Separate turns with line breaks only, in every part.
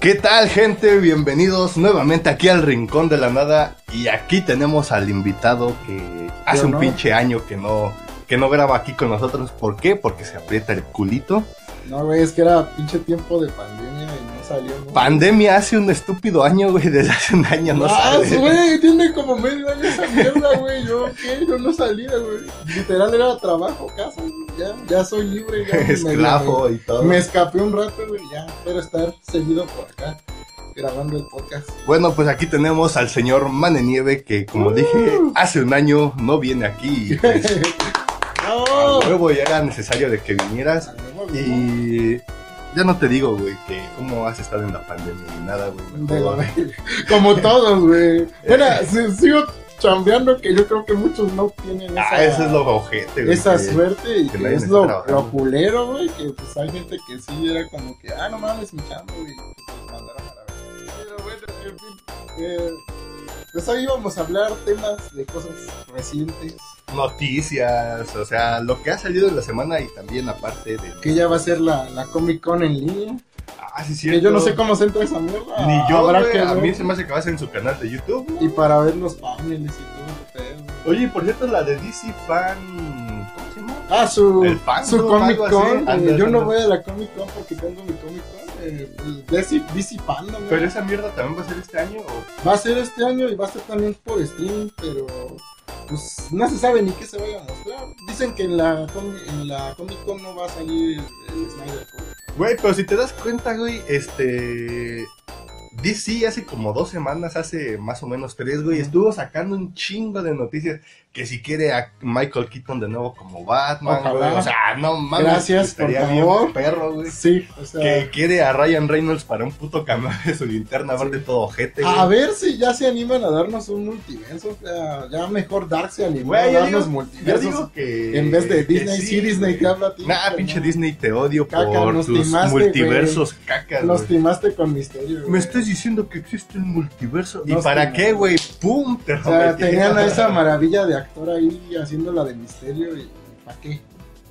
¿Qué tal gente? Bienvenidos nuevamente aquí al Rincón de la Nada y aquí tenemos al invitado que hace un
no.
pinche año que no, que no graba aquí con nosotros. ¿Por qué? Porque se aprieta el culito.
No, güey, es que era pinche tiempo de pandemia y no salió. ¿no?
Pandemia hace un estúpido año, güey, desde hace un año no
Ah,
sale.
güey, tiene como medio año esa mierda, güey. Yo, ¿qué? Yo no salía, güey. Literal era trabajo, casa, güey. Ya, ya soy libre, ya. me-
Esclavo y
Me,
todo.
me escapé un rato, güey, ya. Espero estar seguido por acá grabando el podcast.
Bueno, pues aquí tenemos al señor Mane Nieve que, como
Uh.
dije, hace un año no viene aquí. y, pues,
¡No!
a huevo ya era necesario de que vinieras. Y ya no te digo, güey, que cómo has estado en la pandemia ni nada, güey.
De la
mejor.
verga. Como todos, güey. Mira, si- sigo chambeando que yo creo que muchos no tienen esa,
Ah, eso es lo ojete, güey.
esa
que-
suerte y
que
que
nadie
es
está
lo,
trabajando.
lo culero, güey. Que pues hay gente que sí era como que, ah, no mames, mi chamba, güey. Pues los mandaron a la verga. Pero bueno, en fin. eh, pues hoy íbamos a hablar temas de cosas recientes.
Noticias, o sea, lo que ha salido en la semana y también aparte de.
Que ya va a ser la, la Comic Con en línea.
Ah, sí,
Que yo no sé cómo se entra esa mierda.
Ni yo,
Habrá
güey,
que
A
ver.
mí se me hace que vas en su canal de YouTube. ¿no?
Y para ver los paneles y todo el pedo.
Oye, por cierto, la de DC Fan. ¿Cómo se llama?
Ah, su,
El fandom,
su Comic
algo así.
Con.
Ándale,
eh, Yo no
ándale.
voy a la Comic Con porque tengo mi Comic Con. Eh, el DC, DC Fandom.
Pero
güey.
esa mierda también va a ser este año. ¿o?
Va a ser este año y va a ser también por streaming, pero pues no se sabe ni qué se vaya a mostrar. Dicen que en la, com- en la Comic Con no va a salir el Snyder Cut.
Güey, pero si te das cuenta, güey, este. DC hace como dos semanas, hace más o menos tres, güey,
Ujú.
estuvo sacando un chingo de noticias que si quiere a Michael Keaton de nuevo como Batman,
Ojalá.
güey, o sea, no mames,
Gracias,
estaría
por
bien
favor.
perro, güey.
Sí, o sea.
Que quiere a Ryan Reynolds para un puto cameo de su linterna verde todo ojete, güey.
A ver si ya se animan a darnos un multiverso. O sea, ya mejor Dark se animó
Güey,
a
yo
darnos
digo- Yo
multiversos.
digo que...
en vez de
que
Disney, sí, Disney te
güey.
habla a ti.
Nah,
pero
pinche
no.
Disney, te odio
Caca,
por
nos
tus
timaste, güey.
multiversos cacas,
Los
güey.
timaste con misterio.
Me
güey.
estás diciendo que existe un multiverso. ¿Y
No
para
estoy
qué,
mal.
güey? ¡Pum! Te
O sea, tenían a esa
mano.
maravilla de actor ahí haciéndola de misterio y ¿para qué?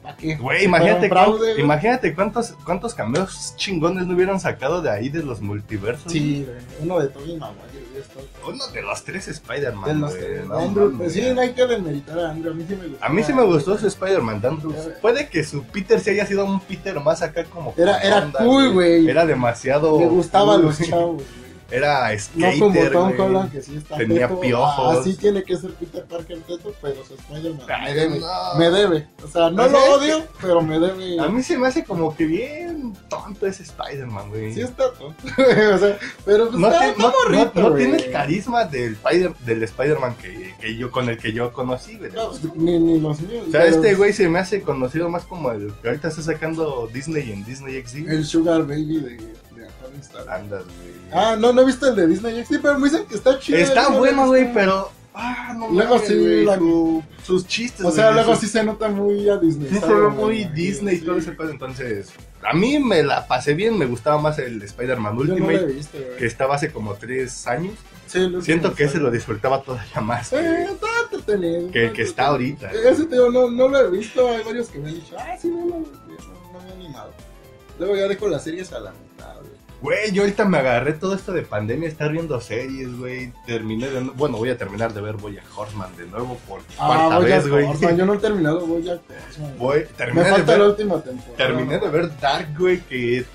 ¿Para qué?
Güey,
Si
imagínate,
fuera un
cuán-
fraude, güey.
imagínate cuántos, cuántos cameos chingones no hubieran sacado de ahí de los multiversos.
Sí, güey, uno de Tobey Maguire. güey, esto.
Uno de los tres
De
Spider-Man.
los
güey,
tres.
no
Andrew,
mames.
pues sí, no hay que demeritar a Andrew. A mí sí me gustó.
A mí sí me gustó su Spider-Man de Andrew.
Ya, güey.
Puede que su Peter se haya sido un Peter más acá como...
Era-
con
era cool, güey.
Era demasiado...
Me gustaban
cool,
los
güey.
chavos. güey.
Era
No
skater,
como Tom
güey.
Holland, que sí está
Tenía
teto.
piojos.
Así tiene que ser Peter Parker teto, pero su Spider-Man me
Ay,
debe.
no.
Me debe. O sea, no
Pues
lo
es
odio, pero me debe.
A mí se me hace como que bien tonto ese Spider-Man, güey.
Sí está teto. o sea, pero pues
no,
está,
te-
está
no-
morrito,
no- no
güey.
tiene el carisma del Spider del Spider-Man que, que yo con el que yo conocí, güey.
No, pues, ni, ni los míos.
o sea,
pero
este güey se me hace conocido más como el que ahorita está sacando Disney en Disney XD.
El Sugar Baby de, de Antonio Starr.
Andas, güey.
Ah, no, no he visto el de Disney XD, pero me dicen que está chido. eh,
Está
no lo he
bueno, güey,
visto.
pero ah, no
Luego
mames,
sí,
güey,
la-
su- sus chistes,
O sea,
güey,
luego
sus-
sí se nota muy a Disney.
sí se
¿sabes?
ve muy
Sí,
Disney y
sí.
todo ese pedo, entonces a mí me la pasé bien, me gustaba más el Spider-Man
Yo no lo he
Ultimate
visto, güey.
que estaba hace como tres años.
Sí, Eh, el último
Siento que
está-
ese lo disfrutaba todavía más.
Sí,
güey.
está entretenido.
que el que está ahorita.
Ese te digo, no, no lo he visto. Hay varios que me han dicho, ah, sí, no, no, no, no me he animado. Luego ya dejo las series a la mitad, güey.
Güey, yo ahorita me agarré todo esto de pandemia, estar viendo series, güey. Terminé de nu- Bueno, voy a terminar de ver Boya Horseman de nuevo por
Ah,
cuarta
voy
vez, güey.
Yo no he terminado, voy a Horseman.
Voy-
Me
terminé, de
falta la
ver,
última temporada.
terminé de ver Dark, güey, que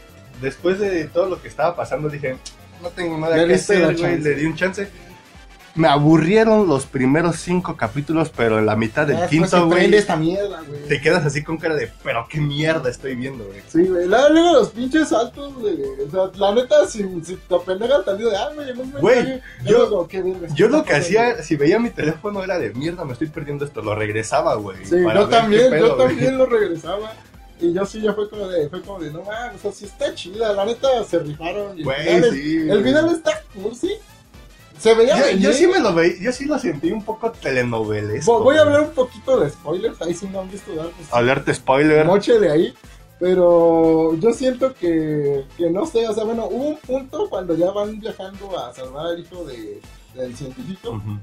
después de todo lo que estaba pasando dije, no tengo nada
Le
que
diste la
hacer, güey.
chance.
Le di un chance. Me aburrieron los primeros cinco capítulos, pero en la mitad del
Ya después se
quinto, güey,
prende esta mierda, güey.
te quedas así con cara de, pero qué mierda estoy viendo, güey.
Sí, güey. la- Luego los pinches saltos, güey. O sea, la neta, si, si te apendejas al día de, ah, güey, no me
Güey, yo-
qué verga,
Yo
está
lo que
pasando?
hacía, si veía mi teléfono era de mierda, me estoy perdiendo esto, lo regresaba, güey.
Sí,
para
yo
ver qué
también,
pedo,
yo
güey.
también lo regresaba. Y yo sí, ya fue como de, fue como de, no mames, o sea, sí está chida, la neta se rifaron. y el
Güey,
final es-
sí.
El
güey.
final está cursi. Se veía
Yo,
venir.
yo sí me lo veía, yo sí lo sentí un poco telenovelesco.
Vo- Voy
güey.
a hablar un poquito de spoilers, ahí si no han visto dar, pues,
Alerta spoiler.
noche de ahí. Pero yo siento que, que no sé, o sea, bueno, hubo un punto cuando ya van viajando a salvar al hijo de, del científico,
Ujú.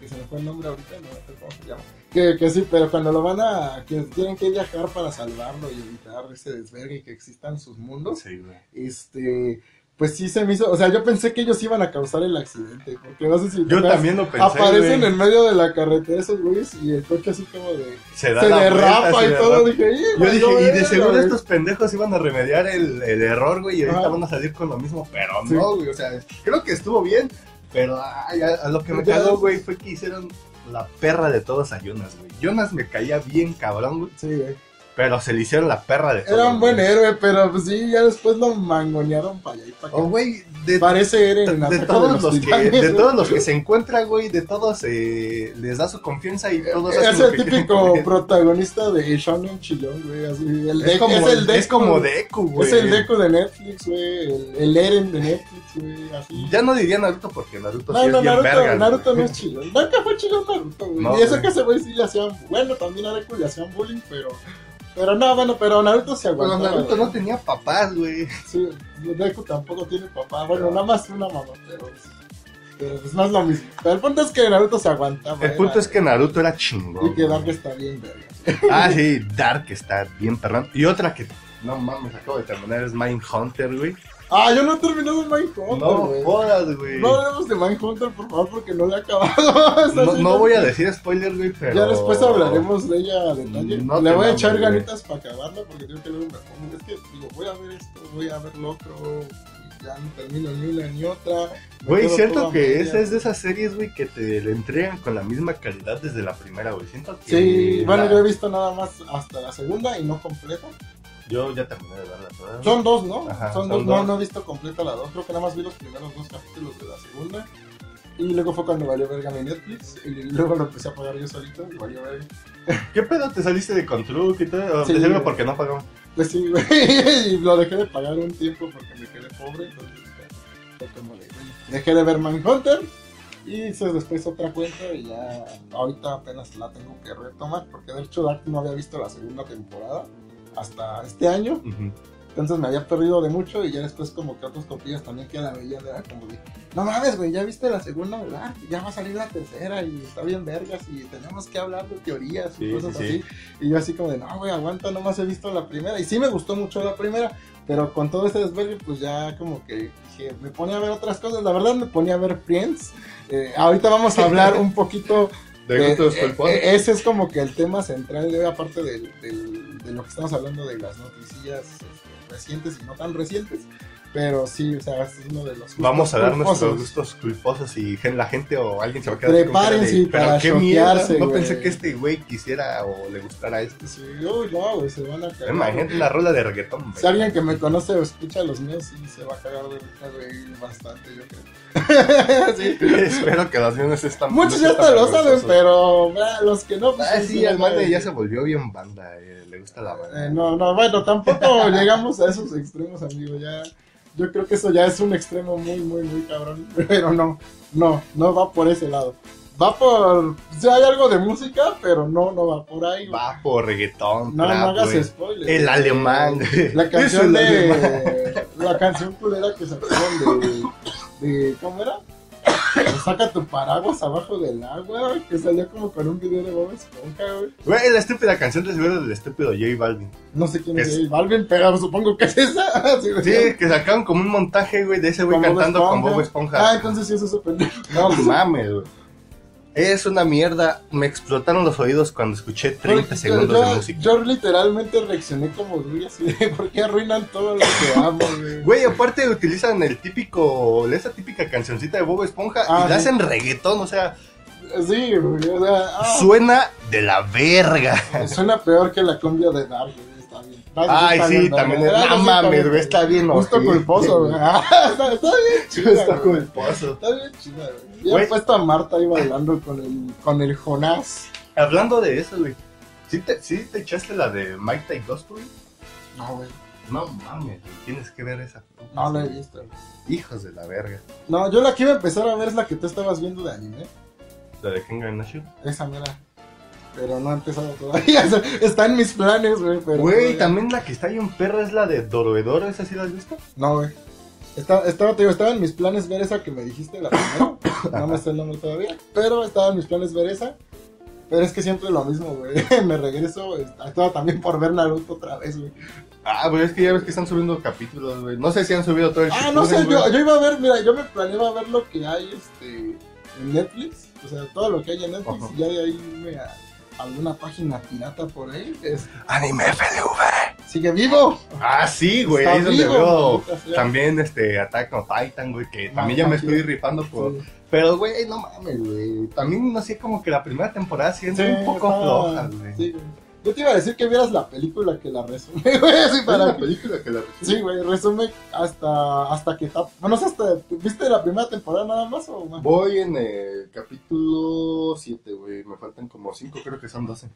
que se me fue el nombre ahorita, no sé cómo se llama. Que, que sí, pero cuando lo van a, que tienen que viajar para salvarlo y evitar ese desvergue y que existan sus mundos,
Sí, güey.
este, pues sí se me hizo, o sea, yo pensé que ellos iban a causar el accidente, porque no sé si...
Yo
te acuerdas,
también lo pensé.
Aparecen
güey.
en medio de la carretera esos güeyes y el coche así como de...
Se, da
se
la
derrapa
vuelta, se
y
derrapa.
todo, dije, "Ih,
Yo
valió
dije, y de
verga,
seguro
güey".
estos pendejos iban a remediar el, el error, güey, y ahorita
Ajá.
van a salir con lo mismo, pero
Ah. Sí.
no, güey, o sea, creo que estuvo bien, pero ay, a, a lo que me
Ya.
cagó, güey, fue que hicieron la perra de todos a Jonas, güey. Jonas me caía bien cabrón, güey,
Sí, güey.
pero se le hicieron la perra de todos.
Era un buen
güey.
héroe, pero pues sí, ya después lo mangonearon para allá y para acá.
O, Oh, güey, de,
Parece Eren en la
de
saga
todos los que,
titanes,
de
güey.
todos los que se encuentra, güey, de todos eh, les da su confianza y todos hacen
Es
lo
el
que quieren con
típico
él.
protagonista de Shonen Chillón, güey. Así, el
Es
Deku-
como,
es el
es
Deku-
como Deku, güey.
Es el Deku de Netflix, güey. El, el Eren de Netflix, güey. Así.
Ya no diría Naruto porque Naruto
no,
sí
no,
es bien
Naruto,
verga.
Naruto
güey.
no es chillón. Nunca fue chillón Naruto, güey.
No,
y eso
güey.
que ese güey sí le hacían. Bueno, también a Deku le hacían bullying, pero. Pero no, bueno, pero Pues, Naruto se
Pero
aguantó.
Naruto no tenía papás, güey.
Sí, Deku tampoco tiene papá. Bueno,
Pero-
nada más una mamá, pero. Pero pues no es lo mismo. Pero el punto es que Naruto se aguantaba.
El
era-
punto es que Naruto era
Y
chingón.
que
güey.
Dark está bien, verga.
Ah, sí, Dark está bien perrón. Y otra que, no mames, acabo de terminar es Mindhunter, güey.
Ah, yo no he terminado Mindhunter,
No
güey.
jodas, güey.
No
No,
hablemos de Mindhunter, por favor, porque no le he acabado. Está así,
no voy a decir spoiler, güey, pero... Mm,
Ya después hablaremos de ella a detalle.
No te
le voy a
mames,
echar
güey.
ganitas para acabarla porque tengo que ver un Es que digo, voy a ver esto, voy a ver lo otro. y Ya no termino ni una ni otra. Me
Güey,
quedo
siento
toda
que
media.
esa es de esas series, güey, que te le entregan con la misma calidad desde la primera, güey. Siento que...
Sí, bueno,
la-
yo he visto nada más hasta la segunda y no completa.
yo ya terminé de verla toda. güey.
Son dos, ¿no?
Ajá,
son
son
dos. No,
dos.
no he visto completa la dos. Creo que nada más vi los primeros dos capítulos de la segunda. Y luego fue cuando valió verga mi Netflix. Y luego lo empecé a pagar yo solito y valió verga.
¿Qué pedo? ¿Te saliste de Contruc y todo?
Sí,
De seguro
güey.
porque no pagamos.
Pues sí, güey. Y lo dejé de pagar un tiempo porque me quedé pobre. Entonces, ya, fue como de, güey, dejé de ver Manhunter. Y hice después otra cuenta y ya ahorita apenas la tengo que retomar. Porque de hecho Dark no había visto la segunda temporada hasta este año.
Ujú.
Entonces me había perdido de mucho y ya después como que otros copillas también que la veían era como de, no mames, güey, ya viste la segunda, ¿verdad? Ya va a salir la tercera y está bien vergas y tenemos que hablar de teorías y
Sí,
cosas
sí,
así. Y yo así como de, no, güey, aguanta, nomás he visto la primera. Y sí me gustó mucho la primera, pero con todo ese desvergue pues ya como que dije, me ponía a ver otras cosas. La verdad me ponía a ver Friends. Eh, ahorita vamos a hablar un poquito
De
eh,
gustos
eh,
culposos.
eh, ese es como que el tema central, de, aparte del- del- de lo que estamos hablando de las noticias este, recientes y no tan recientes. Pero sí, o sea, es uno de los. gustos
Vamos a dar nuestros
culposos.
gustos culposos y gen- la gente o alguien se va a quedar así con
Prepárense
cara de,
para
Pero qué mierda,
choquearse,
no
güey".
pensé que este güey quisiera o le gustara esto.
Sí, uy, no, güey, se van a cagar.
Imagínate una rola de reggaetón. güey.
Si alguien que me conoce o escucha los míos, sí se va a cagar de risa, güey, bastante, yo creo. Sí.
Espero que las mías están...
Muchos
no
ya hasta
están
lo saben,
vergonzosos.
pero ah, los que no. pues,
Ah,
sí,
sí,
se
el
van a-
mande ya se volvió bien banda, eh, le gusta la banda.
Eh, no, no, bueno, tampoco llegamos a esos extremos, amigo. Ya, yo creo que eso ya es un extremo muy, muy, muy cabrón. Pero no, no, no va por ese lado. Va por. Sí, hay algo de música, pero no, no va por ahí. güey.
Bajo, reggaetón,
no, no
trap,
hagas
güey.
spoilers.
El alemán.
La canción
Es el alemán.
de. La canción culera que sacaron de. de ¿Cómo era? Saca tu paraguas abajo del agua, que salió como con un video de Bob Esponja, güey.
Güey, la estúpida canción de seguro del estúpido J Balvin.
No sé quién es,
Es-
J Balvin, pero supongo que es esa. Sí,
Sí, que sacaron como un montaje, güey, de ese güey
Con Bob
cantando con
Esponja.
Bob Esponja.
Ah, entonces sí es eso, pendejo.
No mames, güey. Es una mierda. Me explotaron los oídos cuando escuché 30
Porque
segundos
yo,
de música.
Yo literalmente reaccioné como Duri, así de, ¿por qué arruinan todo lo que amo, güey?
Güey, aparte utilizan el típico, esa típica cancioncita de Bob Esponja
Ah,
y la
sí.
hacen reggaetón, o sea,
Sí, güey, o sea, ah,
suena de la verga.
suena peor que la cumbia de Dark, güey, está bien. Está-
Ay,
está
sí,
bien, está
también.
bien. Ah,
No
sí,
mames,
bien,
güey, está bien.
Gusto
ojete.
culposo, güey. Ah, Está, está bien chida,
Está
güey.
culposo.
Está bien chida, güey. Ya
Güey.
he puesto a Marta ahí bailando con el, con el Jonás.
Hablando de eso, güey. ¿Sí te, sí te echaste la de Mike Tyson Ghost, güey?
No, güey,
No mames, güey, tienes que ver esa.
no la he visto. güey.
Hijos de la verga.
No, yo la que iba a empezar a ver es la que tú estabas viendo de anime.
La de Kengan Nashu.
Esa mera. Pero no ha empezado todavía. O sea, Está en mis planes, güey. Pero
Güey,
todavía-
también la que está ahí en perra es la de Doroedoro, ¿esa sí la has visto?
No, güey. Está- estaba, te digo, estaba en mis planes ver esa que me dijiste la primera. no me sé el nombre todavía. Pero estaba en mis planes ver esa. Pero es que siempre lo mismo, güey. me regreso. estaba también por ver Naruto otra vez, güey.
Ah, pero es que ya ves que están subiendo capítulos, güey. No sé si han subido todo el
Ah, no sé,
Shippuden,
yo,
güey.
yo iba a ver, mira, yo me planeaba ver lo que hay este, en Netflix, o sea, todo lo que hay en Netflix,
Ajá.
y ya de ahí irme a alguna página pirata por ahí. Es-
Anime FLV.
sigue vivo.
Ah, sí, güey. Ahí es
Está
donde
vivo,
veo
maldita sea.
también este Attack on Titan, güey, que también ya me estoy rifando por
Sí.
Pero, güey, no mames, güey. También, no sé, como que la primera temporada siento
Sí,
un poco
está-
floja, güey.
sí, güey. Yo te iba a decir que vieras la película que la resume, güey, así para que...
película que la
Sí, güey, resume hasta, hasta que está... Bueno, no sé, hasta, ¿viste la primera temporada nada más o más?
Voy en el capítulo 7, güey. Me faltan como 5, creo que son 12.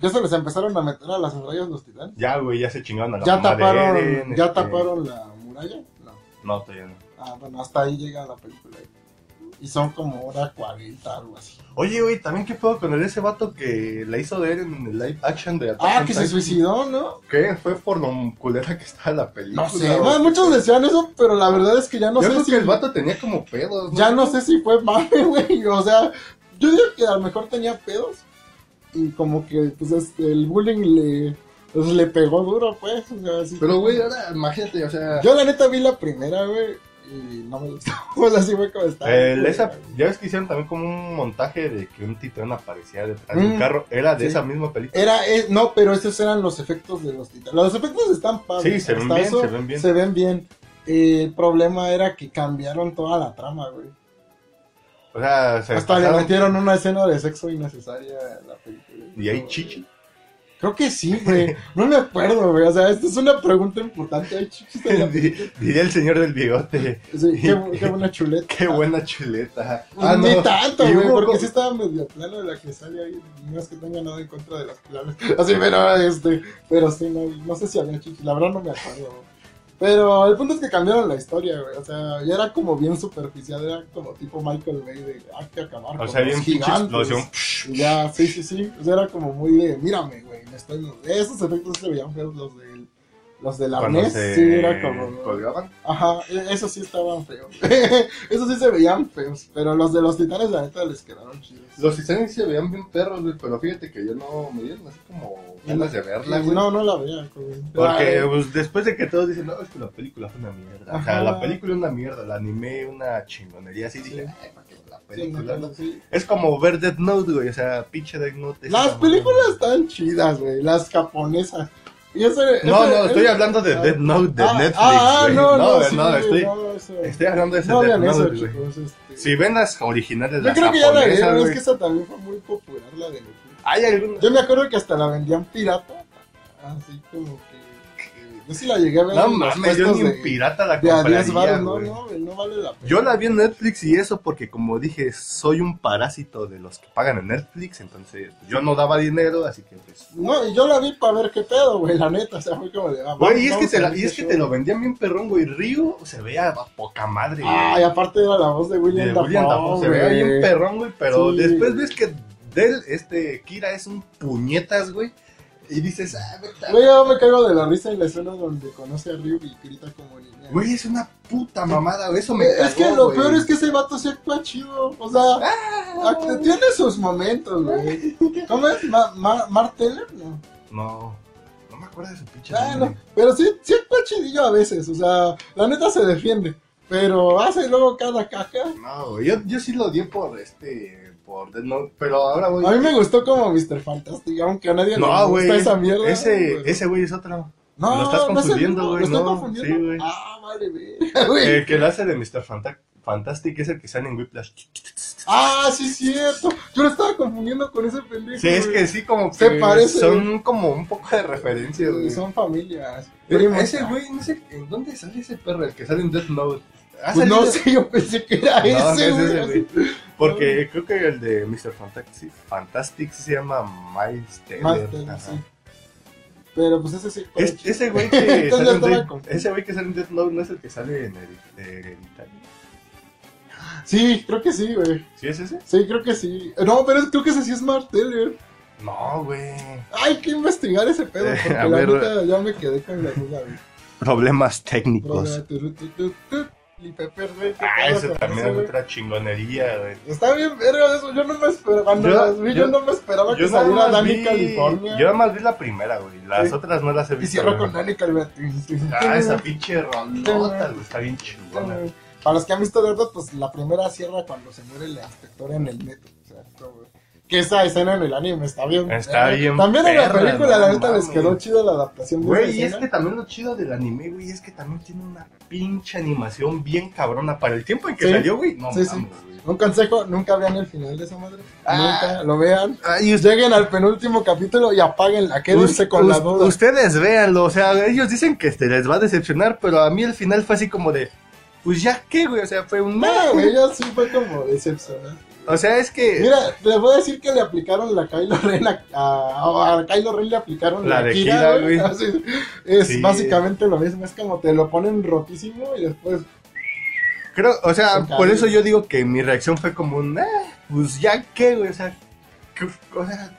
Ya se les empezaron a meter a las murallas los titanes.
Ya, güey, ya se chingaron a la
Ya
mamá de
taparon,
Eren,
ya
este-
taparon la muralla. No.
No, todavía no.
Ah, bueno, hasta ahí llega la película. Y son como hora 40, algo así.
Oye, güey, también qué puedo con el ese vato que la hizo de Eren en el live action de Attack
Ah,
on
que se
Titan?
suicidó, ¿no?
¿Qué? Fue por lo culera que estaba la película.
No sé.
güey.
bueno, muchos decían eso, pero la verdad es que ya no
Yo
sé
creo
si.
que el vato tenía como pedos,
Ya no sé si fue mame, güey. O sea, yo digo que a lo mejor tenía pedos. Y como que, pues, este, el bullying le, pues, le pegó duro, pues. o sea, así
Pero,
que-
güey, ahora, imagínate, o sea...
Yo la neta vi la primera, güey. Y no me gustó. O sea, sí fue como estaba.
El- esa, ya ves que hicieron también como un montaje de que un titán aparecía detrás de un
Mm.
carro. Era de
Sí.
esa misma película.
Era, eh, no, pero esos eran los efectos de los titanes. Los efectos están padres.
Sí, se ven
hasta
bien,
eso
se ven bien.
Se ven bien. Eh, el problema era que cambiaron toda la trama, güey.
O sea, se
Hasta le
pasaron-
metieron una escena de sexo innecesaria en la película.
¿Y hay chichi?
Creo que sí, güey. No me acuerdo, güey. O sea, esta es una pregunta importante. ¿Hay chichis en la película?
Di- Diría el señor del bigote.
Sí, qué, bu- qué buena chuleta.
Qué buena chuleta.
Ah, Ni tanto,
Y
güey,
hubo
porque
co-
sí estaba medio plano de la que sale ahí. No es que tenga nada en contra de las palabras. Así, pero este. Pero sí, no, no sé si había chichis. La verdad no me acuerdo, güey. Pero el punto es que cambiaron la historia, güey. O sea, ya era como bien superficial. Era como tipo Michael Bay de hay que acabar.
O
con
sea, había
los
un pinche
gigantes".
explosión.
Y Ya, sí, sí, sí. O sea, era como muy de. Mírame, güey. Me estoy... Esos efectos se veían feos los del. Los del
Cuando
arnés,
se
E sí, era como...
colgaban.
Ajá, e- esos sí estaban feos. esos sí se veían feos, pero los de los titanes la neta les quedaron chidos.
Los titanes se veían bien perros, güey, pero fíjate que yo no me dieron así como ganas de verla, güey.
No, no la veía, güey.
Porque
Ay,
pues, después de que todos dicen, no, es que la película fue una mierda. O sea,
Ajá.
la película es una mierda, la animé una chingonería. Así dije, ay, ¿para qué veo la
sí,
película?
no, sí.
Es como ver Death Note, güey. O sea, pinche Death Note. es
Las
una-
películas están chidas, güey. Las japonesas. Y ese-
No,
ese-
no, estoy
ese-
hablando de
Ah,
Death Note de
ah,
Netflix.
Ah,
güey.
no, no,
güey,
sí,
no, estoy,
no, eso-
estoy hablando de ese
no
Death
vean eso,
Note, güey.
chicos. este.
Si ven las originales,
Yo
las
creo que ya la
japonesas,
vieron, es
güey,
que esa también fue muy popular, la de Goku.
Hay alguna.
Yo me acuerdo que hasta la vendían pirata, así como que... que- Yo sí la llegué a ver
No
en los
mames, yo
puestos
ni un
de-
pirata la
De a 10
compraría,
baros, no,
güey.
no, güey, no vale la pena.
Yo la vi en Netflix y eso porque, como dije, soy un parásito de los que pagan en Netflix, entonces pues, yo no daba dinero, así que pues...
No, y yo la vi para ver qué pedo, güey, la neta, o sea, fue como de... ah, vamos,
Güey, y es, que
vamos
te,
a
la-
ver
y
qué
es que
show.
te lo vendían bien perrón, güey. Río se veía a poca madre, güey.
Ay, aparte era la voz de William
de William Dafoe, se veía
güey.
bien perrón, güey, pero
Sí.
después ves que Del, este, Kira es un puñetas, güey, y dices, ah, vete a-
Güey, yo me caigo de la risa en la escena donde conoce a Ryu y grita como niña. Eh,
güey, es una puta mamada, güey, eso me cagó,
es que lo
güey.
peor es que ese vato se actúa chido, o sea... act- Tiene sus momentos, güey. ¿Cómo es? Ma Ma Mark Teller? No.
No, no me acuerdo de su pinche
Ah,
nombre.
no. Pero sí, sí actúa chidillo a veces. O sea, la neta se defiende. Pero hace luego cada caca.
No, güey, yo, yo sí lo di por este. Por Death Note, pero ahora voy.
A mí me gustó como Mr. Fantastic, aunque a nadie le
no,
gusta
güey.
esa mierda.
Ese,
güey.
ese güey es otro.
no,
lo estás
no es el
confundiendo,
mismo,
güey,
¿Lo estoy
no,
confundiendo?
sí, güey. Eh.
Ah, vale, verga, güey.
El que lo hace de Mr. Fanta- Fantastic es el que sale en Whiplash.
Ah, sí, es cierto. Yo lo estaba confundiendo con ese pendejo.
Sí, es
güey.
que sí, como que
Se parece,
son como un poco de referencia, güey.
Son familias.
Pero
primos.
Ese güey, no sé, ¿en dónde sale ese perro? El que sale en Death Note. Ha
Pues no
salido-
sé, yo pensé que era
No, no es
ese,
ese,
güey.
güey. Porque creo que el de Mr. Fantastic, Fantastic se llama Miles Teller.
Más tenis,
ajá.
sí. Pero pues ese sí.
Es- ese güey que
Entonces
sale en
estaba
Death-
confundido.
ese güey que sale en Death Note no es el que sale en Heri- Hereditario.
Sí, creo que sí, güey.
¿Sí es ese?
Sí, creo que sí. No, pero es- creo que ese sí es Mark Teller.
No, güey.
Hay que investigar ese pedo,
Eh,
porque
a
la
ver,
neta ya me quedé con la duda. güey.
Problemas técnicos.
Programa, tu, tu, tu, tu, Lee Pepper, güey. ¿qué
Pues. Ah,
pedo
eso
con
también
eso,
es
güey?
otra chingonería, güey.
Está bien verga eso, yo no me esperaba, cuando
Yo-
las vi, yo,
yo-
no me esperaba que
Yo nada
saliera
más
Dani
vi...
California.
Yo nada más vi la primera, güey. Las
Sí.
otras no las he
y
visto.
cierro
güey.
con Dani California.
Ah, esa pinche rondota, güey. Está bien chingona.
Para los que han visto Dirtbag, pues la primera cierra cuando se muere la inspectora en el metro. O sea, como- que esa escena en el anime está bien. Eh,
Está bien
También en la
perra, no
película, la neta, les
mames.
quedó chida la adaptación de
Güey, y este es
esa
que
escena.
también lo chido del anime, güey, es que también tiene una pinche animación bien cabrona para el tiempo en que
Sí.
salió, güey. No
Sí, sí.
mames, güey.
Un consejo, nunca vean el final de esa madre.
Ah.
Nunca lo vean. Lleguen al penúltimo capítulo y apáguenla. Quédense
Us-
con la
us-
duda.
Ustedes véanlo, o sea, ellos dicen que este les va a decepcionar, pero a mí el final fue así como de, pues ya qué, güey, o sea, fue un "Ah,
No,
güey.
güey, ella sí fue como decepcionante.
O sea, es que
Mira, les voy a decir que le aplicaron la Kylo Ren a, a, a Kylo Ren le aplicaron
La
la,
de
Kira,
Kira, güey.
Así, es
Sí.
básicamente lo mismo, es como te lo ponen rotísimo y después
creo, o sea,
Con
por eso
cabello.
yo digo que mi reacción fue como un, "Ah, pues ya qué, güey, o sea, que- o sea,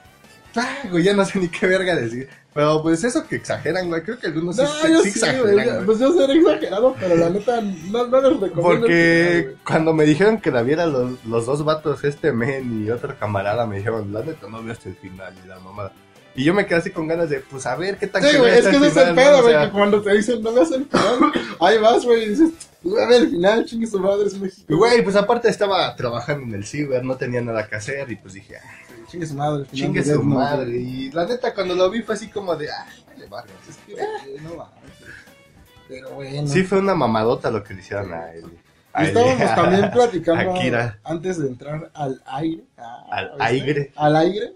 ah, güey, ya no sé ni qué verga decir. Pero pues eso que exageran, güey, creo que algunos sí, sí
yo sí,
exageran,
güey,
güey.
pues yo seré exagerado, pero la neta no, no les recomiendo. el
Porque
final,
cuando me dijeron que la viera los, los dos vatos, este men y otro camarada, me dijeron, la neta no veas el final y la mamada. Y yo me quedé así con ganas de, pues a ver qué tan
güey. Sí, güey,
verga
es que ese es
está
el
el final,
pedo,
¿no? O
güey,
sea,
que cuando te dicen no veas el final, ahí vas, güey, y dices, a ver el final, chingue su madre, es México.
Güey, pues aparte estaba trabajando en el ciber, no tenía nada que hacer y pues dije, ah,
Chingue su madre, el final
chingue
de
su
Death Note,
madre.
güey.
Y la neta cuando lo vi fue así como de, ah, vale, vale.
Es que, güey, no va. Pero bueno.
Sí fue una mamadota lo que le hicieron a él.
Y
a él.
estábamos también platicando
Akira.
antes de entrar al aire. a-
Al
¿viste?
aire.
Al aire.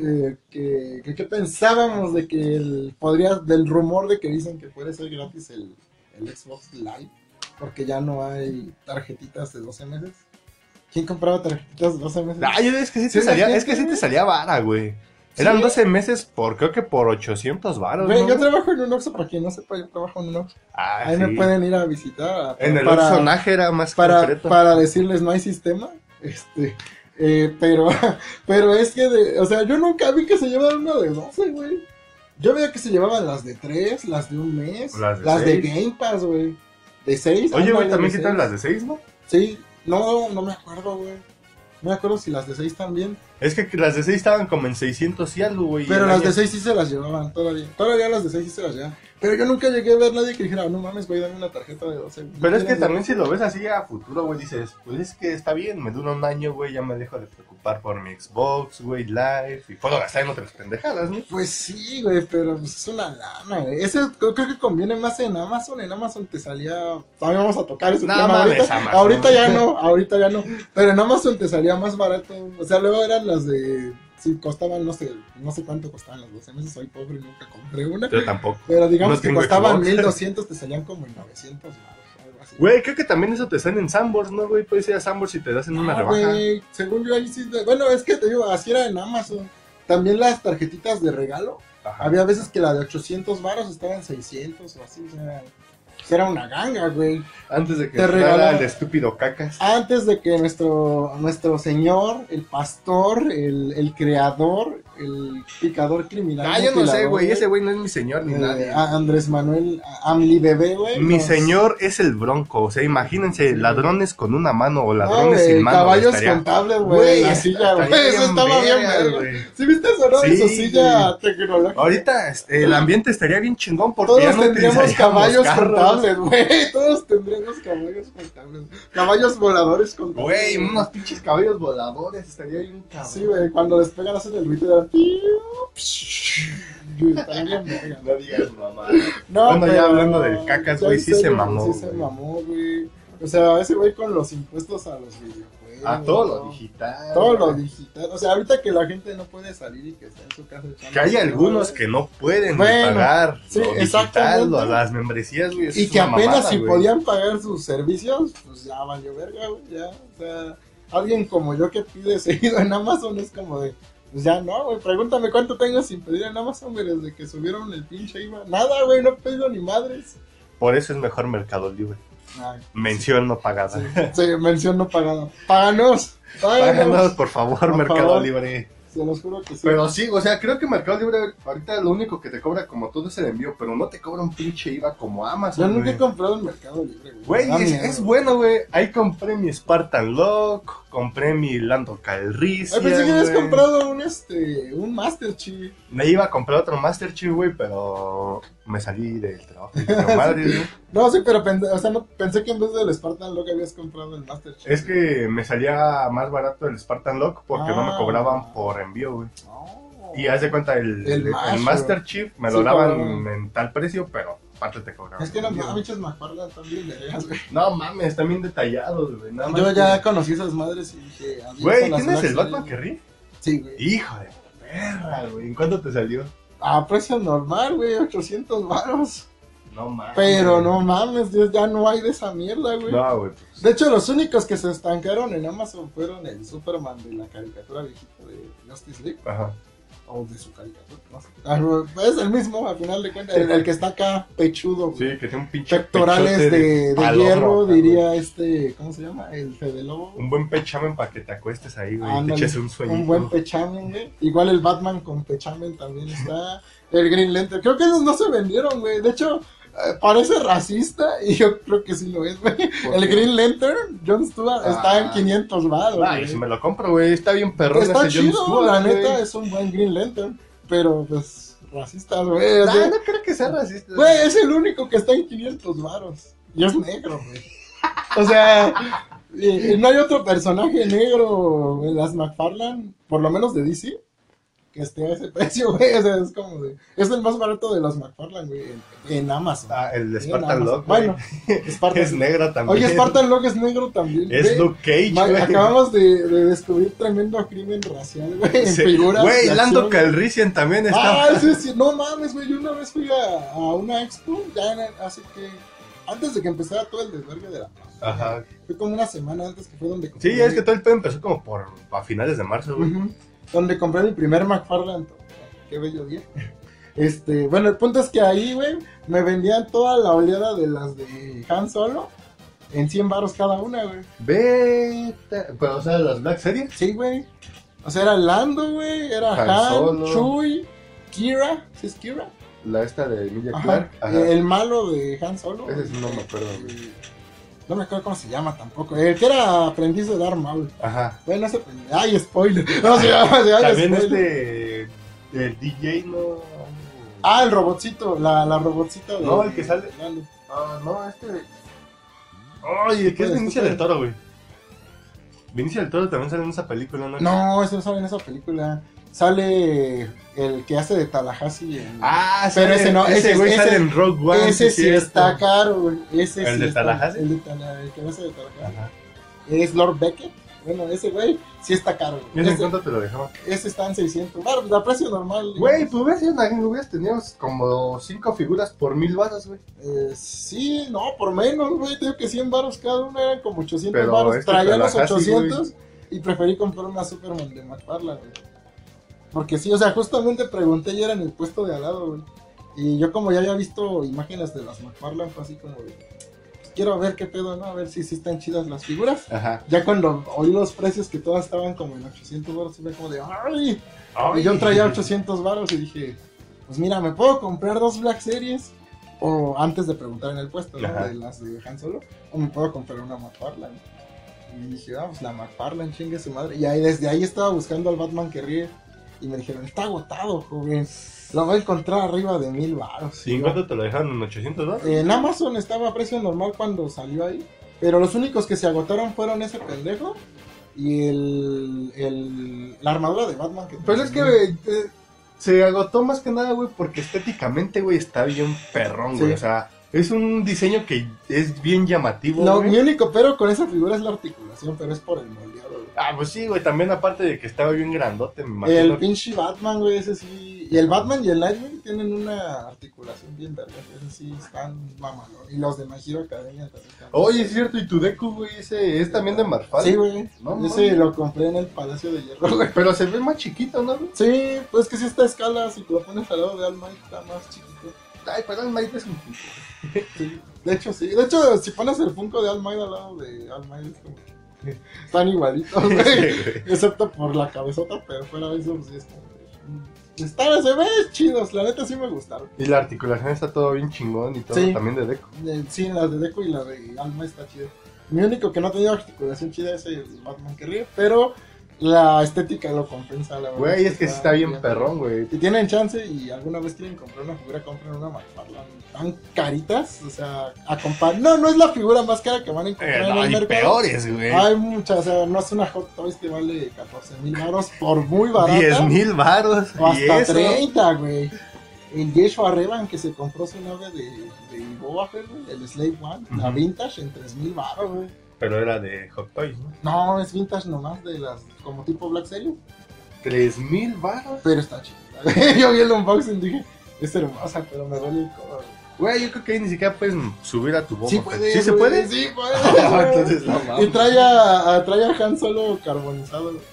eh, que, que, qué pensábamos de que el, podría, del rumor de que dicen que puede ser gratis el, el Xbox Live, porque ya no hay tarjetitas de 12 meses. ¿Quién compraba tarjetitas de 12 meses?
Ay, es que sí te
Sí,
salía,
imagínate,
es que sí te
güey.
salía vara, güey. Eran
Sí.
12 meses por, creo que por 800 varos,
Ve,
¿no?
yo trabajo en un Oxxo, para quien no sepa, yo trabajo en un Oxxo.
Ah,
Ahí
sí.
me pueden ir a visitar. a-
En el
para-
personaje era más
para,
concreto.
para decirles no hay sistema. Este, eh, pero, pero es que, de- o sea, yo nunca vi que se llevaran una de 12, güey. Yo veía que se llevaban las de 3, las de un mes,
Las
las
de
de,
seis.
Game Pass, güey. De 6.
Oye, güey, también quitan las de 6, ¿no?
Sí, no, no me acuerdo, güey. No me acuerdo si las de 6 también.
Es que las de 6 estaban como en 600 y algo, güey.
Pero
El
las
año-
de 6 sí se las llevaban todavía. Todavía las de 6 sí se las llevaban. Pero yo nunca llegué a ver nadie que dijera, no mames, güey, dame una tarjeta de 12. güey.
Pero es que
Quiero-
también si lo ves así a futuro, güey, dices, pues es que está bien, me dura un año, güey, ya me dejo de preocupar por mi Xbox, güey, Live, y puedo gastar en otras pendejadas, ¿no?
Pues sí, güey, pero pues, es una lana, güey. Ese creo, creo que conviene más en Amazon. En Amazon te salía. También vamos a tocar ese
No
tema
mames,
ahorita.
Amazon.
Ahorita ya no, ahorita ya no. Pero en Amazon te salía más barato. O sea, luego eran las de. Sí, costaban, no sé, no sé cuánto costaban las 12 meses. Soy pobre y nunca compré una.
Yo tampoco.
Pero digamos
No
que
tengo
costaban
Xbox.
1200, te salían como en 900 baros, algo así.
Güey, creo que también eso te sale en Sambors, ¿no, güey? Puedes ir a Sambors y te das en una
No,
rebaja.
Ah, güey, según yo ahí sí. Bueno, es que te digo, así era en Amazon. También las tarjetitas de regalo.
Ajá.
Había veces que la de 800 varos estaba en 600 o así, o sea, pues era una ganga, güey.
Antes de que
Te Ah,
entrara
regalaba-
el estúpido cacas.
Antes de que nuestro, nuestro señor, el pastor, el, el creador, el picador criminal.
Ah, yo no sé,
mutilador,
güey, ese güey no es mi señor ni
eh,
nadie.
a- Andrés Manuel a- Amli Bebé, güey.
Mi
nos-
señor es el bronco, o sea, imagínense, ladrones con una mano o
No,
ladrones
Ah, güey,
sin mano.
caballos
estaría-
contables,
Güey,
güey. La silla, güey.
estaría
Eso
bien
estaba bien,
verga,
verga.
güey.
¿Sí viste eso, no?
Sí,
Su silla tecnológica.
Ahorita este, el ambiente estaría bien chingón porque ya
Todos
no
tendríamos
utilizaríamos
caballos
carros.
contables, güey. Todos tendríamos caballos contables. Caballos voladores contables.
Güey, unos pinches caballos voladores, estaría bien cabrón.
Sí, güey, cuando despegan hacen el ruido de... Güey, estaría bien verga.
No digas mamá.
No,
Bueno, ya
pero-
hablando del cacas,
ya
güey,
en
sí se
serio,
mamó,
Sí se
güey.
mamó, güey. O sea, ese güey con los impuestos a los videojuegos.
A todo lo
¿no?
digital.
Todo lo digital. O sea, ahorita que la gente no puede salir y que está en su casa. echando-
Que hay algunos que no pueden ni
Bueno,
pagar
sí,
lo digital,
exactamente.
lo- las membresías, güey. eso
Y
es
que
una
apenas
mamada,
si
güey.
podían pagar sus servicios, pues ya valió verga, güey, ya. O sea, alguien como yo que pide seguido en Amazon es como de, pues ya no, güey, pregúntame cuánto tengo sin pedir en Amazon, güey, desde que subieron el pinche IVA. Nada, güey, no he pedido ni madres.
Por eso es mejor Mercado Libre.
Ay,
Mención no pagada.
sí, sí, mención no pagada. Páganos, páganos.
Páganos, por favor,
Por
Mercado
favor.
Libre.
Se los juro que sí.
Pero sí, o sea, creo que Mercado Libre ahorita lo único que te cobra como todo es el envío, pero no te cobra un pinche IVA como
Yo
Amazon.
nunca
güey.
he comprado en Mercado Libre, güey.
Güey,
Ah,
es,
mierda.
es bueno, güey. Ahí compré mi Spartan Lock, compré mi Lando Calrissian.
Ay, pensé que habías
güey.
comprado un, este, un Master Chief.
Me iba a comprar otro Master Chief, güey, pero me salí del trabajo. y dije, "No, madre, güey".
No, sí, pero pensé, o sea, no, pensé que en vez del Spartan Lock habías comprado el Master Chief.
Es que me salía más barato el Spartan Lock porque no me
Ah.
cobraban por envío, güey.
No.
Y haz de cuenta, el,
El
el
Master.
Master Chief me lo
Sí,
daban
cabrón.
en tal precio, pero aparte te cobraban.
Es que no
por envío.
mames, McFarland también de veras, güey.
No mames, están bien detallados, güey. Nada más
Yo
que-
ya conocí esas madres y dije. adiós
Güey,
a las
¿tienes el
Black
Batman que
Series.
ríe?
Sí, güey.
Hijo de perra, güey. ¿En cuánto te salió?
A precio normal, güey, 800 varos.
No mames.
Pero no mames, Dios, ya no hay de esa mierda, güey.
No, güey. pues,
De hecho, los únicos que se estancaron en Amazon fueron el Superman de la caricatura viejita de Justice League.
Ajá.
O de su caricatura, no sé. Ah, no, Es el mismo, al final de cuentas. El, el que está acá, pechudo, güey.
Sí, que tiene un pinche.
Pectorales
pechote
de, de
palomo,
hierro,
ajá,
diría este, ¿cómo se llama? El Fede Lobo.
güey. Un buen pechamen para que te acuestes ahí, güey. y te
Ándale,
eches un sueñito.
Un buen pechamen, güey. Igual el Batman con pechamen también está. El Green Lantern. Creo que esos no se vendieron, güey. De hecho, eh, parece racista y yo creo que sí lo es, güey.
¿Por
El
qué?
Green Lantern, John Stewart, está en
Ah.
500 baros.
Ah, yo sí me lo compro, güey. Está bien perrón
Está
ese John
chido,
Stewart,
la
güey.
neta, es un buen Green Lantern. Pero, pues, racistas, güey. o
Ah,
sea,
no creo que sea racista.
Güey, es el único que está en 500 varos. Y es negro, güey. O sea, y- y no hay otro personaje negro en las McFarlane, por lo menos de DC, que esté a ese precio, güey. O sea, es como de. Es el más barato de los McFarlane, güey, en, en Amazon.
Ah, el
En
Spartan
Amazon.
Lock, güey.
Bueno, Spartan.
es negro también.
Oye, Spartan Locke es negro también.
Es
güey.
Luke Cage,
Ma-
güey.
Acabamos de, de descubrir tremendo crimen racial, güey, en
Sí.
figuras.
Güey,
de
Lando
acción.
Calrissian también está.
Ah, sí, sí, no mames, güey. Yo una vez fui a, a una expo, ya en- hace que. Antes de que empezara todo el desvergue de la plaza.
Ajá.
Fue como una semana antes que fue donde
Ah. Sí,
compré.
es que
mi-
todo el pedo empezó como por a finales de marzo, güey.
Ujú, Donde compré mi primer McFarland. Qué bello día. Este, bueno, el punto es que ahí, güey, me vendían toda la oleada de las de Han Solo en 100 baros cada una, güey.
Vete. Pero, Pues, o sea, las Black Series.
Sí, güey. O sea, era Lando, güey, era
Han
Han,
Solo.
Chewie, Kira, ¿sí es Kira?
La esta de Emilia
Ajá.
Clark.
Eh, El malo de Han Solo.
Ese sí no me acuerdo,
Eh, No me acuerdo cómo se llama tampoco. El que era aprendiz de Darth Maul.
Ajá.
Bueno, ese. ¡Ay, spoiler! No se llama, se llama
También
spoiler.
este. El DJ no.
Ah, el robotcito, la, la robotcita. de-
No, el que sale.
Lando.
Ah, no, este. Ay, ¿qué es
Pues,
Vinicio
tú
del Toro, güey? Vinicio del Toro también sale en esa película, ¿no?
No, ese no sale en esa película. Sale el que hace de Tallahassee. en-
Ah,
Pero ese no,
ese
ese-
güey
ese-
sale en Rock One.
ese sí
es cierto.
está caro, güey. Ese
¿El
sí
de
está-
Tallahassee?
El, de Tala- el que hace de Tallahassee.
Ajá.
Es Lord Beckett. Bueno, ese güey sí está caro.
¿Y
güey.
ese en
Ese-
cuánto te lo dejaba?
Ese está en 600. Bueno, pues, a precio normal.
Güey, pues ves, en alguien hubieras tenido como cinco figuras por mil balas, güey.
Eh, sí, no, por menos, güey. Tengo que 100 baros cada uno eran como 800
Pero
baros.
este
Traía los
Tallahassee,
800 y preferí comprar una Superman de McFarlane, güey. Porque sí, o sea, justamente pregunté y era en el puesto de al lado, güey. Y yo, como ya había visto imágenes de las McFarlane, fue así como de. pues, Quiero ver qué pedo, ¿no? A ver si sí están chidas las figuras.
Ajá.
Ya cuando oí los precios que todas estaban como en 800 baros, fue como de. ¡Ay! Y
Ay.
yo traía 800 baros y dije, pues mira, ¿me puedo comprar dos Black Series? O antes de preguntar en el puesto, ¿no?
Ajá.
De las de Han Solo. O me puedo comprar una McFarlane. Y dije, ah, pues la McFarlane, chingue su madre. Y ahí, desde ahí estaba buscando al Batman que ríe. Y me dijeron, está agotado, joven. Lo voy a encontrar arriba de mil baros.
¿Y en cuánto te lo dejaron? ¿En 800 balas?
En Amazon estaba a precio normal cuando salió ahí. Pero los únicos que se agotaron fueron ese pendejo y el, el- la armadura de Batman. Que
Pues es que
tenía.
güey, eh, se agotó más que nada, güey, porque estéticamente, güey, está bien perrón, güey.
Sí.
O sea, es un diseño que es bien llamativo,
No,
güey.
mi único pero con esa figura es la articulación, pero es por el moldeado. güey.
Ah, pues sí, güey, también aparte de que estaba bien grandote, me imagino.
El pinche Batman, güey, ese sí. Y el Batman y el Nightwing tienen una articulación bien verga, güey, ese sí están mamalón. Y los de Majiro Academia también están.
Oye, es cierto, y tu Deku, güey, ese es también de Marfal.
sí, güey.
No
ese
mames.
lo compré en el Palacio de Hierro, güey.
Pero se ve más chiquito, ¿no? güey?
Sí, pues que si esta escala, si te lo pones al lado de All Might, está más chiquito.
Ay, pero el Might es un pinche.
Sí, De hecho, sí. De hecho, si pones el Funko de All Might al lado de All Might, es como. Están igualitos,
Sí,
güey.
güey.
Excepto por la cabezota, pero fuera de eso, pues sí están. Están, se ven chidos, la neta sí me gustaron.
Y la articulación está todo bien chingón y todo
Sí.
también de Deco.
Eh, Sí, la de Deco y la de Alma está chida. Mi único que no ha tenido articulación chida es el Batman que ríe, pero la estética lo compensa, la verdad.
Güey, es que sí está bien
perro.
perrón, güey.
Si tienen chance y alguna vez quieren comprar una figura, compren una McFarlane. Tan caritas, o sea, acompañan. No, no es la figura más cara que van a
Eh,
encontrar en
no,
el
hay
mercado.
peores, güey.
Hay muchas, o sea, no es una Hot Toys que vale 14 mil baros por muy barata.
10 mil varos.
O
Y
hasta
eso.
30, güey. El Yeshua Revan que se compró su nave de, de Boba Fett, güey, el Slave One, la
Ujú.
Vintage, en 3 mil baros, güey.
Pero era de Hot Toys, ¿no?
No, es Vintage nomás de las, como tipo Black Series.
3 mil varos.
Pero está chido. Yo vi el unboxing y dije, es hermosa, pero me duele el codo.
Güey, yo creo que ahí ni siquiera puedes subir a tu bomba.
Sí puede.
¿Sí se
güey,
puede?
Sí
Ah,
puede.
Entonces no
y
mames.
trae a, a- trae a Han Solo carbonizado. güey.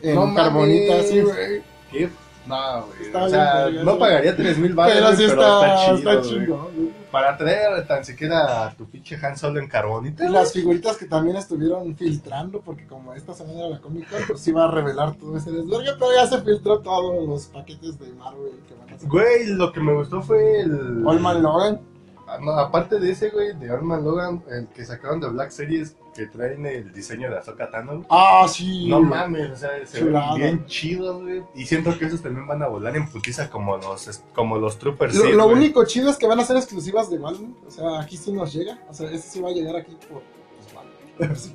En
No
carbonita,
mames,
sí, güey.
güey. ¿Qué? No, güey.
Está
o sea,
bien, güey,
no
sí.
pagaría 3 mil baros,
Pero sí está,
chido,
está
güey.
chido. güey.
Para traer tan siquiera a tu pinche Han Solo en carbonita.
Y las figuritas que también estuvieron filtrando, porque como esta semana era la Comic Con, pues iba a revelar todo ese desvergue, pero ya se filtró todos los paquetes de Marvel que van a hacer.
Güey, lo que me gustó fue el.
Olman Logan.
Ah, no, aparte de ese, güey, de Alma Logan, el que sacaron de Black Series, que traen el diseño de Azoka Tano. güey.
Ah, sí.
No
güey.
mames, o sea, se
Chulada.
ven bien chidos, güey. Y siento que esos también van a volar en putiza como los, como los Troopers.
Lo,
sí,
lo
güey.
único chido es que van a ser exclusivas de Valve. O sea, aquí sí nos llega. O sea, este sí va a llegar aquí por pues, Valve. Sí.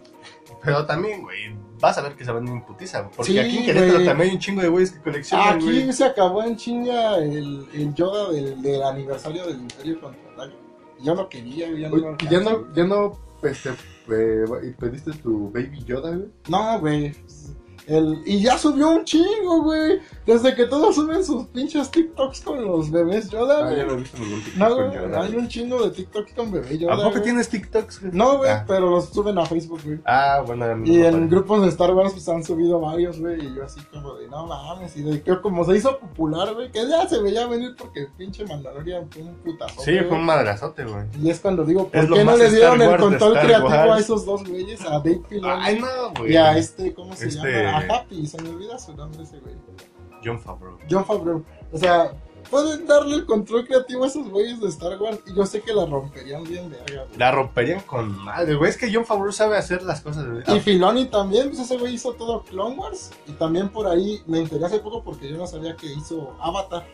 Pero también, güey, vas a ver que se van en putiza. güey, Porque
Sí,
aquí en Querétaro
güey.
también hay un chingo de güeyes que coleccionan,
Aquí
güey.
se acabó en chinga el, el Yoda del, del aniversario del Imperio Contraataque. Yo no quería, yo no.
Uy,
lo
que Ya
alcancé.
no, ya no este, eh, y pediste tu Baby Yoda, güey.
No, güey. El, y ya subió un chingo, güey. Desde que todos suben sus pinches TikToks con los bebés Yoda,
Ah,
güey.
ya no he visto ningún TikTok
No,
con
güey,
Yoda,
hay
güey.
un chingo de TikToks con bebé Yoda.
¿A poco
güey.
tienes TikToks, güey?
No, güey,
Ah.
pero los suben a Facebook, güey.
Ah, bueno, a mí no
Y
me
en
aparece.
grupos de Star Wars pues han subido varios, güey, y yo así como de, no mames, y de que como se hizo popular, güey, que ya se veía venir porque el pinche Mandalorian fue un putazo.
Sí, fue un madrazote, güey.
Y es cuando digo, ¿por
Es lo
qué no
más
le dieron
Star
el
Wars de
control
Star
creativo a
Wars.
esos dos güeyes? A Dave Filoni
Ay, no, güey.
y a este, ¿cómo se
Este-
llama? A Happy, se me olvida su nombre ese güey.
John Favreau.
John Favreau. O sea, pueden darle el control creativo a esos güeyes de Star Wars y yo sé que la romperían bien verga, güey.
La romperían con madre, güey. Es que John Favreau sabe hacer las cosas, güey. Ah,
Y Filoni también, pues ese güey hizo todo Clone Wars. Y también por ahí me enteré hace poco porque yo no sabía que hizo Avatar.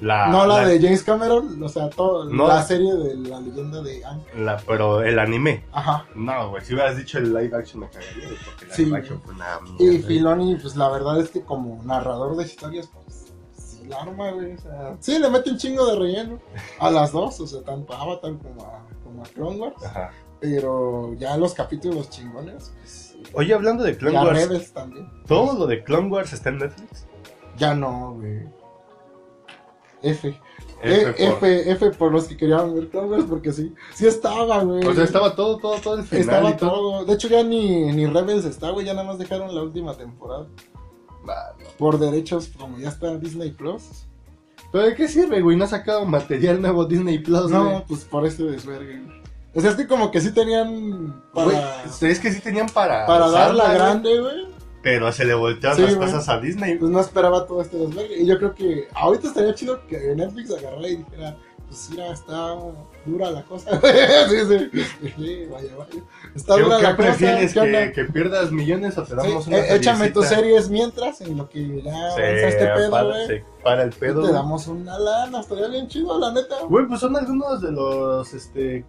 La,
no la,
Ah, la-
de James Cameron, o sea, todo,
No.
la serie de la leyenda de Aang.
la- pero el anime.
Ajá.
No, güey. Si hubieras dicho el live action, me cagaría, güey, Porque el
Sí,
live
güey.
action fue una mierda.
Y Filoni, pues la verdad es que como narrador de historias, pues sí la arma, güey. O sea, sí, le mete un chingo de relleno a las dos, o sea, tanto a Avatar como a, como a Clone Wars.
Ajá.
Pero ya los capítulos chingones, pues.
Oye, hablando de Clone
ya
Wars,
Rebels también.
¿todo lo de Clone Wars está en Netflix?
Ya no, güey. F.
F
F,
por-
F, F por los que querían ver Clone Wars, porque sí. Sí estaba, güey.
O sea, estaba todo, todo, todo el final
Estaba
y todo.
todo. De hecho, ya ni, ni Rebels está, güey. Ya nada más dejaron la última temporada.
Bah,
Por derechos, como ya está Disney Plus.
¿Pero de qué sirve, güey? No ha sacado material nuevo Disney Plus,
no,
güey.
pues por ese desvergue, güey. O sea, es que como que sí tenían
Güey,
para,
Es que sí tenían para.
para dar
usarla,
la
güey,
grande, güey.
Pero se le voltearon
Sí,
las
güey.
cosas a Disney,
Pues no esperaba todo este desvergue. Y yo creo que ahorita estaría chido que Netflix agarrara y dijera, pues mira, está dura la cosa. sí, sí. Sí, vaya, vaya. Está
¿Qué,
dura
qué
la cosa.
prefieres?
¿qué
¿Que,
onda?
que pierdas millones o te
Sí,
damos una
eh, échame
seriecita?
tus series mientras en lo que ya avanza
Se
este pedo,
para,
güey.
se para el
Y
pedo.
Te
güey.
damos una lana, estaría bien chido, la neta.
Güey, pues son algunos de los este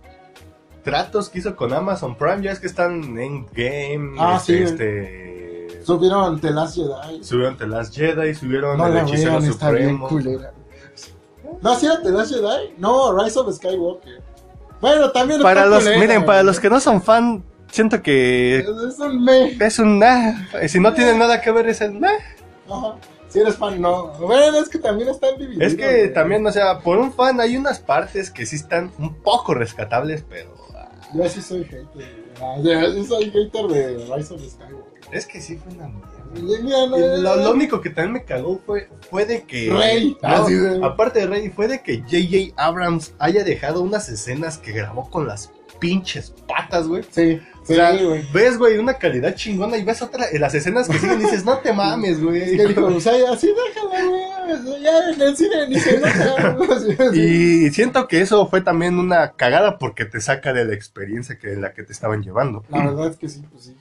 tratos que hizo con Amazon Prime. Ya es que están en game.
Ah,
este,
sí, güey.
este,
Subieron The Last Jedi.
Subieron The Last Jedi, subieron
No
El
la
Hechicero
vean, está bien
Supremo.
culera. No, si era The Last Jedi. No, Rise of Skywalker. Bueno, también está culera, güey.
que no son fan, siento que
Es es un me.
es un nah. Si no tiene nada que ver, es el nah.
Ajá. Si eres fan, no. Bueno, es que también están divididos.
Es que
güey.
también, o sea, por un fan hay unas partes que sí están un poco rescatables, pero ah,
Yo sí soy hater. güey. Ah, Yo sí soy hater de Rise of Skywalker.
es que sí fue una mierda.
Y- mira, no,
Y Lo, lo único que también me cagó fue, fue de que...
Rey.
No,
Ah, sí, güey.
aparte de Rey, fue de que J.J. Abrams haya dejado unas escenas que grabó con las pinches patas, güey.
Sí,
O sea,
Sí, güey.
ves, güey, una calidad chingona y ves otra, en las escenas que siguen dices, no te mames,
Es que dijo,
güey.
o sea, así déjala, güey. Ya en el cine ni se nota. güey.
Y siento que eso fue también una cagada porque te saca de la experiencia que en la que te estaban llevando.
La verdad es que sí, pues sí.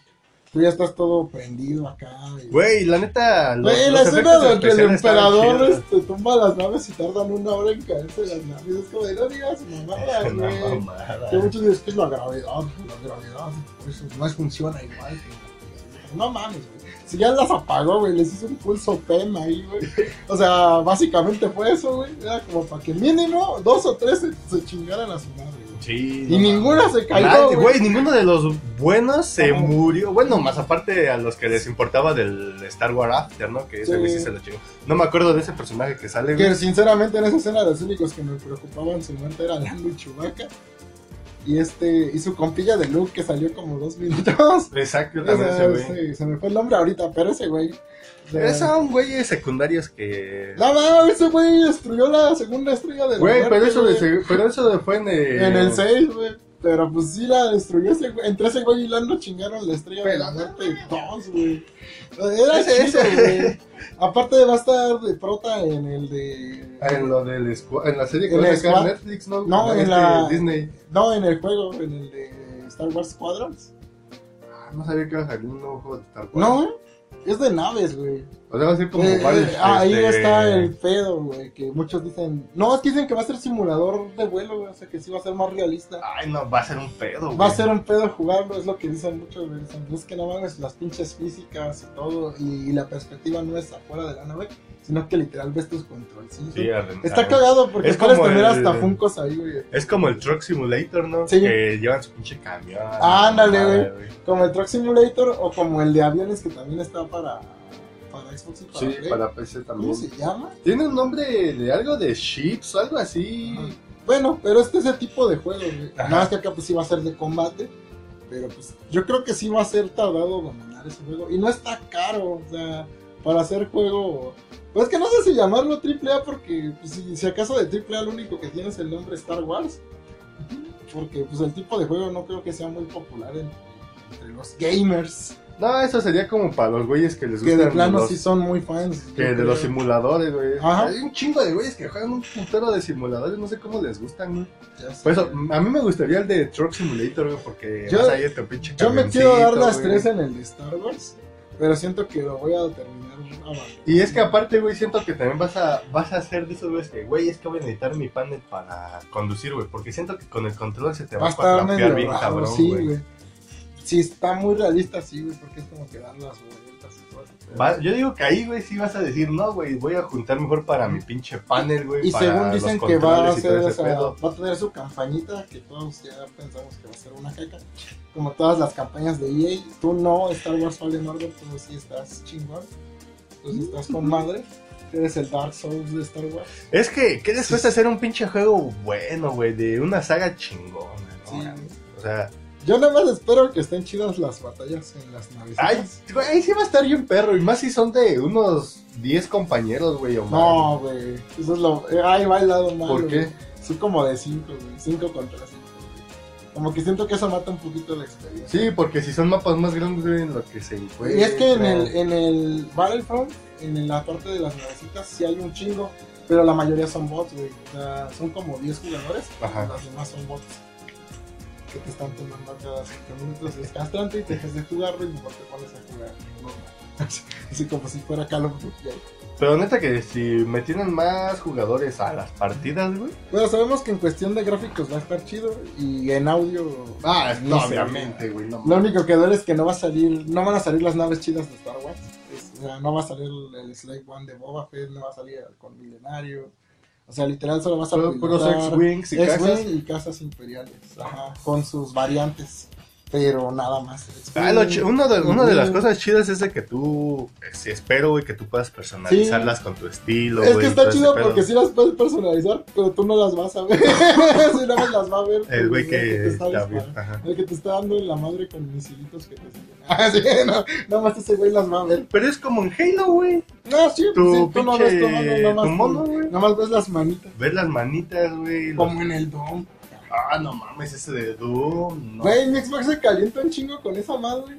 Tú ya estás todo prendido acá. y-
Güey, la neta, los,
Güey,
los
la escena
efectos
donde el
especiales estaban
emperador
chidos.
este, tumba las naves y tardan una hora en caerse las naves. Es como de no digas mamadas,
Una
güey.
mamada.
Que muchos dicen que es la gravedad, la gravedad, por eso no funciona igual. que- No mames, güey. Si ya las apagó, güey, les hizo un pulso pena ahí, güey. O sea, básicamente fue eso, güey. Era como para que mínimo dos o tres se, se chingaran a su madre, güey.
Sí,
Y
no
ninguna se
mames. Nadie,
cayó, güey.
güey, ninguno de los buenos se
Ajá.
murió. Bueno, más aparte a los que les importaba del Star Wars After, ¿no? Que ese
Sí.
güey sí se lo chingó. No me acuerdo de ese personaje que sale, güey.
Que sinceramente en esa escena los únicos que me preocupaban su muerte eran Lando y Chewbacca. Y este, y su compilla de Luke que salió como dos minutos.
Exacto, yo
O
también ese
sea,
güey.
sí, se me fue el nombre ahorita, pero ese güey. o sea,
Son güeyes secundarios que.
No mames, ese güey destruyó la segunda estrella del
Güey,
norte,
pero eso,
güey.
de seg- pero eso de fue en el.
En el 6, güey. Pero pues sí la destruyó ese güey. Entre ese güey y Lando chingaron la estrella de la
Pero no
muerte dos, güey. Era
Ese-
chido,
ese.
güey. Aparte va a estar de prota en el de...
Ah, En, lo del escu- en la serie que
En
va a
el
sacar
squad.
Netflix, ¿no?
No, en
Este,
la-
Disney.
No, en el juego, en el de Star Wars Squadrons.
Ah, No sabía que iba a salir un nuevo juego de Star Wars.
No, es de naves, güey.
O sea, va a ser como
Eh,
varios,
eh, ahí
este,
está el pedo, güey. Que muchos dicen... No, es que dicen que va a ser simulador de vuelo, güey. O sea, que sí va a ser más realista.
Ay, no, va a ser un pedo, güey.
Va a ser un pedo jugarlo, es lo que dicen muchos, güey. Dicen, es que no mames las pinches físicas y todo, y, la perspectiva no es afuera de la nave, sino que literal ves tus controles.
Sí, arren-
Está
arren-
cagado porque
Es
puedes
como
tener
el-
hasta Funkos ahí, güey.
Es como el Truck Simulator, ¿no?
Sí.
Que llevan su pinche camión.
Ándale,
madre,
Como el Truck Simulator o como el de aviones que también está para, para Xbox y para
Sí,
Play.
para PC
¿Cómo
también.
se llama?
Tiene un nombre de algo de ships o algo así.
Ajá. Bueno, pero este es el tipo de juego, güey.
Ajá.
Nada más que acá pues sí va a ser de combate. Pero pues yo creo que sí va a ser tardado dominar ese juego. Y no está caro, o sea, para hacer juego. Pues es que no sé si llamarlo AAA porque pues, si, si acaso de AAA lo único que tiene es el nombre Star Wars. Porque pues el tipo de juego no creo que sea muy popular en- entre los gamers.
No, eso sería como para los güeyes que les
Que
gustan
de plano
los-
sí son muy fans.
que
yo
de
creo.
los simuladores, güey.
Ajá.
Hay un chingo de güeyes que juegan un puntero de simuladores, no sé cómo les gustan, güey.
Ya sé.
Por eso, a mí me gustaría el de Truck Simulator, güey, porque
Yo-
vas ahí en tu pinche
Yo me
camioncito,
quiero dar las
güey.
tres en el de Star Wars, pero siento que lo voy a terminar abandonando.
Y es que aparte, güey, siento que también vas a, vas a hacer de esos güeyes que, güey, es que voy a necesitar mi panel para conducir, güey, porque siento que con el control se te
va a
va,
estar
a cuatrapear
medio
bien
raro,
cabrón,
sí,
güey.
güey. Sí, está muy realista, sí, güey, porque es como que dan las vueltas y todo.
Va- yo digo que ahí, güey, sí vas a decir, no, güey, voy a juntar mejor para mi pinche panel, güey,
Y
para
según
los
dicen que va a
controles y todo
ser,
ese
o sea,
pedo.
va a tener su campañita, que todos ya pensamos que va a ser una caca. Como todas las campañas de EA, tú no, Star Wars Fallen Order, tú sí estás chingón, tú sí estás con madre, eres el Dark Souls de Star Wars.
Es que, ¿qué les cuesta hacer un pinche juego bueno, güey, de una saga chingona, no?
Sí.
O sea,
Yo nada más espero que estén chidas las batallas en las naves.
ay, güey, sí va a estar bien perro, y más si son de unos 10 compañeros, güey, o más.
No, güey. Eso es lo. eh, Ahí va el lado malo.
¿Por qué?
güey. Son como de 5, güey. 5 contra 5. Como que siento que eso mata un poquito la experiencia.
Sí, porque si son mapas más grandes, güey, en lo que se encuentra.
y es que en el, en el Battlefront, en la parte de las navecitas, sí hay un chingo. Pero la mayoría son bots, güey. O sea, son como 10 jugadores.
Ajá.
Las demás son bots. Que te están tomando cada 5 minutos. Es castrante y te dejas de jugar, güey. Mejor te pones a jugar. normal. Así como si fuera Call of Duty.
Pero neta que si me tienen más jugadores a las partidas, güey.
Bueno, sabemos que en cuestión de gráficos va a estar chido y en audio.
Ah,
no sé.
güey. No,
Ah, Lo único que duele es que no va a salir, no van a salir las naves chidas de Star Wars. Es- o sea, no va a salir el, el Slave One de Boba Fett, no va a salir el con Milenario. O sea, literal solo vas a
Puro- puros
pilotar
X-Wings y
X-Wing
casas.
y casas imperiales, ajá, con sus variantes, pero nada más.
Ah, lo chi- uno de, una de las
Mm.
cosas chidas es de que tú, eh, sí, espero, güey, que tú puedas personalizarlas con tu estilo,
es
güey,
que
y
está
todo ese
chido
pedo.
porque sí las puedes personalizar, pero tú no las vas a ver. si no las va a ver.
El güey
pues, te
que
está
está
disparando.
bien, ajá.
El que te está dando en la madre con misilitos que te siguen. Ah, sí, no, nada más ese güey las va a ver.
Pero es como en Halo, güey.
No, sí,
Tu
pues, sí, tú no ves tu mano,
pinche-
nada más.
tu mono,
tu-
güey.
Nada más ves las manitas.
Ver las manitas, güey. los-
Como en el dom.
Ah, no mames, ese de Doom. No.
Güey, mi Xbox se calienta un chingo con esa madre.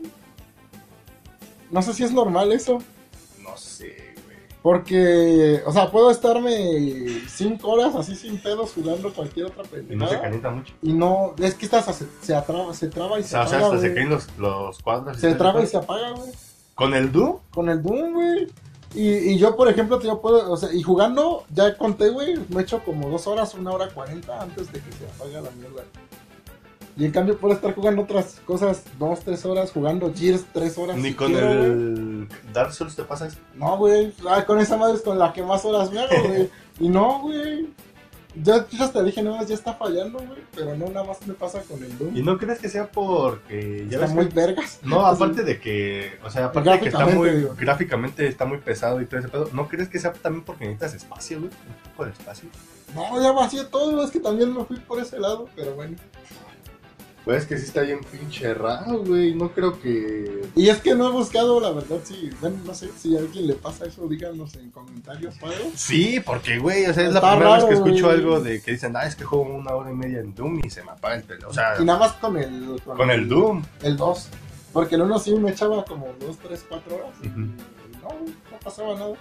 No sé si es normal eso.
No sé, güey.
Porque, o sea, puedo estarme 5 horas así sin pedos jugando cualquier otra
Y no se
pendejada.
calienta mucho.
Y no, es que esta se, se atraba, se traba y
O
se
sea, o sea,
apaga.
hasta se
güey.
caen los, los cuadros. y
se
todo.
traba y se apaga, güey.
¿Con el Doom?
Con el Doom, güey. Y, y yo, por ejemplo, yo puedo, o sea, y jugando, ya conté, güey, me echo como dos horas, una hora cuarenta antes de que se apague la mierda. Y en cambio puedo estar jugando otras cosas, dos, tres horas, jugando Gears, tres horas.
Ni
si
con
quiero, güey.
el Dark Souls te pasa eso.
No, güey, ah, con esa madre es con la que más horas me hago, güey. Y no, güey. Yo yo hasta dije, no, ya está fallando, güey, pero no, nada más me pasa con el Doom.
¿Y no crees que sea porque ya
está
ves
muy
que-
vergas.
No, aparte de que, o sea, aparte de que está
Gráficamente,
muy
digo.
gráficamente está muy pesado y todo ese pedo. ¿No crees que sea también porque necesitas espacio, güey? Un poco de espacio.
No, ya vacié todo, es que también me fui por ese lado, pero bueno.
Pues es que sí está bien pinche raro, güey. No creo que
Y es que no he buscado, la verdad, si, bueno, no sé, si a alguien le pasa eso, díganos en comentarios o algo.
Sí, porque, güey, o sea, es la
Está
primera vez
raro,
que escucho
güey.
algo de que dicen, ah, es que juego una hora y media en Doom y se me apaga el teléfono. O sea,
Y nada más con el...
con el Doom.
El 2. Porque el 1 sí me echaba como 2, 3, 4 horas. y
Ujú.
No, no pasaba nada.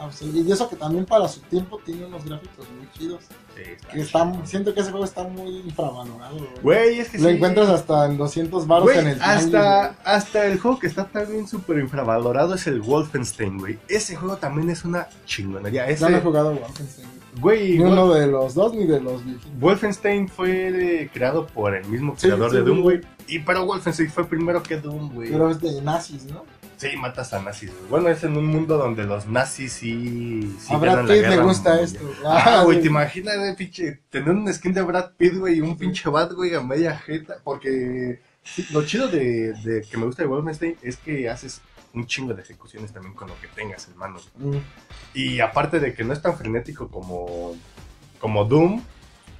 Ah, sí, Y eso que también para su tiempo tiene unos gráficos muy chidos.
Sí, está
Que están,
chido.
siento que ese juego está muy infravalorado. güey.
Güey, es que
Lo
sí.
encuentras hasta en 200 baros
Güey,
en el
hasta, hasta el juego que está también súper infravalorado es el Wolfenstein, güey. Ese juego también es una chingonería.
Ya no he
Ese,
jugado Wolfenstein. güey.
güey,
Ni
Wol-
uno de los dos ni de los viejitos.
Wolfenstein fue eh, creado por el mismo
Sí,
creador
sí,
de Doom,
güey.
güey. Y pero Wolfenstein fue primero que Doom, güey.
Pero es de nazis, ¿no?
Sí, matas a nazis, güey. Bueno, es en un mundo donde los nazis sí. sí
a este Brad
ganan la
Pitt le
guerra
gusta
mundial.
esto.
Ah, güey,
sí.
te imaginas, güey, pinche, tener un skin de Brad Pitt, güey, y un pinche bat, güey, a media jeta. Porque sí, lo chido de, de que me gusta de Wolfenstein es que haces un chingo de ejecuciones también con lo que tengas en mano.
Mm.
Y aparte de que no es tan frenético como, como Doom,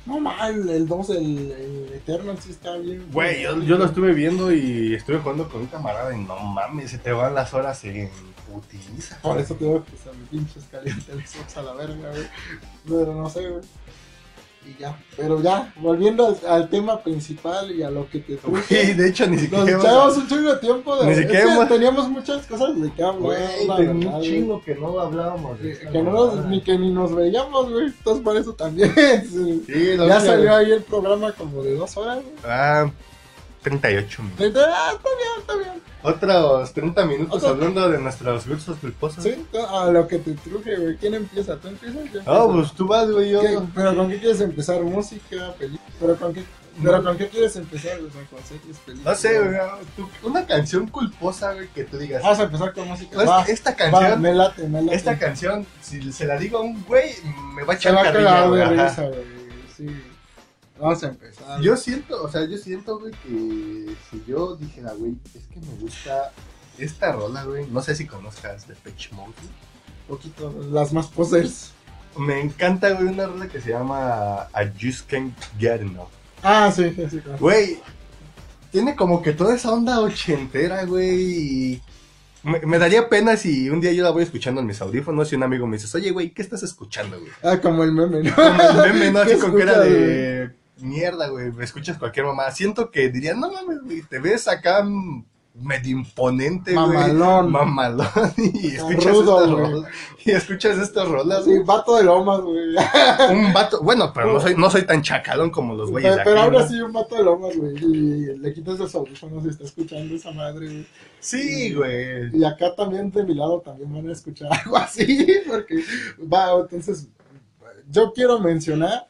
No mal, el 2, el, el Eternal sí está bien.
güey, yo, yo lo estuve viendo y estuve jugando con un camarada y no mames, se te van las horas en putiza.
Por eso tengo que usar mi pinche caliente el Xbox a la verga, güey. Pero no sé, güey. Y ya. Pero ya, volviendo al, al tema principal y a lo que te
Güey,
truje.
de hecho, ni
Nos
siquiera... hemos-
echábamos un chingo de tiempo de.
Ni
es
siquiera
que
hemos-
teníamos muchas cosas de que hablar.
Güey,
la
tenía
verdad,
un chingo que no hablábamos. de
güey.
esta
Que, que no nos-
mamada.
ni que ni nos veíamos, güey. Entonces por eso también. sí.
Sí, la
Ya
última
salió ahí el programa como de dos horas, güey.
Ah, 38 minutos.
Entonces, Ah, está bien, está bien.
Otros 30 minutos
Otro-
hablando de nuestros gustos culposos.
Sí, a lo que te truje, güey. ¿Quién empieza? ¿Tú empiezas? Yo
Ah,
empiezo.
pues tú vas, güey. Yo.
¿Qué- ¿Pero con qué quieres empezar? ¿Música? ¿Película? ¿Pero con qué, pero con qué quieres empezar? güey? O sea, ¿Con series, películas?
No sé, güey. ah, tú- Una canción culposa, güey, que tú digas.
Vamos a empezar con música.
"No, es-
Ah, Va,
esta
va,
canción,
me late, me late.
esta canción, si se la digo a un güey, me va a
Se
echar
va a
carrilla,
cagar
güey,
de
ajá.
risa, güey. Sí. Vamos a empezar.
Yo siento, o sea, yo siento, güey, que si yo dijera, güey, es que me gusta esta rola, güey. No sé si conozcas de Pitch Mode. güey.
Un poquito, las más posers.
Me encanta, güey, una rola que se llama I Just Can't Get Enough.
Ah, sí, sí, sí. claro.
Güey, tiene como que toda esa onda ochentera, güey. y Me, me daría pena si un día yo la voy escuchando en mis audífonos y un amigo me dice, oye, güey, ¿qué estás escuchando, güey?
Ah, como el meme, ¿no?
Como el meme, ¿no? Así
¿Qué
con que era
escuchas,
de mierda, güey. Me escuchas cualquier mamá. Siento que diría, no mames, güey, te ves acá mm, medio imponente, güey.
Mamalón.
Mamalón. Y escuchas
Rudo,
estas
güey.
rolas. Y escuchas estas rolas,
Sí,
güey.
vato de lomas, güey.
Un vato. Bueno, pero no soy, no soy tan chacalón como los güeyes de
Pero, pero
acá,
ahora
¿no?
sí, un vato de lomas, güey. Y le quitas los audífonos y está escuchando esa madre, güey.
Sí, güey.
Y acá también de mi lado también van a escuchar algo así, porque va, entonces yo quiero mencionar,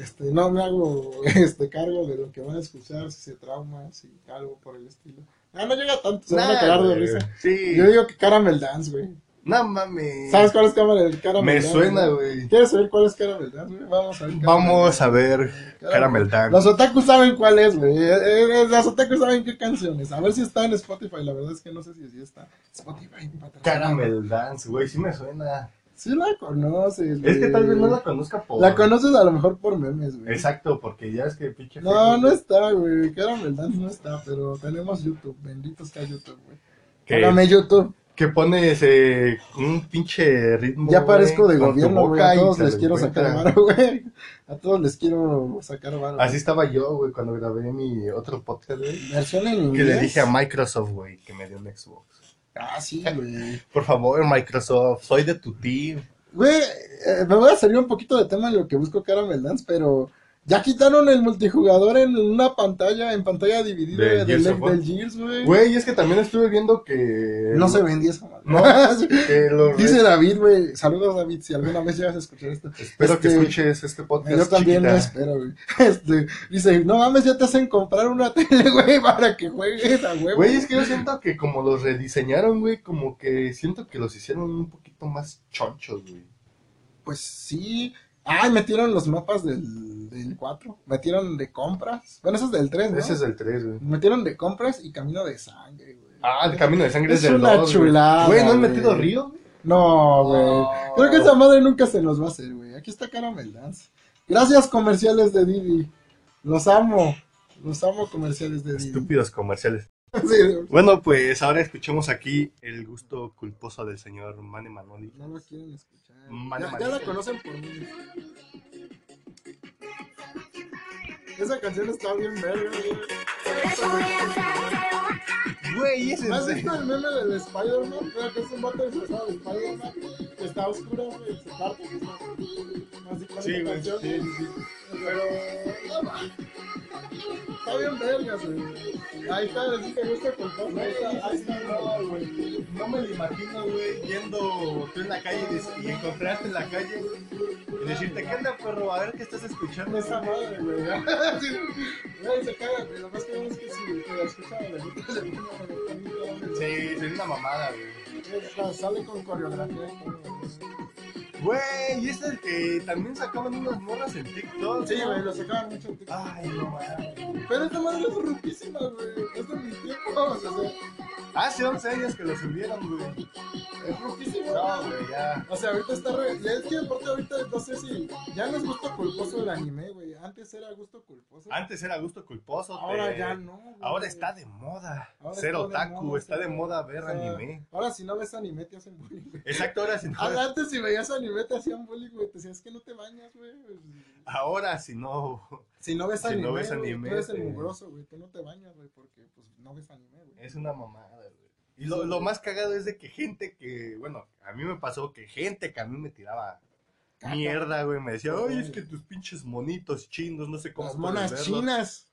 este, no me hago este cargo de lo que van a escuchar, si se trauma, si algo por el estilo. Ah, no llega tanto, se van a
Nah,
quedar de
güey.
risa.
Sí.
Yo digo que Caramel Dance, güey.
No mames.
¿Sabes cuál es Caramel Caramel
Me
Dance?
suena,
güey?
güey.
¿Quieres saber cuál es Caramel Dance, güey? Vamos a ver. Caramel
Vamos
Dance.
a ver Caramel
Los
Dance.
otakus saben cuál es, güey. Eh, eh, eh, Los otakus saben qué canciones. A ver si está en Spotify. La verdad es que no sé si sí está. Spotify. patrocina.
Caramel Dance, güey, sí me suena.
Sí la conoces, güey.
Es que tal vez no la conozca por.
La conoces a lo mejor por memes, güey.
Exacto, porque ya es que pinche.
No,
Facebook-
no está, güey. Caramel Dance no está, pero tenemos YouTube. Benditos que hay YouTube, güey.
Que-
Hágame YouTube.
que pones eh, un pinche ritmo.
Ya parezco
güey,
de
con tu
gobierno, güey.
boca
A
y
todos
se
les
lo
quiero
encuentran.
sacar varo, güey. A todos les quiero sacar varo.
Así estaba yo, güey, cuando grabé mi otro podcast, güey.
Versión en
Que
inglés.
le dije a Microsoft, güey, que me dio un Xbox.
Ah, sí, güey.
Por favor, Microsoft, soy de tu team.
Güey, eh, me voy a salir un poquito de tema en lo que busco Caramel Dance, pero ya quitaron el multijugador en una pantalla, en pantalla dividida
Del
del,
Gears
del,
of War.
Gears, güey.
Güey, es que también estuve viendo que.
No se vendía esa madre.
No. que los-
Dice David, güey. Saludos, David, si alguna vez llegas a escuchar esto.
Espero que
este,
escuches este podcast.
Yo también
chiquita.
lo espero, güey. Este, dice, no mames, ya te hacen comprar una tele, güey, para que juegues a huevo.
Güey, es que yo siento que como los rediseñaron, güey, como que siento que los hicieron un poquito más chonchos, güey.
Pues sí. Ay, metieron los mapas del, del 4. Metieron de compras. Bueno, eso es del 3, ¿no?
Ese es el 3, güey.
Metieron de compras y camino de sangre, güey.
Ah, el camino de sangre
Es
es, del
una
2, güey.
chulada,
Güey, ¿no han
güey.
metido río? güey?
No, güey. Creo que esa madre nunca se nos va a hacer, güey. Aquí está Caramel Dance. Gracias, comerciales de Didi. Los amo. Los amo, comerciales de Didi.
Estúpidos comerciales.
Sí,
Bueno, pues ahora escuchemos aquí el gusto culposo del señor Mane Manoli.
no lo quieren escuchar.
Mano,
ya, ya la
manito.
conocen por mí. Esa canción está bien verga, güey.
Güey, ese
¿Has visto el meme del Spider-Man? Vea que es un vato disfrazado de Spider-Man. Que está oscuro, güey. Se parte. ¿no? Así con
Sí,
esa
güey,
canción.
sí, sí,
Pero. no, ma. Está bien vergas, güey. Ahí está, si te gusta con todo. Ahí está, ahí está, no, güey.
No me lo imagino, güey, yendo tú en la calle y des- y encontrarte en la calle güey, y decirte, ¿qué onda, perro? A ver qué estás escuchando.
Esa madre, güey. Sí, Güey, se caga, güey. Lo más que es que si te la escucha la gente se pone
Sí,
güey.
sería una mamada, güey.
Esta Sale con coreografía. y todo, güey.
Güey, y es el que también sacaban unas morras en TikTok.
Sí,
¿no?
güey, lo sacaban mucho en TikTok.
Ay, no mames.
Pero esta madre es ruquísima, güey. Es de mi tiempo. O sea,
Hace 11 años que lo subieron, güey.
es ruquísima.
No, güey, ya.
O sea, ahorita está re... y Es que aparte ahorita, no sé si... Ya no es gusto culposo el anime, güey. Antes era gusto culposo.
Antes era gusto culposo.
Ahora
te-
ya no, güey.
Ahora está de moda.
Ahora
Ser
está de
otaku,
moda,
está de
sí.
moda ver
O sea,
anime.
Ahora si no ves anime te hacen bullying, güey.
Exacto, ahora si no,
Ah, Antes si veías anime te hacían bullying, güey. Te decías que no te bañas, güey.
ahora si no.
Si no ves
Si no
anime,
ves
güey,
anime,
tú eres el
te-
mugroso, güey. Tú no te bañas, güey, porque pues no ves anime, güey.
Es una mamada, güey. Y lo, lo más cagado es de que gente que, bueno, a mí me pasó que gente que a mí me tiraba
Caca.
mierda, güey, me decía, ay, es que tus pinches monitos chinos, no sé cómo
Las
puedes
monas
verlos".
chinas.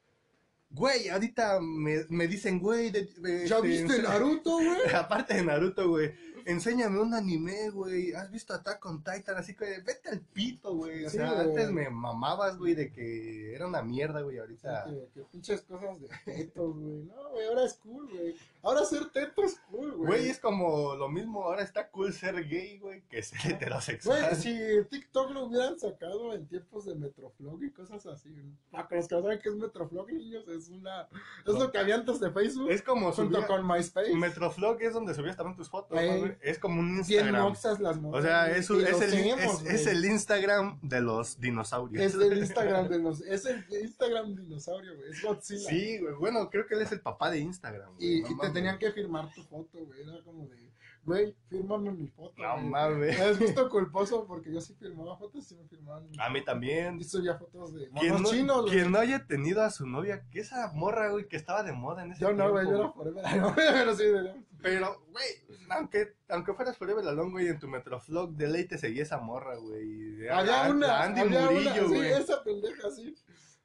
Güey, ahorita me, me dicen, güey, de, de-
¿Ya
este,
viste
ense-
Naruto, güey?
Aparte de Naruto, güey, enséñame un anime, güey. ¿Has visto Attack on Titan? Así que vete al pito, güey. O
Sí,
sea,
güey.
antes me mamabas, güey, de que era una mierda, güey. Ahorita.
Que, que pinches cosas de tetos, güey. No, güey, ahora es cool, güey. Ahora ser teto es cool, güey.
Güey, es como lo mismo. Ahora está cool ser gay, güey, que ser heterosexual.
Güey, si TikTok lo hubieran sacado en tiempos de Metroflog y cosas así, güey. Para que los que no saben qué es Metroflog, niños, es una... Es lo que había antes de Facebook,
Es como
junto
subir.
con MySpace.
Metroflog es donde subías también tus fotos,
Güey.
¿no, güey. Es como un
Bien
Instagram.
moxas las
O
morras,
sea,
güey,
es,
y
un- es
los
el,
emos,
es- es
güey.
el Instagram de los dinosaurios.
Es el Instagram de los... Es el Instagram dinosaurio, güey. Es Godzilla.
Sí, güey. Bueno, creo que él es el papá de Instagram. güey.
Y,
No
y te
mames.
tenían que firmar tu foto, güey. Era como de, güey, fírmame mi foto.
No
güey.
mames.
Es gusto culposo porque yo sí firmaba fotos y me firmaban.
A mí también.
Y subía fotos de
Quien
monos
no,
chinos, güey.
quien no haya tenido a su novia, que esa morra, güey, que estaba de moda en ese
Yo no,
tiempo,
güey, yo era forever. Ay, no, pero sí, güey.
Pero, güey, aunque, aunque fueras Forever Alone, güey, en tu Metroflog de ley te seguía esa morra, güey. Era
Había
la-
una.
la Andy
había
Murillo,
una,
güey.
Sí, esa pendeja, sí.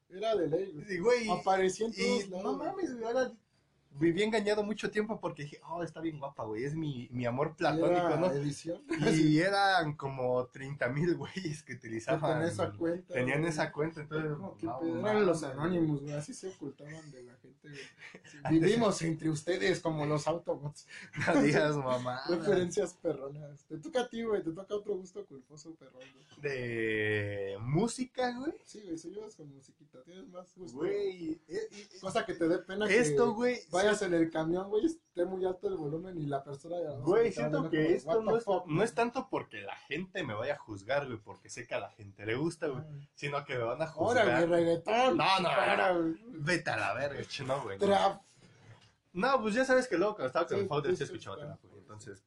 Era de ley, güey.
Sí, güey.
Apareció en
Y,
todos
no
lados. güey.
mames, güey, ahora viví engañado mucho tiempo porque dije, oh, está bien guapa, güey, es mi, mi amor platónico,
Era
¿no?
edición.
Y eran como 30 mil güeyes que utilizaban.
Con esa cuenta.
Tenían
güey.
esa cuenta, entonces.
No, qué
no
pedo.
mames,
Eran los
güey.
anónimos, güey. Así se ocultaban de la gente, güey. Sí, Vivimos entre ustedes como los Autobots.
No digas, mamá.
Referencias perronas. Te toca a ti, güey. Te toca otro gusto culposo, perrón. güey.
De música, güey.
Sí, güey. Soy yo con musiquita. Tienes más gusto.
Güey. eh, eh,
Cosa que te dé pena que
Esto, güey.
vayas en el camión, güey. Esté muy alto el volumen y la persona. ya no se
Güey,
te queda
siento
viendo
que
como,
esto
"What
no
the
es,
fuck,
no es tanto porque la gente me vaya a juzgar, güey, porque sé que a la gente le gusta, güey,
güey".
sino que me van a
Ahora,
juzgar.
güey, reggaetón.
No, no,
Ahora, güey.
Vete a la verga, che, no, güey.
Trap.
No, pues ya sabes que loco, estaba con
Sí,
el Founder,
sí,
se
sí,
escuchaba
está.
Tanapu, Entonces,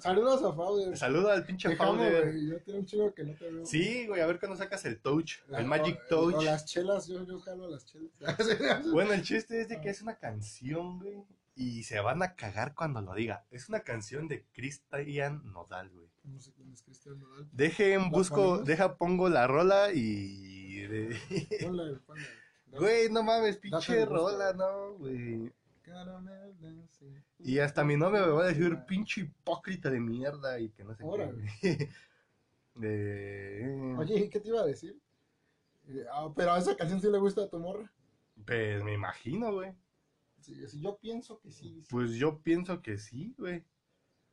Saludos a Fowler.
saludo al pinche
Te
Founder.
jamo, güey, Yo tengo un chico que no te veo.
Sí, güey, a ver cuándo sacas el touch,
La-
el Magic
o-
Touch.
O las chelas, yo, yo jalo las chelas.
Bueno, el chiste es de
Ah.
que es una canción, güey, y se van a cagar cuando lo diga. Es una canción de Christian Nodal, güey.
no sé quién es Cristian Nodal.
Dejen,
¿La
busco,
ponemos?
deja, pongo la rola y... de-
Ponle, ponle.
Güey, no mames,
Date
pinche
el gusto.
rola, no, güey.
Caramel dancing.
Y hasta mi novia me va a decir pinche hipócrita de mierda y que no sé qué.
Órale.
güey. De-
Oye, ¿y ¿qué te iba a decir? Eh, ah, pero a esa canción sí le gusta a tu morra.
Pues me imagino, güey.
Sí, sí, yo pienso que sí. sí.
Pues yo pienso que sí, güey.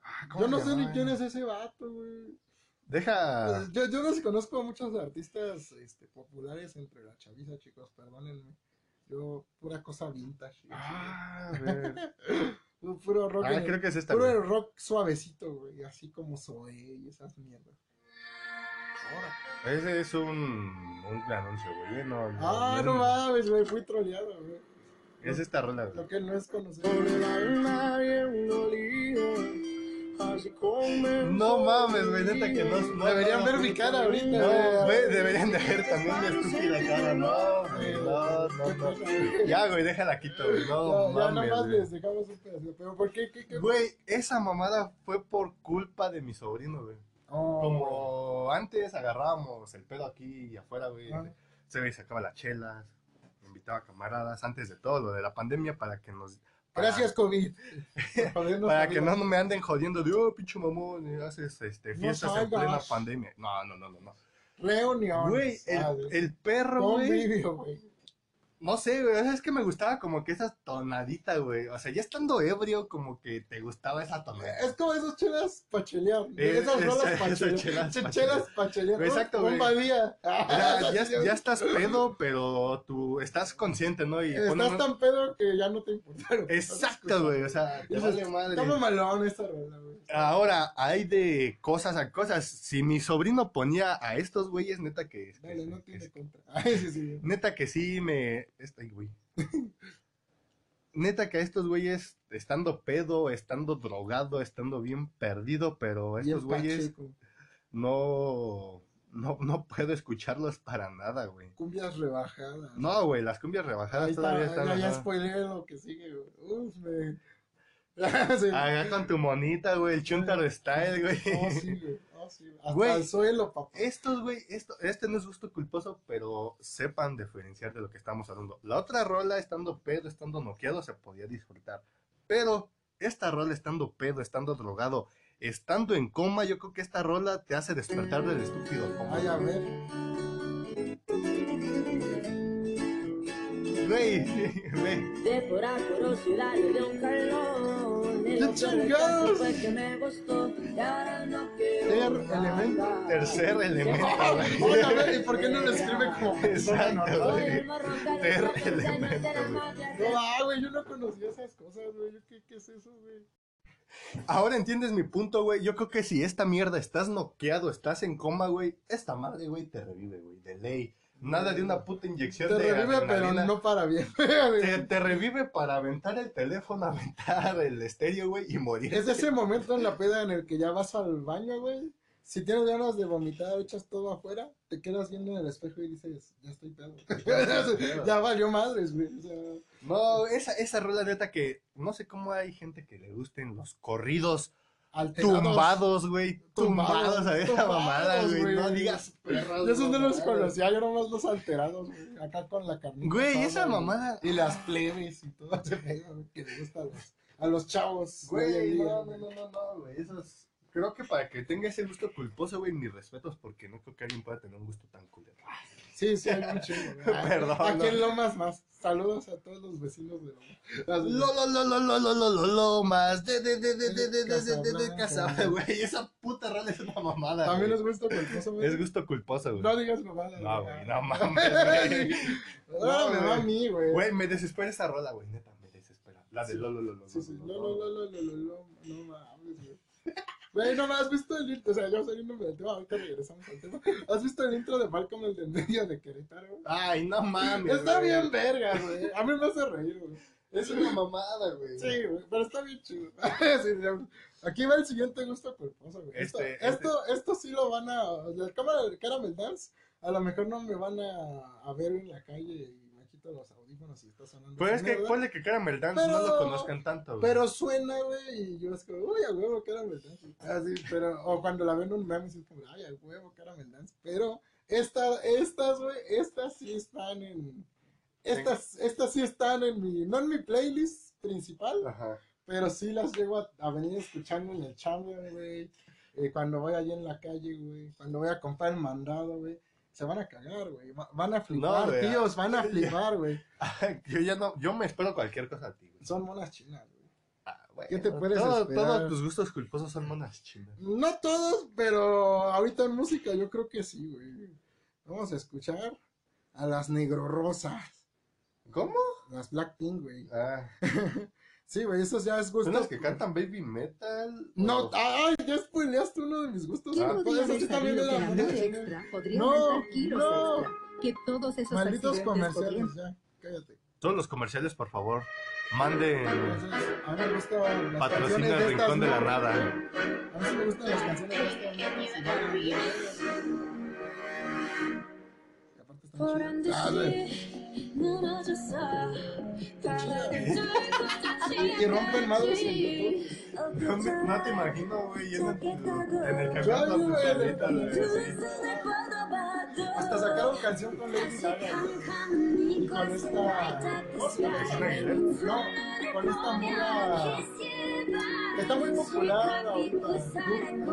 Ah, ¿cómo
Yo no
se Ah.
sé ni
llamaba?
quién es ese vato, güey.
Deja...
Pues, Yo, yo no sé, conozco a muchos artistas este, populares entre la chaviza, chicos, perdónenme. Yo, pura cosa vintage.
Ah, a ver.
güey. Puro rock.
Ah,
en-
creo que es esta,
Puro
güey.
rock suavecito, güey, así como Zoe y esas mierdas. Ahora.
Ese es un, un anuncio, güey. ¿eh? No, no,
Ah, no mames, güey, fui troleado, güey.
Es esta rola, güey.
Lo que no es conocer.
No mames, güey, neta que no. no
Deberían
no,
ver
no,
mi cara ahorita,
No, güey, deberían de ver también mi estúpida cara. No, güey, no, no, no. Ya, güey, déjala quito, güey. No
ya, ya nomás
mames.
les dejamos un pedacito. Pero ¿por qué? ¿Qué? qué?
güey. Güey, esa mamada fue por culpa de mi sobrino, güey.
Oh,
Como antes agarrábamos el pedo aquí y afuera, güey.
Ah.
Se ve, sacaba las chelas, invitaba a camaradas antes de todo lo de la pandemia para que nos. para-
Gracias, COVID. por jodernos
Para
la
que
vida.
no me anden jodiendo de, oh, pinche mamón, eh, haces este,
No
fiestas en
salgas.
plena pandemia. No, no, no, no. no.
Reunión.
Güey,
Ah,
el, el perro, güey.
Convivio, güey.
No sé, güey, es que me gustaba como que esa tonadita, güey. O sea, ya estando ebrio, como que te gustaba esa tonadita.
Es como esas chelas pachelear.
Eh,
esas
es-
rolas
esas
pachelear.
chelas
Che-
pa'
Chelas pachelear.
Exacto,
Un
güey. Ah,
badía.
Ya, ya, ya estás pedo, pero tú estás consciente, ¿no? Y ponen-
Estás tan pedo que ya no te importa. lo que estás
Exacto, güey. O sea, te
escuchando.
vale
Dices,
madre.
Está mamalón esta rola, güey.
Ahora, hay de cosas a cosas. Si mi sobrino ponía a estos güeyes, neta que.
Dale,
que-
no
que-
tiene contra. Ay, sí, sí.
Neta que sí me. Esta, ay, güey. Neta que a estos güeyes, estando pedo, estando drogado, estando bien perdido, pero
Y el
estos güeyes
Pacheco.
no, no. No puedo escucharlos para nada, güey.
Cumbias rebajadas.
No, güey, las cumbias rebajadas
Ahí está,
todavía están.
ya, ya
ajá.
spoileé lo que sigue, güey. Uf, me. Sí.
Acá con tu monita, güey, el Chuntar Style, güey.
Oh, sí, güey. Oh, sí, güey. Hasta
Güey.
el suelo, papá.
Estos, güey, esto, este no es gusto culposo, pero sepan diferenciar de lo que estamos hablando. La otra rola, estando pedo, estando noqueado, se podía disfrutar. Pero esta rola, estando pedo, estando drogado, estando en coma, yo creo que esta rola te hace despertar del estúpido coma.
Ay, a ver.
Güey, güey.
De por Acoro, Ciudadelo de un calor.
¡Qué
De los
chingados!
fue que me gustó. Y ahora no quiero.
Ter-
nada.
elemento.
Tercer elemento, güey.
Oye, a ver, ¿y por qué no lo escribe como persona
Exacto,
normal?
Soy
güey.
el marrón
Ter-
que los años
elemento,
de la
güey.
magia
No, ah, güey, yo no conocía esas cosas, güey. Yo, ¿Qué, ¿Qué es eso, güey?
Ahora entiendes mi punto, güey. Yo creo que si esta mierda estás noqueado, estás en coma, güey, esta madre, güey, te revive, güey, de ley. Nada de una puta
Te
inyección de
revive, pero
adrenalina.
no para bien.
Te, te revive para aventar el teléfono, aventar el estéreo, güey, y morir.
Es ese momento en la peda en el que ya vas al baño, güey. Si tienes ganas de vomitar, echas todo afuera, te quedas viendo en el espejo y dices, ya estoy pedo. ya valió madres, güey. O sea,
No, esa, esa rola neta que no sé cómo hay gente que le gusten los corridos
alterados.
tumbados, güey. Tumbados, a esa
tumbados,
mamada, güey.
güey.
No digas perros.
Yo esos no los
mamadas.
conocía, yo nomás los alterados, güey. Acá con la carnita.
Güey,
asada,
esa mamada.
Y las plebes y todo ese pedo, güey, que les gusta a los, a los chavos. de hoy
Güey,
en día,
no, no,
güey.
no, no, no, güey. Esos. Creo que para que tenga ese gusto culposo, güey, mis respetos, porque no creo que alguien pueda tener un gusto tan culero.
Sí, sí, hay mucho. güey. Ah,
Perdón,
Aquí en
no.
Lomas más. Saludos a todos los vecinos de Lomas.
Lo, lo, lo, lo, lo, lo, lo, lo, lo, más. De, de, de, de, de, de, de, de, de, de,
Casablanca.
casa, güey. Esa puta rola es una mamada.
También
güey.
es gusto culposo, güey.
Es gusto culposo, güey.
No digas mamada.
No, güey, no mames, güey.
No, me
güey.
va a mí, güey.
Güey, me desespera esa rola, güey, neta, me desespera. La de
Sí.
Lolo, Lolo,
Sí, sí.
Lolo,
No,
Lolo.
no, no, no, no, no, no, no mames, güey. Güey, no me has visto el intro. O sea, yo saliéndome del tema, ahorita regresamos al tema. ¿Has visto el intro de Malcolm el del medio de Querétaro?
Ay, no mames.
Está
güey.
bien verga, güey. A mí me hace reír, güey.
Es una mamada, güey.
Sí, güey, pero está bien chido. Sí, ya. Aquí va el siguiente gusto culposo, güey. Esto,
Este, este.
esto, esto sí lo van a. La cámara del Caramel Dance, a lo mejor no me van a, a ver en la calle y me quito los audífonos y está sonando.
Pues
esa
es que,
mierda.
ponle que Caramel Dance no lo
Pero-
conozcan tanto, güey.
Pero suena, güey, y yo es como, uy, a huevo Caramel Dance. Así, pero, o cuando la ven en un meme, sí es como, ay, a huevo Caramel Dance. Pero esta, estas, güey, estas sí están en. Estas, estas sí están en mi. No en mi playlist principal.
Ajá.
Pero sí las llego a, a venir escuchando en el chamber, güey. Eh, cuando voy allí en la calle, güey. Cuando voy a comprar el mandado, güey. Se van a cagar, güey. Va- Van a flipar,
güey.
tíos. Van a flipar, güey.
Yo ya no, yo me espero cualquier cosa a ti, güey.
Son monas chinas, güey.
Ah, bueno,
¿Qué te puedes
todo-
esperar?
Todos tus gustos culposos son monas chinas.
No todos, pero ahorita en música yo creo que sí, güey. Vamos a escuchar a las negro rosas.
¿Cómo?
Las Blackpink, güey.
Ah,
Sí, güey, esos ya es
son
gusto.
las que cantan baby metal.
Pues No, ah.
O-
ay, ya spoileaste uno de mis gustos.
¿Quién
Ah,
no
pues
podría
eso sí también era
que la
monas
noche
chinas.
extra podrían
No,
estar kilos
no.
extra, que todos esos
Malditos
accidentes podrían-
comerciales, ya, cállate.
Todos los comerciales, por favor, manden
Entonces, a mí me gustan las
patrocina
canciones
el
de estas
rincón de la
morras.
nada.
A mí sí me gustan las canciones de estas morras y bailan bien. Y aparte están
For
chidas. Ah, güey.
understand, 무너졌어. 다가간
Y rompen madres en YouTube.
No, me- no te imagino, güey, en el, en el
Yo
camión
ahí,
con tus
güey,
perritas, güey, así.
Hasta sacaron canción con Lady Gaga. güey. Y con esta. ¿Cómo se llama?
Cristina Aguilera.
No, con esta mula. Está muy popular ahorita.
No.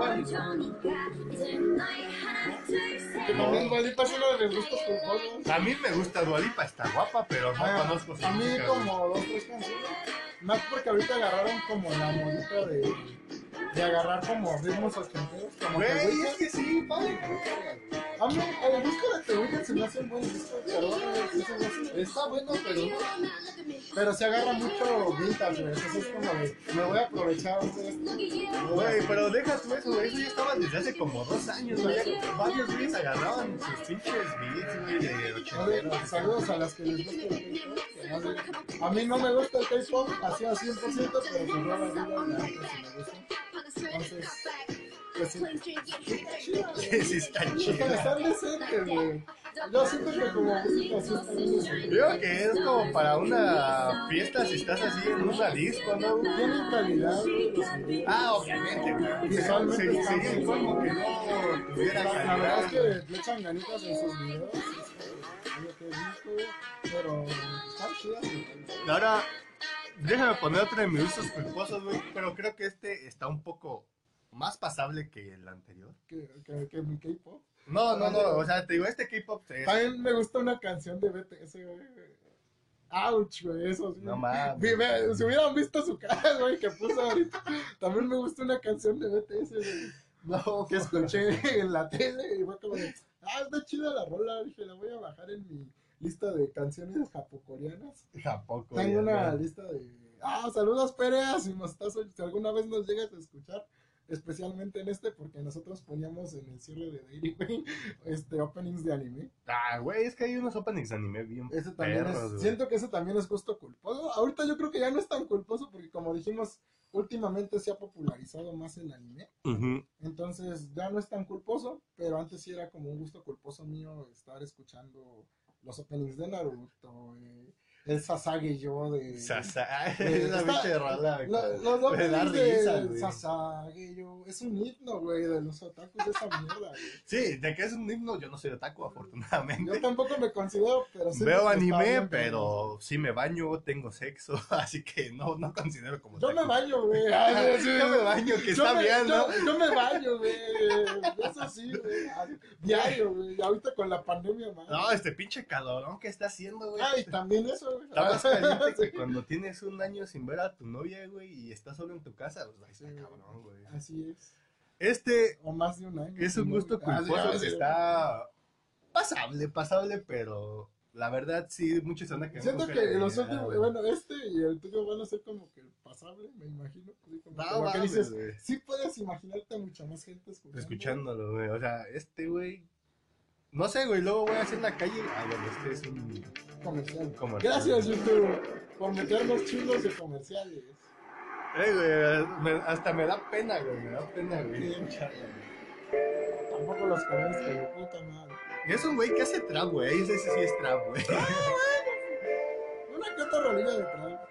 También Dualipa es uno de mis gustos culposos.
A mí me gusta Dualipa, está guapa, pero no
Ah,
conozco su
A mí
música, güey.
como dos, tres canciones. Más porque ahorita agarraron como la modita de, de agarrar como ritmos ochenteros, como The
Güey, es
Weeknd.
que sí, vale.
A mí el disco de The Weeknd se me hace un buen disco, pero ese no- está bueno, pero pero se agarra mucho vintage, güey. Entonces es como de, me voy a aprovechar de esto.
Güey, pero deja tú eso, güey. Eso ya estaba desde hace como dos años, güey. Ya Varios güeyes agarraban sus pinches beats, güey, de ochenteros.
Oye, Saludos a las que les gusta el K-pop. que no sé. A mí no me gusta el K-pop así a 100%, pero pues yo la vida la neta sí me gusta. Entonces, pues sí.
Sí, sí, está
Porque
chido.
están decentes, güey. Yo siento que como música sí están decentes.
Creo que es como para una fiesta si estás así en una disco, ¿no?
Tienen calidad, güey, los videos.
Ah, obviamente, güey. Se-
Visualmente
se-
está
Sería
muy
el colmo que
bien.
no tuviera
La, la verdad es
calidad.
que le echan ganitas en sus videos. es lo que he visto, güey. Pero están chidas, güey.
Ahora, déjame poner otro de mis gustos culposos, güey. Pero creo que este está un poco más pasable que el anterior.
que, que, que mi K-pop.
No, no, no. O sea, te digo, este K-pop es.
También me gusta una canción de BTS, güey. Ouch, güey, eso sí.
No mames.
Vi- ve- Si hubieran visto su cara, güey, que puso ahorita. También me gusta una canción de BTS, güey.
No,
que escuché en la tele y fue como de, ah, está chida la rola, dije, la voy a bajar en mi lista de canciones japocoreanas.
Tampoco.
Tengo
ya,
una
güey.
lista de, ah, saludos Perea, si nos estás, si alguna vez nos llegas a escuchar, especialmente en este, porque nosotros poníamos en el cierre de Daily Queen, este, openings de anime.
Ah, güey, es que hay unos openings de anime bien.
Ese también
perros,
es,
güey.
siento que ese también es gusto culposo. Ahorita yo creo que ya no es tan culposo, porque como dijimos, últimamente se ha popularizado más el anime.
Ujú.
Entonces ya no es tan culposo, pero antes sí era como un gusto culposo mío estar escuchando los openings de Naruto, eh, el Sasage yo de...
Sasa. Esa
de- Eh, está-
pinche rola, güey.
lo- los
Me da
openings
risa,
de
güey.
Sasage yo, es un himno, güey, de los otakus de esa mierda, güey.
Sí, de que es un himno, yo no soy otaku, afortunadamente.
Yo tampoco me considero, pero sí...
Veo
me gusta
anime,
bien,
pero sí me baño, tengo sexo, así que no, no considero como
Yo me
otaku.
baño, güey.
Ah, sí, yo me baño, que
Yo
está
me-
bien, ¿no?
Yo, yo me baño, güey. Eso sí, güey. Diario, güey. Ahorita con la pandemia, más.
No, este pinche calorón que está haciendo, güey.
Ah, y también eso, güey.
Está
Ah,
más caliente que cuando tienes un año sin ver a tu novia, güey, y estás solo en tu casa. Pues ahí
Sí,
está cabrón, güey.
Así es.
Este
O más de un año.
es un
¿no?
gusto
Ah, sí, ah,
culposo
sí.
que está pasable, pasable, pero la verdad sí, muchos andan que
Siento que los últimos, bueno, este y el tuyo van a ser como que el pasable, me imagino. así como que
No,
lo que
mames,
dices,
güey.
sí puedes imaginarte a mucha más gente escuchando.
Escuchándolo, güey. O sea, este güey No sé, güey, luego voy a hacer la calle. Ah, bueno, este es un
Comercial.
comercial.
Gracias, YouTube, por meternos chingos de comerciales.
Eh, güey, me- hasta me da pena, güey, me da pena, güey.
Bien, chaval. Tampoco los conozco, de puta madre.
Y es un güey que hace trap, güey, ese ese sí es trap, güey.
Una que otra rolilla de trap.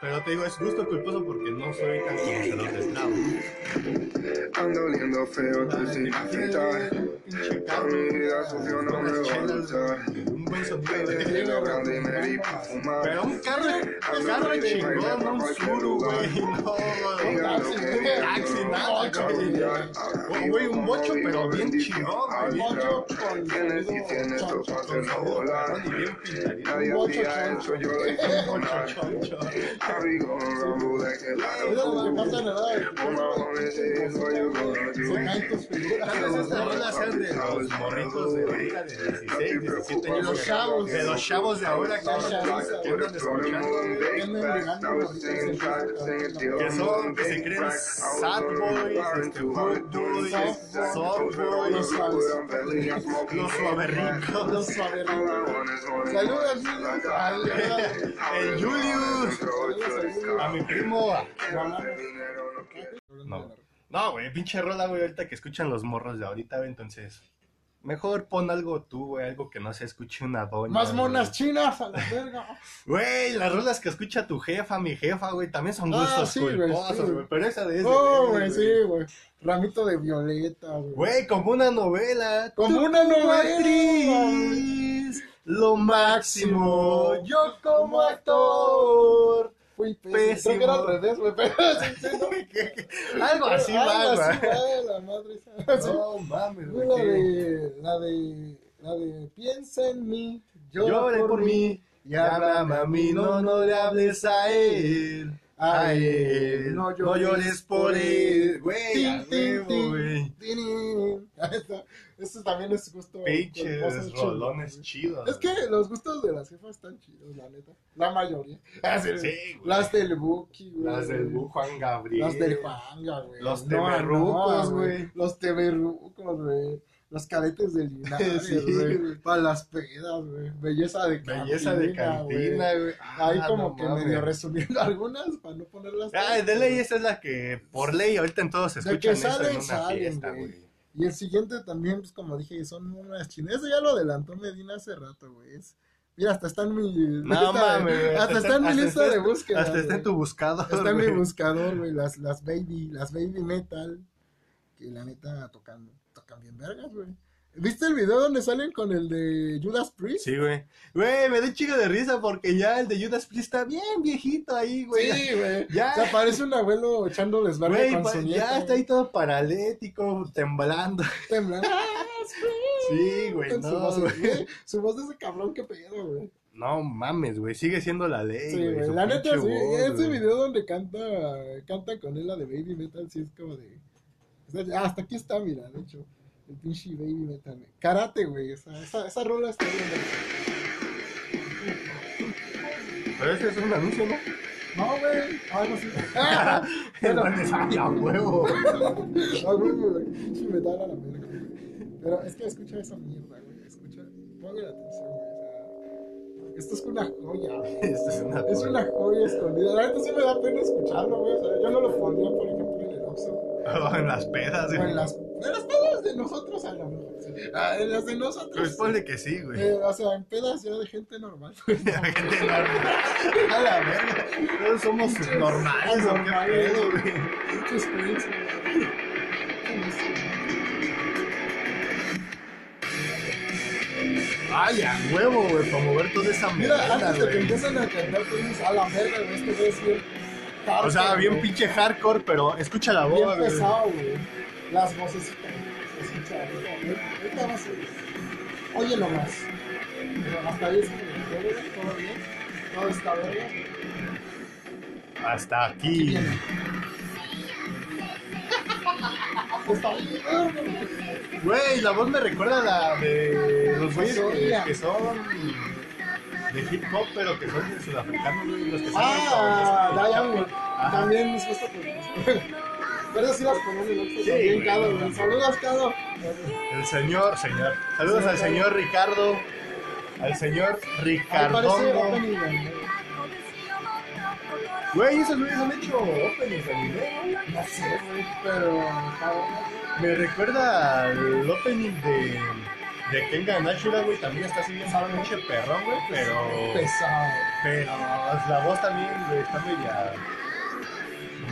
Pero te digo, es gusto culposo porque no soy tan conocedor de trap.
Ando oliendo feo, te sin afeitar.
Pinche
A
carro,
mi vida sucio no me va a
chelas,
gustar.
un buen sonido, güey.
Teniendo gran dinero y pa'
Pero
fumar.
un carro, un carro chingón, no un suru, güey. No, güey.
Digan lo
taxi,
que
un
digan,
taxi, nada,
no,
güey.
cambiar. Ahora
Un güey, un
mismo
bocho,
vivo
pero bien
bendito,
chingón, güey.
ahí está.
Bocho con
Tienes y
sonido
tienes
chon,
tu
chon,
parte no
Cabrón, y
volar.
bien pintadito.
Nadie
Bocho, chon,
hacía eso, yo
chon.
lo hice sonar.
Chocho.
Abrigo un ramo de
Es
helado.
lo que pasa en la edad de tu
Una
cuerpo.
vez hizo yo con la
Se caen
lluvia.
tus figuras.
Tal vez estas rolas sean de los morritos de ahorita de 16, 17 años.
De los chavos.
De los chavos de ahora que andan que andan escuchando. Que son, que se creen sad boys, este, good boys, soft boys, los suaverricos.
Los suaverritos. Saludos, Saludos.
El Julius. A mi primo. a- No. No, güey, pinche rola, güey, ahorita que escuchan los morros de ahorita, güey, entonces. Mejor pon algo tú, güey, algo que no se escuche una doña.
Más monas
güey.
chinas a la verga.
Güey, las rolas que escucha tu jefa, mi jefa, güey, también son
Ah,
gustos
sí, güey, sí,
culposos,
güey.
güey. Pero esa de ese.
Oh, güey, sí, güey. Ramito de violeta, güey.
Güey, como una novela.
Como
Tú,
una novela.
actriz, lo máximo. Yo como actor.
Fui
Pésimo.
pésimo. Creo que era al revés, güey, pero sí, sí, no.
Algo así
Algo
va,
así
güey.
va, la madre. sabe. Sí.
No mames,
Fue La
güey.
de, la de, la de, piensa en mí, llora,
Llore por mí.
y
Ya háblame
háblame
a mí, no, no le hables a él. A él. No llores, por él. Güey, a
Tin, tin,
huevo,
tin,
güey.
tin. Ahí está. Eso también es gusto. culposo,
Pinches
chido,
rolones
güey.
chidos.
Es que los gustos de las jefas están chidos, la neta. La mayoría.
Ah, Sí, güey.
Las del Buki, güey.
Las del Bu- Juan Gabriel.
Las del Juanga, güey.
Los
No,
temerrucos,
no,
güey.
Los temerrucos, güey. Los cadetes del Linares,
Sí,
güey.
güey.
Para las pedas, güey. Belleza de cantina,
Belleza de cantina,
güey.
güey.
Ahí
Ah,
como
no
que
mames.
medio resumiendo algunas para no ponerlas.
Ah,
todas,
de ley
güey.
esa es la que por ley ahorita en todos se
De
escuchan
que
esa
salen,
en una
salen,
fiesta,
güey.
güey.
Y el siguiente también, pues como dije, son unas chinas. Eso ya lo adelantó Medina hace rato, güey. Es- Mira, hasta está en mi
No
lista de-
mames, güey.
Hasta está en mi
hasta
lista
está-
de búsqueda.
Hasta está
güey.
en tu buscador.
Está en mi
güey.
buscador, güey, las, las baby, las baby metal, que la neta tocan, tocan bien vergas, güey. ¿Viste el video donde salen con el de Judas Priest?
Sí, güey. Güey, me da un chico de risa porque ya el de Judas Priest está bien viejito ahí, güey.
Sí, güey.
Ya.
Se aparece un abuelo echándoles barba
Güey,
con
pa-
su nieta.
ya está ahí todo paralético, temblando.
temblando.
Sí, güey,
Con su, voz,
no, güey.
güey. su voz de ese cabrón, qué pedo, güey.
No mames, güey, sigue siendo la ley,
Sí,
güey.
güey.
su
La neta,
pinche
sí.
voz,
Ese
güey.
video donde canta, canta con él la de baby metal, sí es como de. o sea, Hasta aquí está, mira, de hecho. El pinche baby metal. güey. Karate, güey. Esa, esa, esa rola está bien. verga.
Pero ese es un anuncio, ¿no?
No, güey. Algo así.
Es donde sale a huevo.
Ah, güey, güey. Sí, me da la verga, güey. Pero es que escucha esa mierda, güey. Escucha. Ponle atención, güey. O sea, esto es una joya, güey.
Esto es una
Es una joya escondida. La neta sí me da pena escucharlo, güey. O sea, yo no lo pondría, por ejemplo, en el Oxxo. O
Oh, en las pedas, güey.
en las... En las pedas de nosotros, a lo mejor. sí. Ah, en las de
Pues
nosotros.
ponle que sí, güey.
Eh, o sea, en pedas ya de gente normal.
Gente normal. A la verga. Todos somos normales, ¿o qué
Anormales.
pedo, güey?
Muchos prints, güey.
Ay, a huevo, güey, para mover toda esa
Mira,
mierda,
antes de que
güey.
empiezan a cantar, tú dices, a la verga, güey, este güey es bien.
O sea,
hardcore,
bien
güey,
pinche hardcore, pero escucha la
Bien
voz, güey.
pesado, güey. Las vocecitas, güey, se escucha, güey, Ahorita vas a- Oye nomás. Pero Hasta ahí es como, ¿todo bien? ¿Todo bien? ¿Todo está verga?
Hasta
Y
aquí.
viene. Está bien, verga, güey.
Güey, la voz me recuerda a la de los güeyes
Pues
que, que son de hip hop, pero que son de sudafricanos, güey. Los que salen con-
Ah, ya, ya, güey.
Ajá.
También nos gusta porque- Pero sí las ponían en Oxxo
Sí,
también,
güey.
Cado, güey. Saludos, Cado.
El señor, señor. Saludos al señor Ricardo. Al señor
Al parecer,
Ricardo.
opening, güey.
Güey, esos güeyes han hecho openings de anime.
No sé, güey, pero... cabrón.
Me recuerda al opening de, de Kenga Nashura, güey. También está así bien un pinche perrón, güey. Pero,
Pesado.
pero la voz también, güey, está media.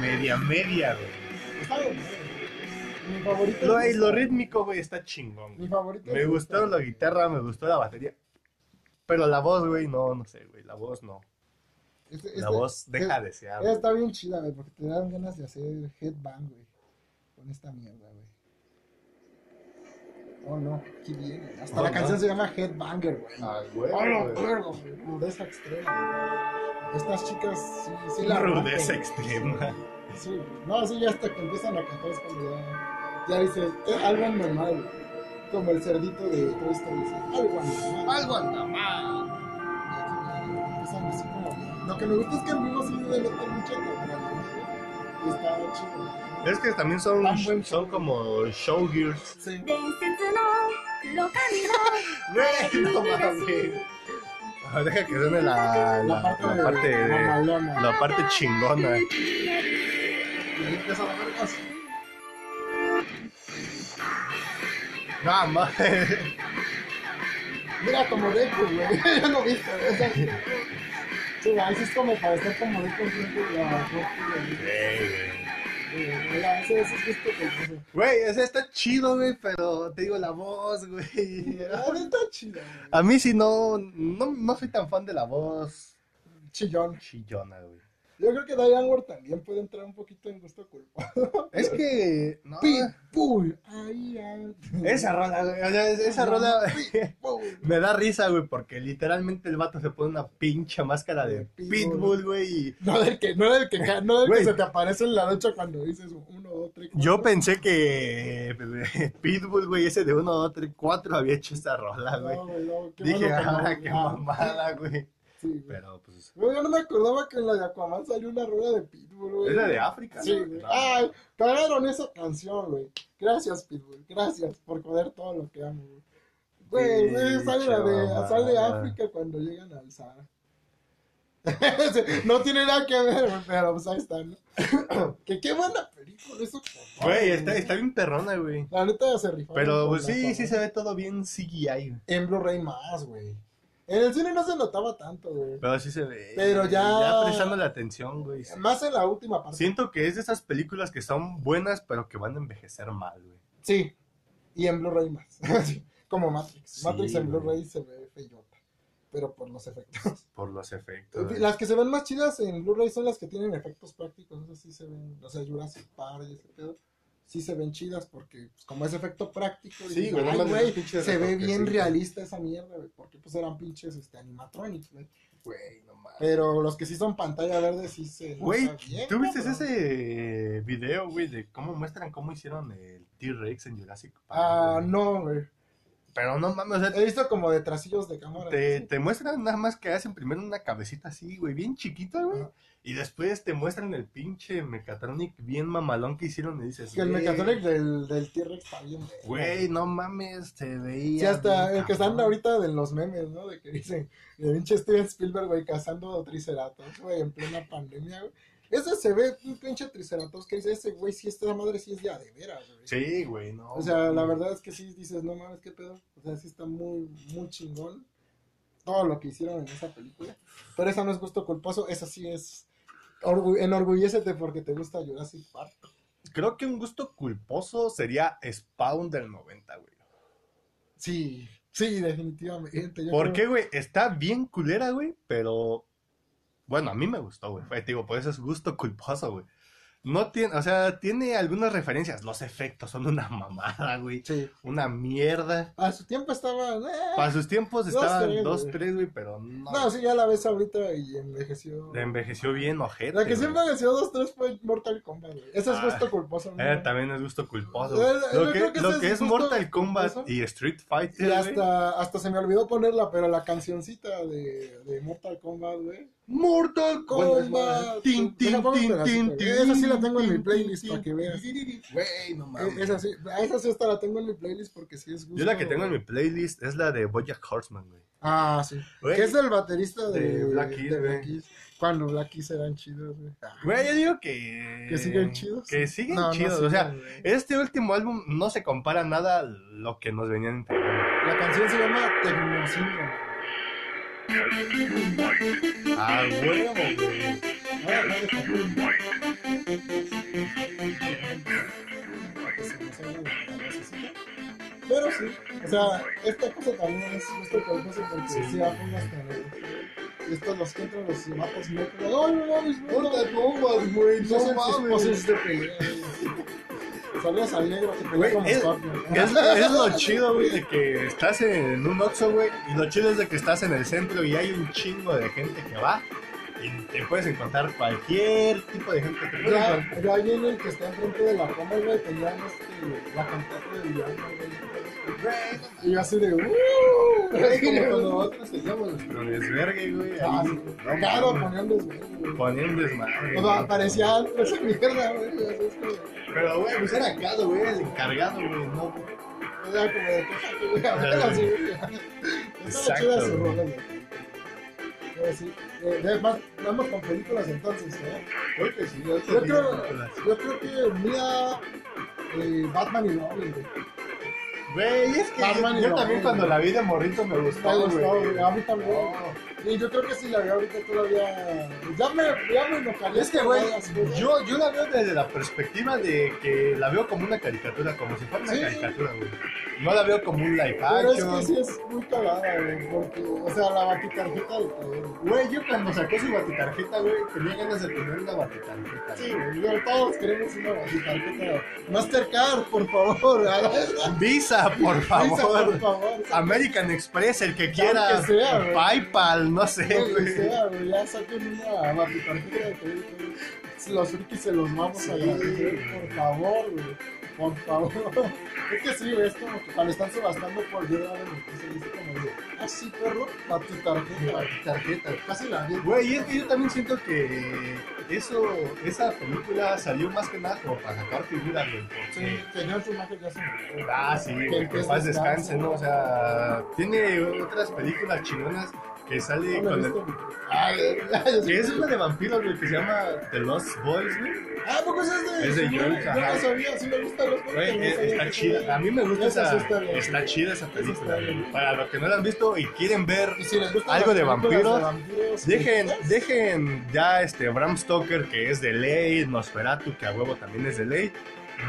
Media, media, güey.
Está bien, güey. Mi favorito...
Lo, y
es-
lo rítmico, güey, está chingón.
Mi
güey.
favorito...
Me
es- este.
gustó la guitarra, me gustó la batería. Pero la voz, güey, no, no sé, güey. La voz no.
Este-
La
este-
voz deja
este-
de ser.
Ella está bien chida, güey, porque te dan ganas de hacer headbang, güey. Con esta mierda, güey. Oh, no, aquí viene. Hasta
Oh,
la
no.
canción se llama Headbanger, güey.
Ah, güey,
oh, no,
güey.
verga, güey. Rudeza extrema, güey. Estas chicas sí, sí la
Rudeza
rompen.
extrema.
Sí, güey. no, sí, ya hasta que empiezan a cantar es cuando ya, ya dices, es algo normal. güey. Como el cerdito de Toy Story, dice, algo anormal. Algo anormal. Y aquí, güey, empiezan así como, lo que me gusta es que en vivo sí le meten mucha teatralidad, güey. Y está chido. güey.
Es que también son,
Tan buen
son como showgirls.
Sí.
伝説のロカ
Güey, no mames. Ah, Deja que suene la, la,
La parte,
la parte,
de, mamalona.
la parte chingona.
Y ahí empieza la verga.
No, mames.
Mira como Deku, güey. Yo no vi. güey. O sea, sí, güey, ahí sí es como para estar como Deku enfrente de la Goku,
Güey, güey.
güey. Eh, mira, Ese ese es justo que
Güey, o sea, está chido, güey, pero te digo la voz, güey.
Ah, está chido. güey.
A mí sí no, no, no soy tan fan de la voz
Chillón.
chillona, güey.
Yo creo que Diane Ward también puede entrar un poquito en gusto Ah. culpable.
Es que... No,
Pitbull. Ahí, ahí.
esa rola, güey. o sea, es- esa rola...
Pitbull.
Me da risa, güey, porque literalmente el vato se pone una pincha máscara de
De pitbull.
pitbull, güey. y
No del que, no del que, ca- no del
Güey.
que se te aparece en la noche cuando dices uno, dos, tres. cuatro.
Yo pensé que eh, pitbull, güey, ese de 1, 2, 3, 4 había hecho esta rola, güey.
No, güey, no, qué
Dije,
malo que no,
ah,
güey.
qué
Ah,
mamada, güey.
sí, güey.
Pero, pues...
Güey, yo no me acordaba que en la de Aquaman salió una rueda de Pitbull, güey.
Es la de África.
Sí,
¿no? Ah,
güey.
No.
Ay, cagaron esa canción, güey. Gracias, Pitbull. Gracias por joder todo lo que amo, güey. Güey, güey,
Sí,
sale la de,
chaval.
sale de África cuando llegan al Sahara. no tiene nada que ver, güey, pero pues ahí está, ¿no? que qué buena película, eso.
Güey, está, está bien perrona, güey.
La neta ya se rifó.
Pero pues, sí, sí se ve todo bien CGI, güey.
En Blu-ray más, güey. En el cine no se notaba tanto, güey.
Pero sí se ve.
Pero ya-
Ya prestando la atención, güey. sí.
Más en la última parte.
Siento que es de esas películas que son buenas, pero que van a envejecer mal, güey.
Sí. Y en Blu-ray más. Sí, Como Matrix.
Sí,
Matrix en
güey.
Blu-ray se ve feyota. Pero por los efectos.
Por los efectos. güey.
Las que se ven más chidas en Blu-ray son las que tienen efectos prácticos. Esas sí se ven. O sea, Jurassic Park y ese pedo. Sí se ven chidas porque, pues, como es efecto práctico,
Sí,
dices,
güey, no
"Ay,
mames,
güey,
pinches
se ve bien
retoquecitos".
realista esa mierda, güey, porque pues eran pinches este, animatronics, güey.
Güey, no mames.
Pero los que sí son pantalla verde sí se. nota
Güey,
bien,
¿tú viste
cabrón.
ese video, güey, de cómo muestran cómo hicieron el T-Rex en Jurassic Park?
Ah,
güey?
no, güey.
Pero no mames, o sea,
He visto como de trasillos de cámara.
Te, te muestran nada más que hacen primero una cabecita así, güey, bien chiquita, güey.
Ajá.
Y después te muestran el pinche mecatronic bien mamalón que hicieron y dices,
Que el
"Güey,
Mechatronic del, del T-Rex está bien. verga.
Güey, no mames, te veía.
Sí, hasta
bien
el que
cabrón".
están ahorita de los memes, ¿no? De que dicen, de pinche Steven Spielberg, güey, cazando triceratops, güey, en plena pandemia, güey. Ese se ve un pinche triceratops que dice, ese güey, si esta madre sí es ya de veras, güey.
Sí, güey, no.
O sea, la
mames.
verdad es que sí dices, no mames, qué pedo. O sea, sí está muy, muy chingón todo lo que hicieron en esa película. Pero esa no es gusto culposo, esa sí es. orgu- Enorgullécete porque te gusta Jurassic Park.
Creo que un gusto culposo sería Spawn del 90, güey.
Sí, sí, definitivamente. Yo
¿Por
creo-
qué, güey? Está bien culera, güey, pero. Bueno, a mí me gustó, güey. Fue, digo, por eso es gusto culposo, güey. No tiene, o sea, tiene algunas referencias. Los efectos son una mamada, güey.
Sí.
Una mierda.
A su tiempo estaba. eh,
Para sus tiempos
Dos,
estaban
tres,
2,
güey.
3, güey, pero no.
No, sí, ya la ves ahorita y envejeció.
Le envejeció bien, ojete.
La que
güey.
siempre envejeció 2-3 fue Mortal Kombat, güey. Ese es
Ah.
gusto culposo, ¿no?
Eh, también es gusto culposo.
Eh,
güey. Lo
yo
que,
creo que
lo
ese
que
es
es
gusto
Mortal Kombat
culposo.
y Street
Y
Fighter, güey.
hasta, hasta se me olvidó ponerla, pero la cancioncita de, de Mortal Kombat, güey.
Mortal Kombat.
Kombat.
Tin, tin,
Deja, pongo
tin,
una
tin,
así,
tin,
Esa sí la tengo en mi
tin,
playlist
tin,
para que veas.
Güey, no mames.
E, Esa sí, esa sí hasta la tengo en mi playlist porque sí es gusto.
Yo la que tengo en mi playlist es la de Bojack Horseman, güey.
Ah, sí.
Güey.
Que es del baterista de,
De Black Keys,
de
güey.
Keys. Cuando Black Keys eran chidos, güey. Ah.
Güey, yo digo que...
Que siguen chidos.
Eh, Que siguen
No, no
chidos.
siguen,
o sea,
güey.
este último álbum no se compara nada a lo que nos venían entregando.
La canción se llama Tecnocinco.
Ah, huevo, güey.
Pero sí, o sea, esta cosa también es justo por eso porque
Sí.
sí, sí hacen las Estos los que entran los mapas me No, no mames, güey. No Pues te pongas, güey. No
no mames.
mames. de pelea. güey. Saludos al negro que pelea
Güey,
con
es-
Scorpion.
Es, es lo chido, güey, de que estás en un Oxxo, güey, y lo chido es de que estás en el centro y hay un chingo de gente que va y te puedes encontrar cualquier tipo de gente que
Ya, ya hay en el que está enfrente de la cama, güey, tenían este, la cantata de Diana, güey. Y yo así de, ¡uh! Es como cuando nosotros teníamos los
Pero desvergue, güey.
Ah,
ahí,
sí.
no,
Claro,
mames,
ponían desmadre, güey.
Ponían un desmadre.
O
güey.
sea, parecía antro esa mierda, güey. ya sabes, como-
Pero, güey, pues era Cado, güey, el encargado, güey, no.
O sea, como de qué güey. a ver, así, güey. Estaba
Exacto,
chida su
güey.
rola, güey. Pero sí, eh, además, vamos con películas entonces, ¿eh?
Creo que sí, yo
Yo
tenía
creo,
películas.
yo creo que mira eh, Batman y Robin, güey.
Güey, es que
Batman y
yo
Robin,
también cuando
güey.
la vi de morrito me
Me
gustó,
gustó, güey, A
güey.
mí también. Y yo creo que si la veo ahorita todavía. Ya me, ya me enojaría.
Es que, Este güey,
con las cosas.
yo, yo la veo desde la perspectiva de que la veo como una caricatura, como si fuera una
Sí.
caricatura, güey. No la veo como un live
Pero es
action.
que sí es muy calada, güey. Porque, o sea, la batitarjeta del poder. güey.
Güey, yo cuando saqué su batitarjeta, güey, tenía ganas de tener una batitarjeta.
Sí,
güey.
güey. yo- Todos queremos una batitarjeta. Mastercard, por favor. A la verga.
Visa, por favor.
Visa, por favor.
American Express, el que quiera.
que sea, güey.
PayPal, no sé,
Lo que
güey.
sea, güey. Ya saquen una batitarjeta del poder. güey. Si Los frikis se los vamos
Sí,
a agradecer. Por favor, güey. Por favor. Es que sí, güey. Es como que cuando están subastando por dinero, güey, se dice como de. Ah, sí, perro. Batitarjeta.
Tarjeta.
Casi la vida.
Güey, y es que yo también siento que eso, esa película salió más que nada como para sacar figuras, güey.
Sí,
porque-
señor Schumacher ya se murió.
Ah, sí, güey, que en paz descanse, ¿no? O sea, tiene otras películas chingonas que sale
No lo he
con el...
visto, güey.
Ay,
Ay,
que Ah, es una de vampiros, güey, que se llama The Lost Boys, güey.
Ah, ¿por qué es de.?
Es de Jones,
Yo
ajá.
no sabía, sí me gustan los
Güey,
pero no
eh,
sabía
está
que
chida.
sabía.
A mí me gusta
Esa
esa...
sí está bien.
Está chida esa
Esa
película.
está bien.
güey. Para los que no la han visto y quieren ver...
Y si les gustan
Algo
las
de
películas
vampiros,
vampiros, pues,
Dejen,
¿sí?
dejen ya este Bram Stoker, que es de ley, Nosferatu, que a huevo también es de ley.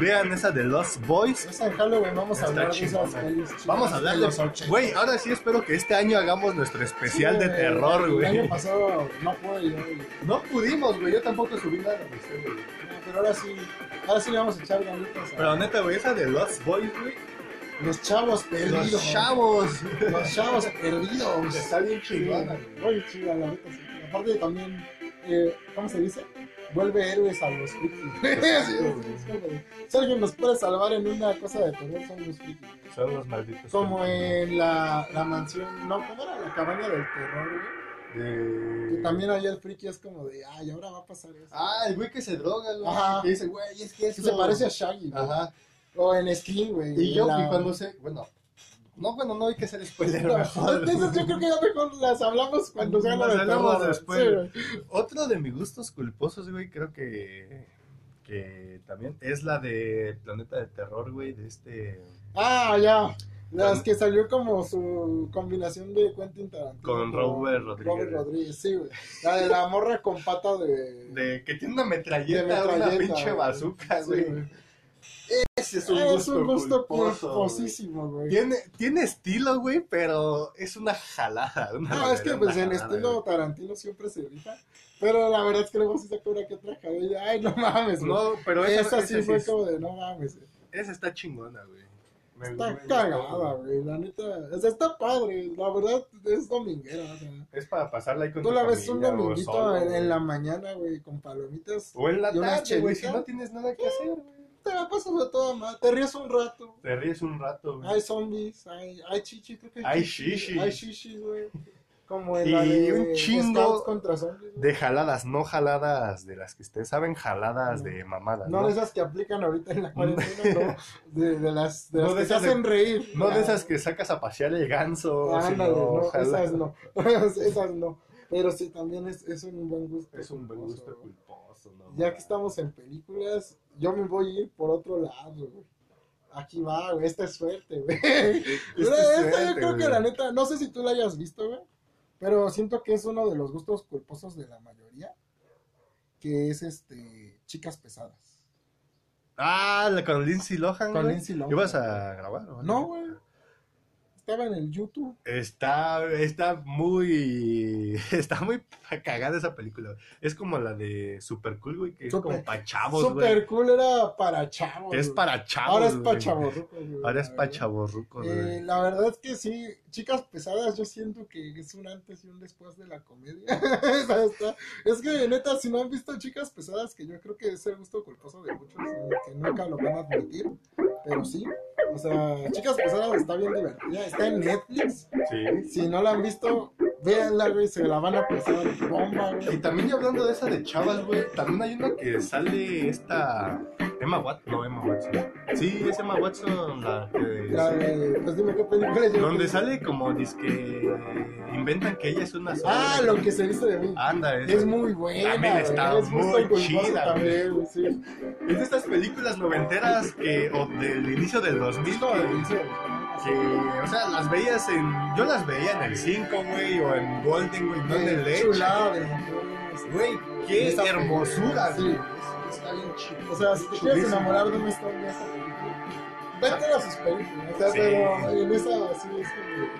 Vean esa de Lost Boys.
Esa pues, en Halloween vamos a
Está
hablar de esas
chingona.
pelis chidas
Vamos a hablar de
los 80.
Güey, ahora sí espero que este año hagamos nuestro especial
Sí,
de
güey,
terror,
El año
güey.
pasado no pude ir, güey.
No pudimos, güey. Yo tampoco subí nada de ustedes, güey.
No, Pero ahora sí, ahora sí le vamos a echar ganitas. a
Pero neta, güey, esa de Lost Boys, güey.
Los chavos perdidos.
Los chavos.
Los chavos perdidos.
Está bien chingona,
chida, muy chida, la neta sí. Aparte también, eh, ¿cómo se dice? Vuelve héroes a los frikis. Sí, sí, sí, güey. Si alguien nos puede salvar en una cosa de terror, son los frikis.
Son los malditos.
Como en la, la mansión, no, ¿cómo era? La cabaña del terror, güey.
De-
Que también allá el friki es como de, ay, ahora va a pasar eso.
Ah, el güey que se droga, güey.
Ajá.
Que dice, güey, es que
Que
eso...
se parece a Shaggy, güey.
Ajá.
O en Scream, güey.
Y yo,
en la-
y cuando se. Bueno, no, bueno, no hay que ser spoiler.
No,
mejor.
entonces yo creo que ya mejor las hablamos cuando sea la
Las
de
hablamos
terror, güey.
después.
Sí, güey.
Otro de mis gustos culposos, güey, creo que. Que también es la de Planeta de Terror, güey, de este.
Ah, ya. Las que salió como su combinación de Quentin Tarantino.
Con Robert Rodríguez.
Robert Rodríguez, sí, güey. La de la morra con pata de.
De que tiene una metralleta,
De metralleta,
una pinche
güey.
bazooka,
sí,
güey.
güey. Ah,
Ese es
Es
un gusto, culposo. güey.
culposísimo, güey.
Tiene, tiene estilo, güey, pero es una jalada. Una
No, es que
reverenda
pues en
jalada,
estilo
güey.
Tarantino siempre se rija. Pero la verdad es que luego sí sacó una que otra cabella. Ay, pues, no mames, güey.
No, pero esa,
Esa sí fue
es-
como de no mames. güey.
esa está chingona, güey. Me- me
Está
gustó,
cagada,
güey.
güey. La neta. O sea, está padre. La verdad es dominguera, o sea.
Es para pasarla ahí con
Tú
tu
la ves un
familia o
dominguito
solo,
en, en
güey.
la mañana, güey, con palomitas.
O en la
Y unas
tarde, güey, si
chelitas.
no tienes nada que hacer, güey.
Te la pasas de toda madre. Te ríes un rato.
Te ríes un rato, güey.
Hay zombies, hay, hay chichi, creo que
Hay chichi.
Hay chichis, güey. Como en
Y
la de
un chingo
Scouts contra zombies. güey.
De jaladas, no jaladas de las que ustedes saben, jaladas de mamadas.
No
No,
de esas que aplican ahorita en la cuarentena, no. De, de las, de
No
las
de
que se
esas de-
hacen reír.
No de
Ah,
esas que sacas a pasear el ganso.
Ándale,
sino
no,
jaladas.
esas no. esas no. Pero sí, también es, es un buen gusto.
Es un buen gusto
culposo, güey.
culposo. ¿no?
Ya que estamos en películas, yo me voy a ir por otro lado, güey. Aquí va, güey. Esta es suerte, güey. Mira,
Este es
esta yo
suerte,
creo que
güey.
la neta, no sé si tú la hayas visto, güey. Pero siento que es uno de los gustos culposos de la mayoría. Que es este. Chicas pesadas.
Ah, la con Lindsay Lohan.
Con
güey.
Lindsay Lohan.
¿Ibas a grabar? o
No, güey. Estaba en el YouTube.
Está, está muy. Está muy cagada esa película. güey. Es como la de Super Cool, güey, que es
Super-
como para chavos, güey.
Super cool era para chavos.
Es
güey.
para chavos.
Ahora es
güey.
para chavos. güey,
Ahora es
la
para
verdad.
chavorrucos,
Eh,
güey.
la verdad es que sí, chicas pesadas, yo siento que es un antes y un después de la comedia. Esa está- es que neta, si no han visto chicas pesadas, que yo creo que es el gusto culposo de muchos, eh, que nunca lo van a admitir, pero sí. O sea, chicas pesadas está bien divertida, está en Netflix.
Sí.
Si no la han visto, véanla, güey, se la van a pasar bomba,
Y
güey.
también ya hablando de esa de chavas, güey, también hay una que sale esta Emma Watson, no Emma Watson. Sí, es Emma Watson la que
La de- pues dime qué película es.
donde sale como que inventan que ella es una sola.
Ah, lo que se viste de mí.
anda esa.
Es muy buena.
También
güey,
está
es gusto
muy
culposo
chida,
También, güey, sí.
Es de estas películas noventeras que o del inicio del 2000
Listo,
que,
delicioso.
que, o sea, las veías en yo las veía en el 5, güey, o en Golden, güey, no en el
Qué
Edge.
chulada de mujeres.
Güey, qué
Esa
hermosura,
película,
güey.
sí. Está bien chido. O sea, si te quieres
Chulísimo.
enamorar de una historia, esa película, vete a sus películas. O sea,
Sí.
pero en esa sí es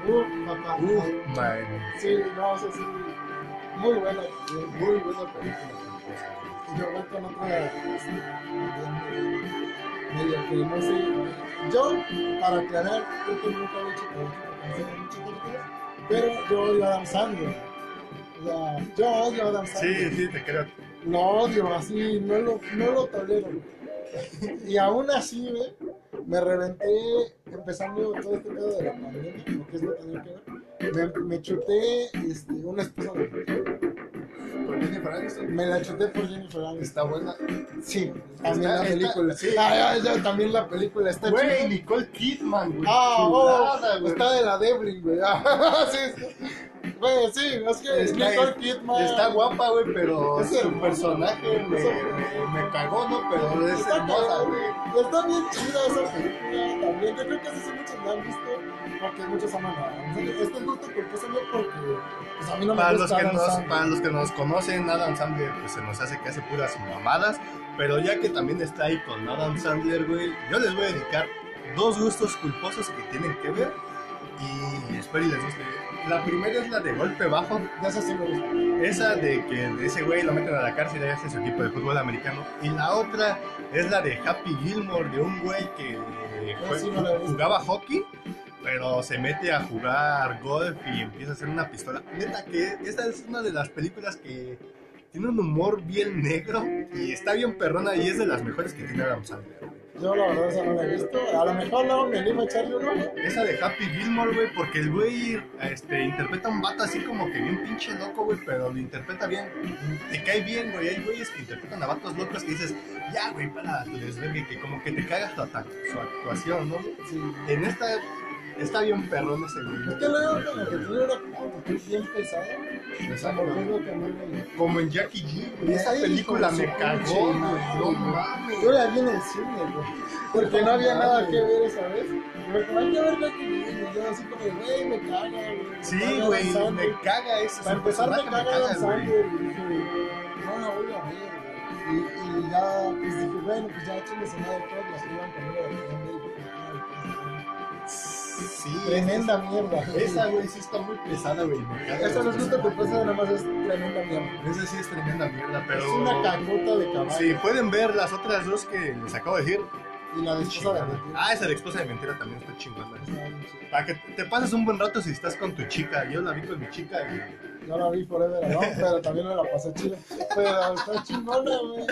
como, uh, papá.
Uh, man.
Sí, no, o sea, sí. Muy buena, también, muy buena película. Y yo voy con otra. sí, Medio que no sé. Yo, para aclarar, creo que nunca he hecho películas. Pero yo odio a Adam Sandler. O sea, yo odio a Adam
Sí,
Sandler.
sí, te creo.
Lo odio así, no lo, no lo tolero. Y aún así, güey, me reventé empezando todo este pedo de la pandemia, lo que es lo que tenía que ver. Me, me chuté este, una esposa de Me la chuté por Jennifer Aniston.
Está buena.
Sí, también
Está-
la
está-
película.
sí.
Ah, ya, ya, también la película está chida.
Güey, Nicole Kidman, güey.
Ah, oh,
Chulada, güey.
está de la Devlin, güey. Ah, sí, sí. Güey, sí, es que
Está-
Nicole Kidman.
Está guapa, güey, pero
Es
su
hermosa.
personaje me,
Eso-
me, me cagó, ¿no? Pero es
Está
hermosa,
cagada,
güey.
güey. Está bien chida esa película también. Yo creo que eso sí muchos la han visto. Porque muchos aman a Este gusto culposo yo porque pues a mí no me
Para los,
gusta
que
Adam
nos,
Sandler.
para los que nos conocen, Adam Sandler pues, se nos hace que hace puras mamadas. Pero ya que también está ahí con Adam Sandler, güey, yo les voy a dedicar dos gustos culposos que tienen que ver. Y espero y les guste. La primera es la de golpe bajo,
De eso sí me gusta.
Esa de que ese güey lo meten a la cárcel y hace su equipo de fútbol americano. Y la otra es la de Happy Gilmore, de un güey que eh, fue-
Ah, sí, no la he visto.
jugaba hockey, pero se mete a jugar golf y empieza a hacer una pistola. Neta que esta es una de las películas que tiene un humor bien negro y está bien perrona y es de las mejores que tiene Adam Sandler. güey.
Yo la verdad esa no la he visto. A lo mejor luego me animo a echarle un ojo.
Esa de Happy Gilmore, güey, porque el güey este, interpreta a un vato así como que bien pinche loco, güey, pero lo interpreta bien. Te cae bien, güey. Hay güeyes que interpretan a vatos locos que dices, ya, güey, para tu desvergue, que como que te cagas su, ata- su actuación, ¿no?
Sí.
En esta está bien perrón ese
Es
güey.
que luego como que tiene una actitud bien pesada. Como que es lo que a mí me-
Como en Jackie G, güey. Esa
Ay,
película
hijo de
me
su
cagó,
pinche
güey. No
madre.
mames.
Yo la vi en el cine, güey. Porque no había nada que ver esa vez. Pero como hay que ver la que viene, yo así como, güey, me caga, güey.
Sí, güey,
me
me
caga.
caga eso.
Para empezar, me caga
caga,
danzando. Y dije, no la voy a ver, güey. Y, y ya, pues dije, bueno, pues ya chingue su madre, todas las que iban conmigo la querían ver, güey.
Sí,
Tremenda mierda.
Esa, güey, sí está muy pesada, güey. Me caga.
Esa no es gusto culposo, nada más es tremenda mierda.
Esa sí es tremenda mierda, pero.
Es una cagota de caballo.
Sí, pueden ver las otras dos que les acabo de decir.
Y la destroza de pues, la
Chingona.
mentira.
Ah, esa de esposa de mentira también está chingona.
Está bien chida.
Para que te pases un buen rato si estás con tu chica. Yo la vi con mi chica y
Yo la vi Forever Alone, pero también me la pasé chida. Pero está chingona, güey.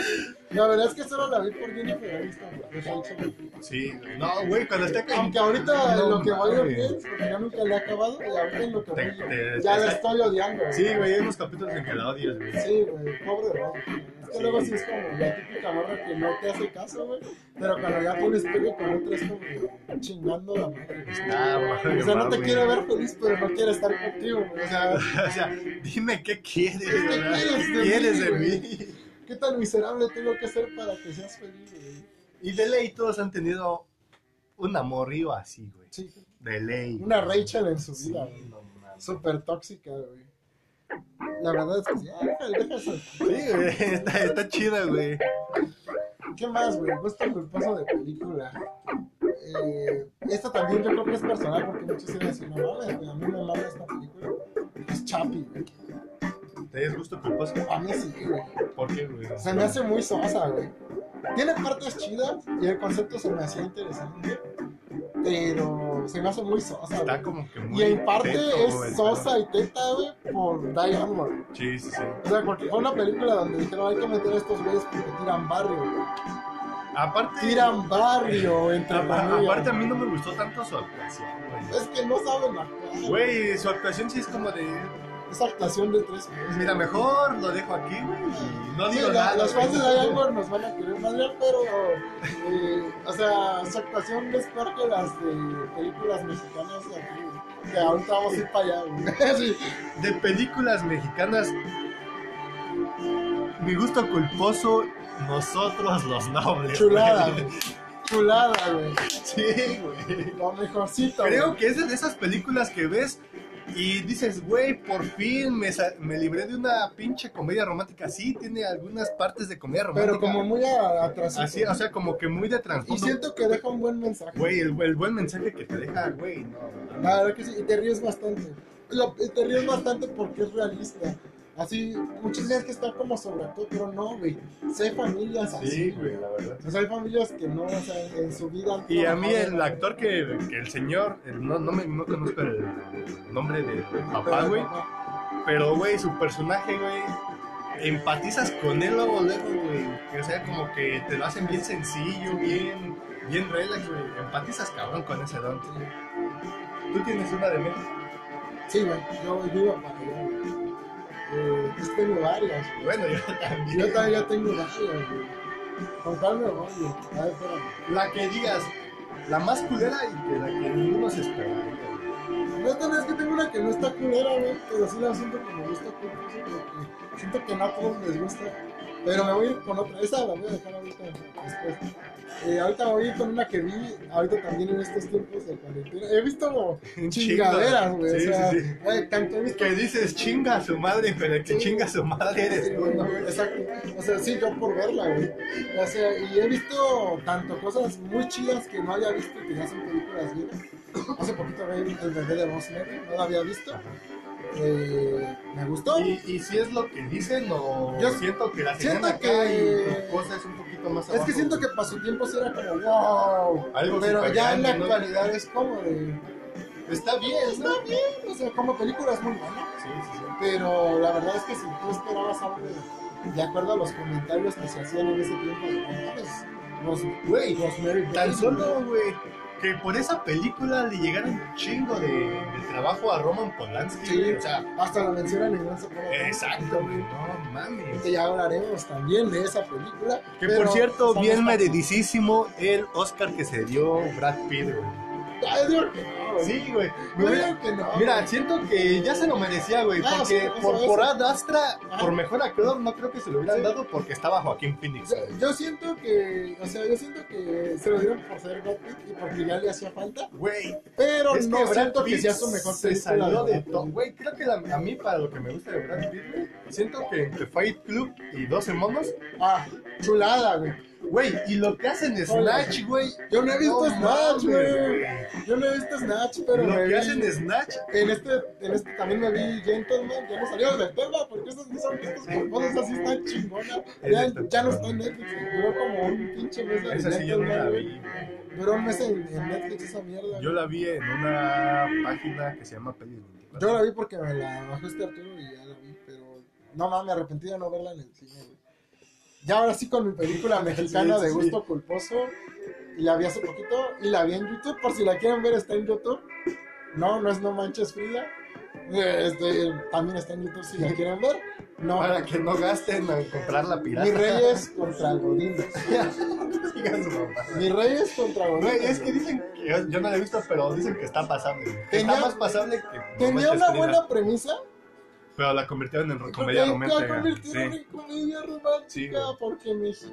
La verdad es que solo la vi por Jennifer Aniston, güey. Yo soy chico.
Sí, güey. No, güey, cuando está con-
Aunque ahorita en lo que
mames.
voy lo pienso, porque yo nunca la he acabado, y ahorita en lo que
Te-
voy,
te-
ya
te-
la estoy odiando. güey.
Sí, güey, hay unos capítulos en que la odias, güey.
Sí, güey, pobre Rob. Es que
Sí.
luego sí es como la típica morra que no te hace caso, güey. Pero cuando ya pones pegue con otra es como chingando la madre. güey.
Está mal,
O sea, no te
güey.
quiere ver feliz, pero no quiere estar contigo, güey. O sea,
O sea, dime qué quieres,
¿Qué
¿verdad?
quieres de
¿Qué quieres
mí,
de
güey?
mí?
¿qué tan miserable tengo que ser para que seas feliz, güey?
Y de ley todos han tenido un amorío así, güey.
Sí,
De ley.
una Rachel en su
Sí,
vida, güey.
no mames.
Súper tóxica, güey. La verdad es que sí, ah, deja eso.
Sí, güey, está, está chida, güey.
¿Qué más, güey? Gusto culposo de película. Eh, esta también yo creo que es personal porque muchos iban a decir, no mames, güey, a mí me mama esta película. Es Chapi, güey.
¿Te des gusto culposo?
A mí sí, güey.
Ah, ¿Por qué, güey?
Se me hace muy sosa, güey. Tiene partes chidas y el concepto se me hacía interesante, pero se me hace muy sosa,
Está
güey.
como que muy.
Y en parte
teto, güey,
es sosa y teta, güey, por Die Hard, güey.
¿no? Sí, sí, sí.
O sea, porque fue una película donde dijeron, hay que meter a estos güeyes porque tiran barrio, güey.
Aparte.
Tiran barrio, entre
apa-
comillas.
aparte, a mí no me gustó tanto su actuación, güey.
Es que no saben actuar.
Güey, su actuación sí es como de.
Esa actuación de tres.
Mira, mejor lo dejo aquí, güey. y No
Sí,
digo
la-
nada.
Los
güey.
fans de Diamond nos van a querer madrear, pero. eh, o sea, su actuación es peor que las de películas mexicanas de aquí, güey. Que ahorita vamos a ir para allá, güey. Sí.
de películas mexicanas. Mi gusto culposo, nosotros los nobles.
Chulada,
güey.
güey. Chulada, güey.
Sí, güey.
Lo mejorcito.
Creo
güey.
que es de esas películas que ves y dices, güey, por fin me, sa- me libré de una pinche comedia romántica. Sí, tiene algunas partes de comedia romántica.
Pero como muy a- atrasado.
Así, o sea, como que muy de
y
trasfondo.
siento que deja un buen mensaje.
Güey, el, el buen mensaje que te deja, güey. no, no, no.
La verdad que sí, y te ríes bastante. Lo- y te ríes bastante porque es realista. Así, muchas veces que está como sobreactuado, pero no, güey. Sí hay familias así.
Sí, güey, la verdad.
O sea, Pues hay familias que no, o sea, en su vida. han
Y a mí el
trabajado,
actor que, que el señor, el- no, no, me, no conozco el nombre del
pero-
papá, güey, pero güey, su personaje, güey, empatizas con él luego, luego, güey, que, o sea, como que te lo hacen bien sencillo, bien, bien relax, güey, empatizas cabrón con ese don. Tú tienes una de menos,
Sí, güey. Yo yo iba para allá. güey. Eh, pues tengo varias. güey.
bueno, yo también.
Yo también ya tengo varias, güey. Con cuál me voy, güey. A ver, espérame.
La que digas, la más culera y que la que ninguno se espera.
No, tal vez que tengo una que no está culera, güey, pero sí la siento que me gusta culposo porque siento que no a todos les gusta. Pero me voy a ir con otra, esa la voy a dejar ahorita después. Eh, ahorita me voy a ir con una que vi ahorita también en estos tiempos de cuarentena. He visto como
Un chingo.
chingaderas, güey.
Sí,
o sea,
sí, sí.
güey, tanto he visto.
Que dices chinga a su madre, pero el que chinga a su madre eres
Sí,
tú,
güey,
¿no?
güey, Exacto. O sea, sí, yo por verla, güey. O sea, y he visto tanto cosas muy chidas que no había visto y que ya son películas viejas. Hace poquito vi el bebé de Rosemary, no la había visto. Eh, me gustó.
Y, y si es lo que dicen o
Yo
siento que la
siento
tenían
que-
acá y tu cosa es un poquito más
Es que siento que para su tiempo sí era como wow.
Algo
pero
súper
ya en la
grande, ¿no?
actualidad es como de.
está bien está bien
O sea, como película es muy buena.
sí, sí, sí.
Pero la verdad es que si tú esperabas algo de, de acuerdo a los comentarios que se hacían en ese tiempo, de, "No mames, Ros- güey, Rosemary
tan
Bates,
solo güey que por esa película le llegaron un chingo de, de trabajo a Roman Polanski
Sí.
güey, o sea
Hasta lo mencionan en Gran Socorro.
exacto güey no mames
Que ya hablaremos también de esa película.
que
pero
por cierto
estamos-
bien meridicísimo el Oscar que se dio Brad Pitt güey
Ay, digo que no, güey.
sí güey
Yo digo que no.
Mira, siento que ya se lo merecía, güey,
Ah, sí,
porque
eso,
por,
eso.
por Ad Astra,
Ajá.
por mejor actor, no creo que se lo hubieran
Sí.
dado porque estaba Joaquín Phoenix.
Yo, yo siento que, o sea, yo siento que se lo dieron por ser Brad Pitt y porque ya le hacía falta,
Güey,
pero
es
no
que Brad
siento que
Pitt
sea su mejor
se
película,
salió de
Brad
todo.
Pitt.
Güey, creo que la- a mí, para lo que me gusta de Brad Pitt, güey, siento que entre Fight Club y 12 monos,
Ah, chulada, güey.
güey, y lo que hacen es Snatch, güey.
Yo no he visto
No
Snatch,
mames,
güey.
güey.
Yo no he visto Snatch, pero
Lo
me vi-
que hacen es Snatch,
En este, en este también me vi Gentleman, ya no salió del tema, porque esas no son estos culposos así están chingonas. Ya,
Exacto.
ya no está en Netflix, güey. duró como un pinche mes en
esa sí yo no
Gentleman,
la
güey.
vi, güey.
Duró un mes en, en Netflix esa mierda.
Yo
güey.
la vi en una página que se llama Pelis 24.
Yo la vi porque me la bajó este Arturo y ya la No mames, me arrepentí de no verla en el cine, güey. Ya ahora sí con mi película mexicana
Sí,
de
sí,
gusto culposo. Y la vi hace poquito. Y la vi en YouTube, por si la quieren ver, está en YouTube. No, no es No Manches Frida. Eh, Este, también está en YouTube si la quieren ver. No,
Para que no gasten en comprar la
Mi
pirata.
Reyes contra Godín.
Digan su mamá.
Mi Reyes contra Godín.
Güey, es que dicen que yo, yo no la he visto, pero dicen que está pasable. güey. Que
Tenía-
está más pasable que. no
Tenía
manches,
una
Frida.
buena premisa.
Pero la convirtieron en ro-
porque
comedia
la
romántica.
convirtieron
Sí.
en comedia romántica
Sí, güey.
porque México.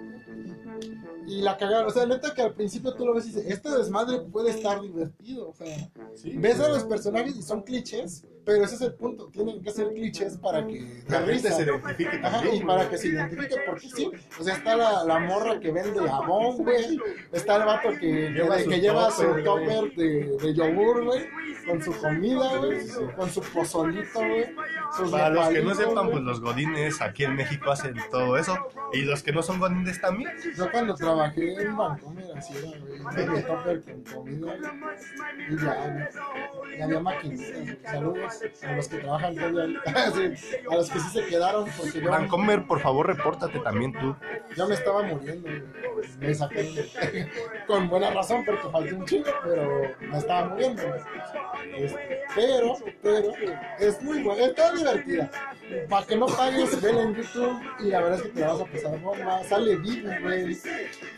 Y la cagaron. O sea, neta que al principio tú lo ves y dices, este desmadre puede estar divertido. O sea,
Sí,
ves a
güey.
los personajes y son clichés, pero ese es el punto. Tienen que ser clichés para que
La gente
dé risa.
se identifique
Ajá,
también.
y para que se identifique, porque sí. O sea, está la, la morra que vende jabón, güey. Está el vato que, que-
Lleva
que
su
lleva su
topper, güey.
topper de, de yogur, güey. Con su comida, güey. Con su pozolito, güey. sus
Para los que no
nopalitos,
sepan,
güey.
pues los godines aquí en México hacen todo eso. Y los que no son godines también.
Yo cuando trabajé en Bancomer, así era, güey. Tenía un topper con comida, güey. Y ya, güey. Y había maquinitas, güey. Saludos a los que trabajan todavía. ahí. Sí, a los que sí se quedaron, porque yo,
Vancomer, por favor, repórtate también tú.
yo me estaba muriendo, güey. Me saqué con buena razón, porque falté un chingo, pero me estaba muriendo, güey. Este, Pero, pero, es muy buena, está divertida. Para que no pagues, vela en YouTube y la verdad es que te la vas a pasar bomba. Sale vivo, güey.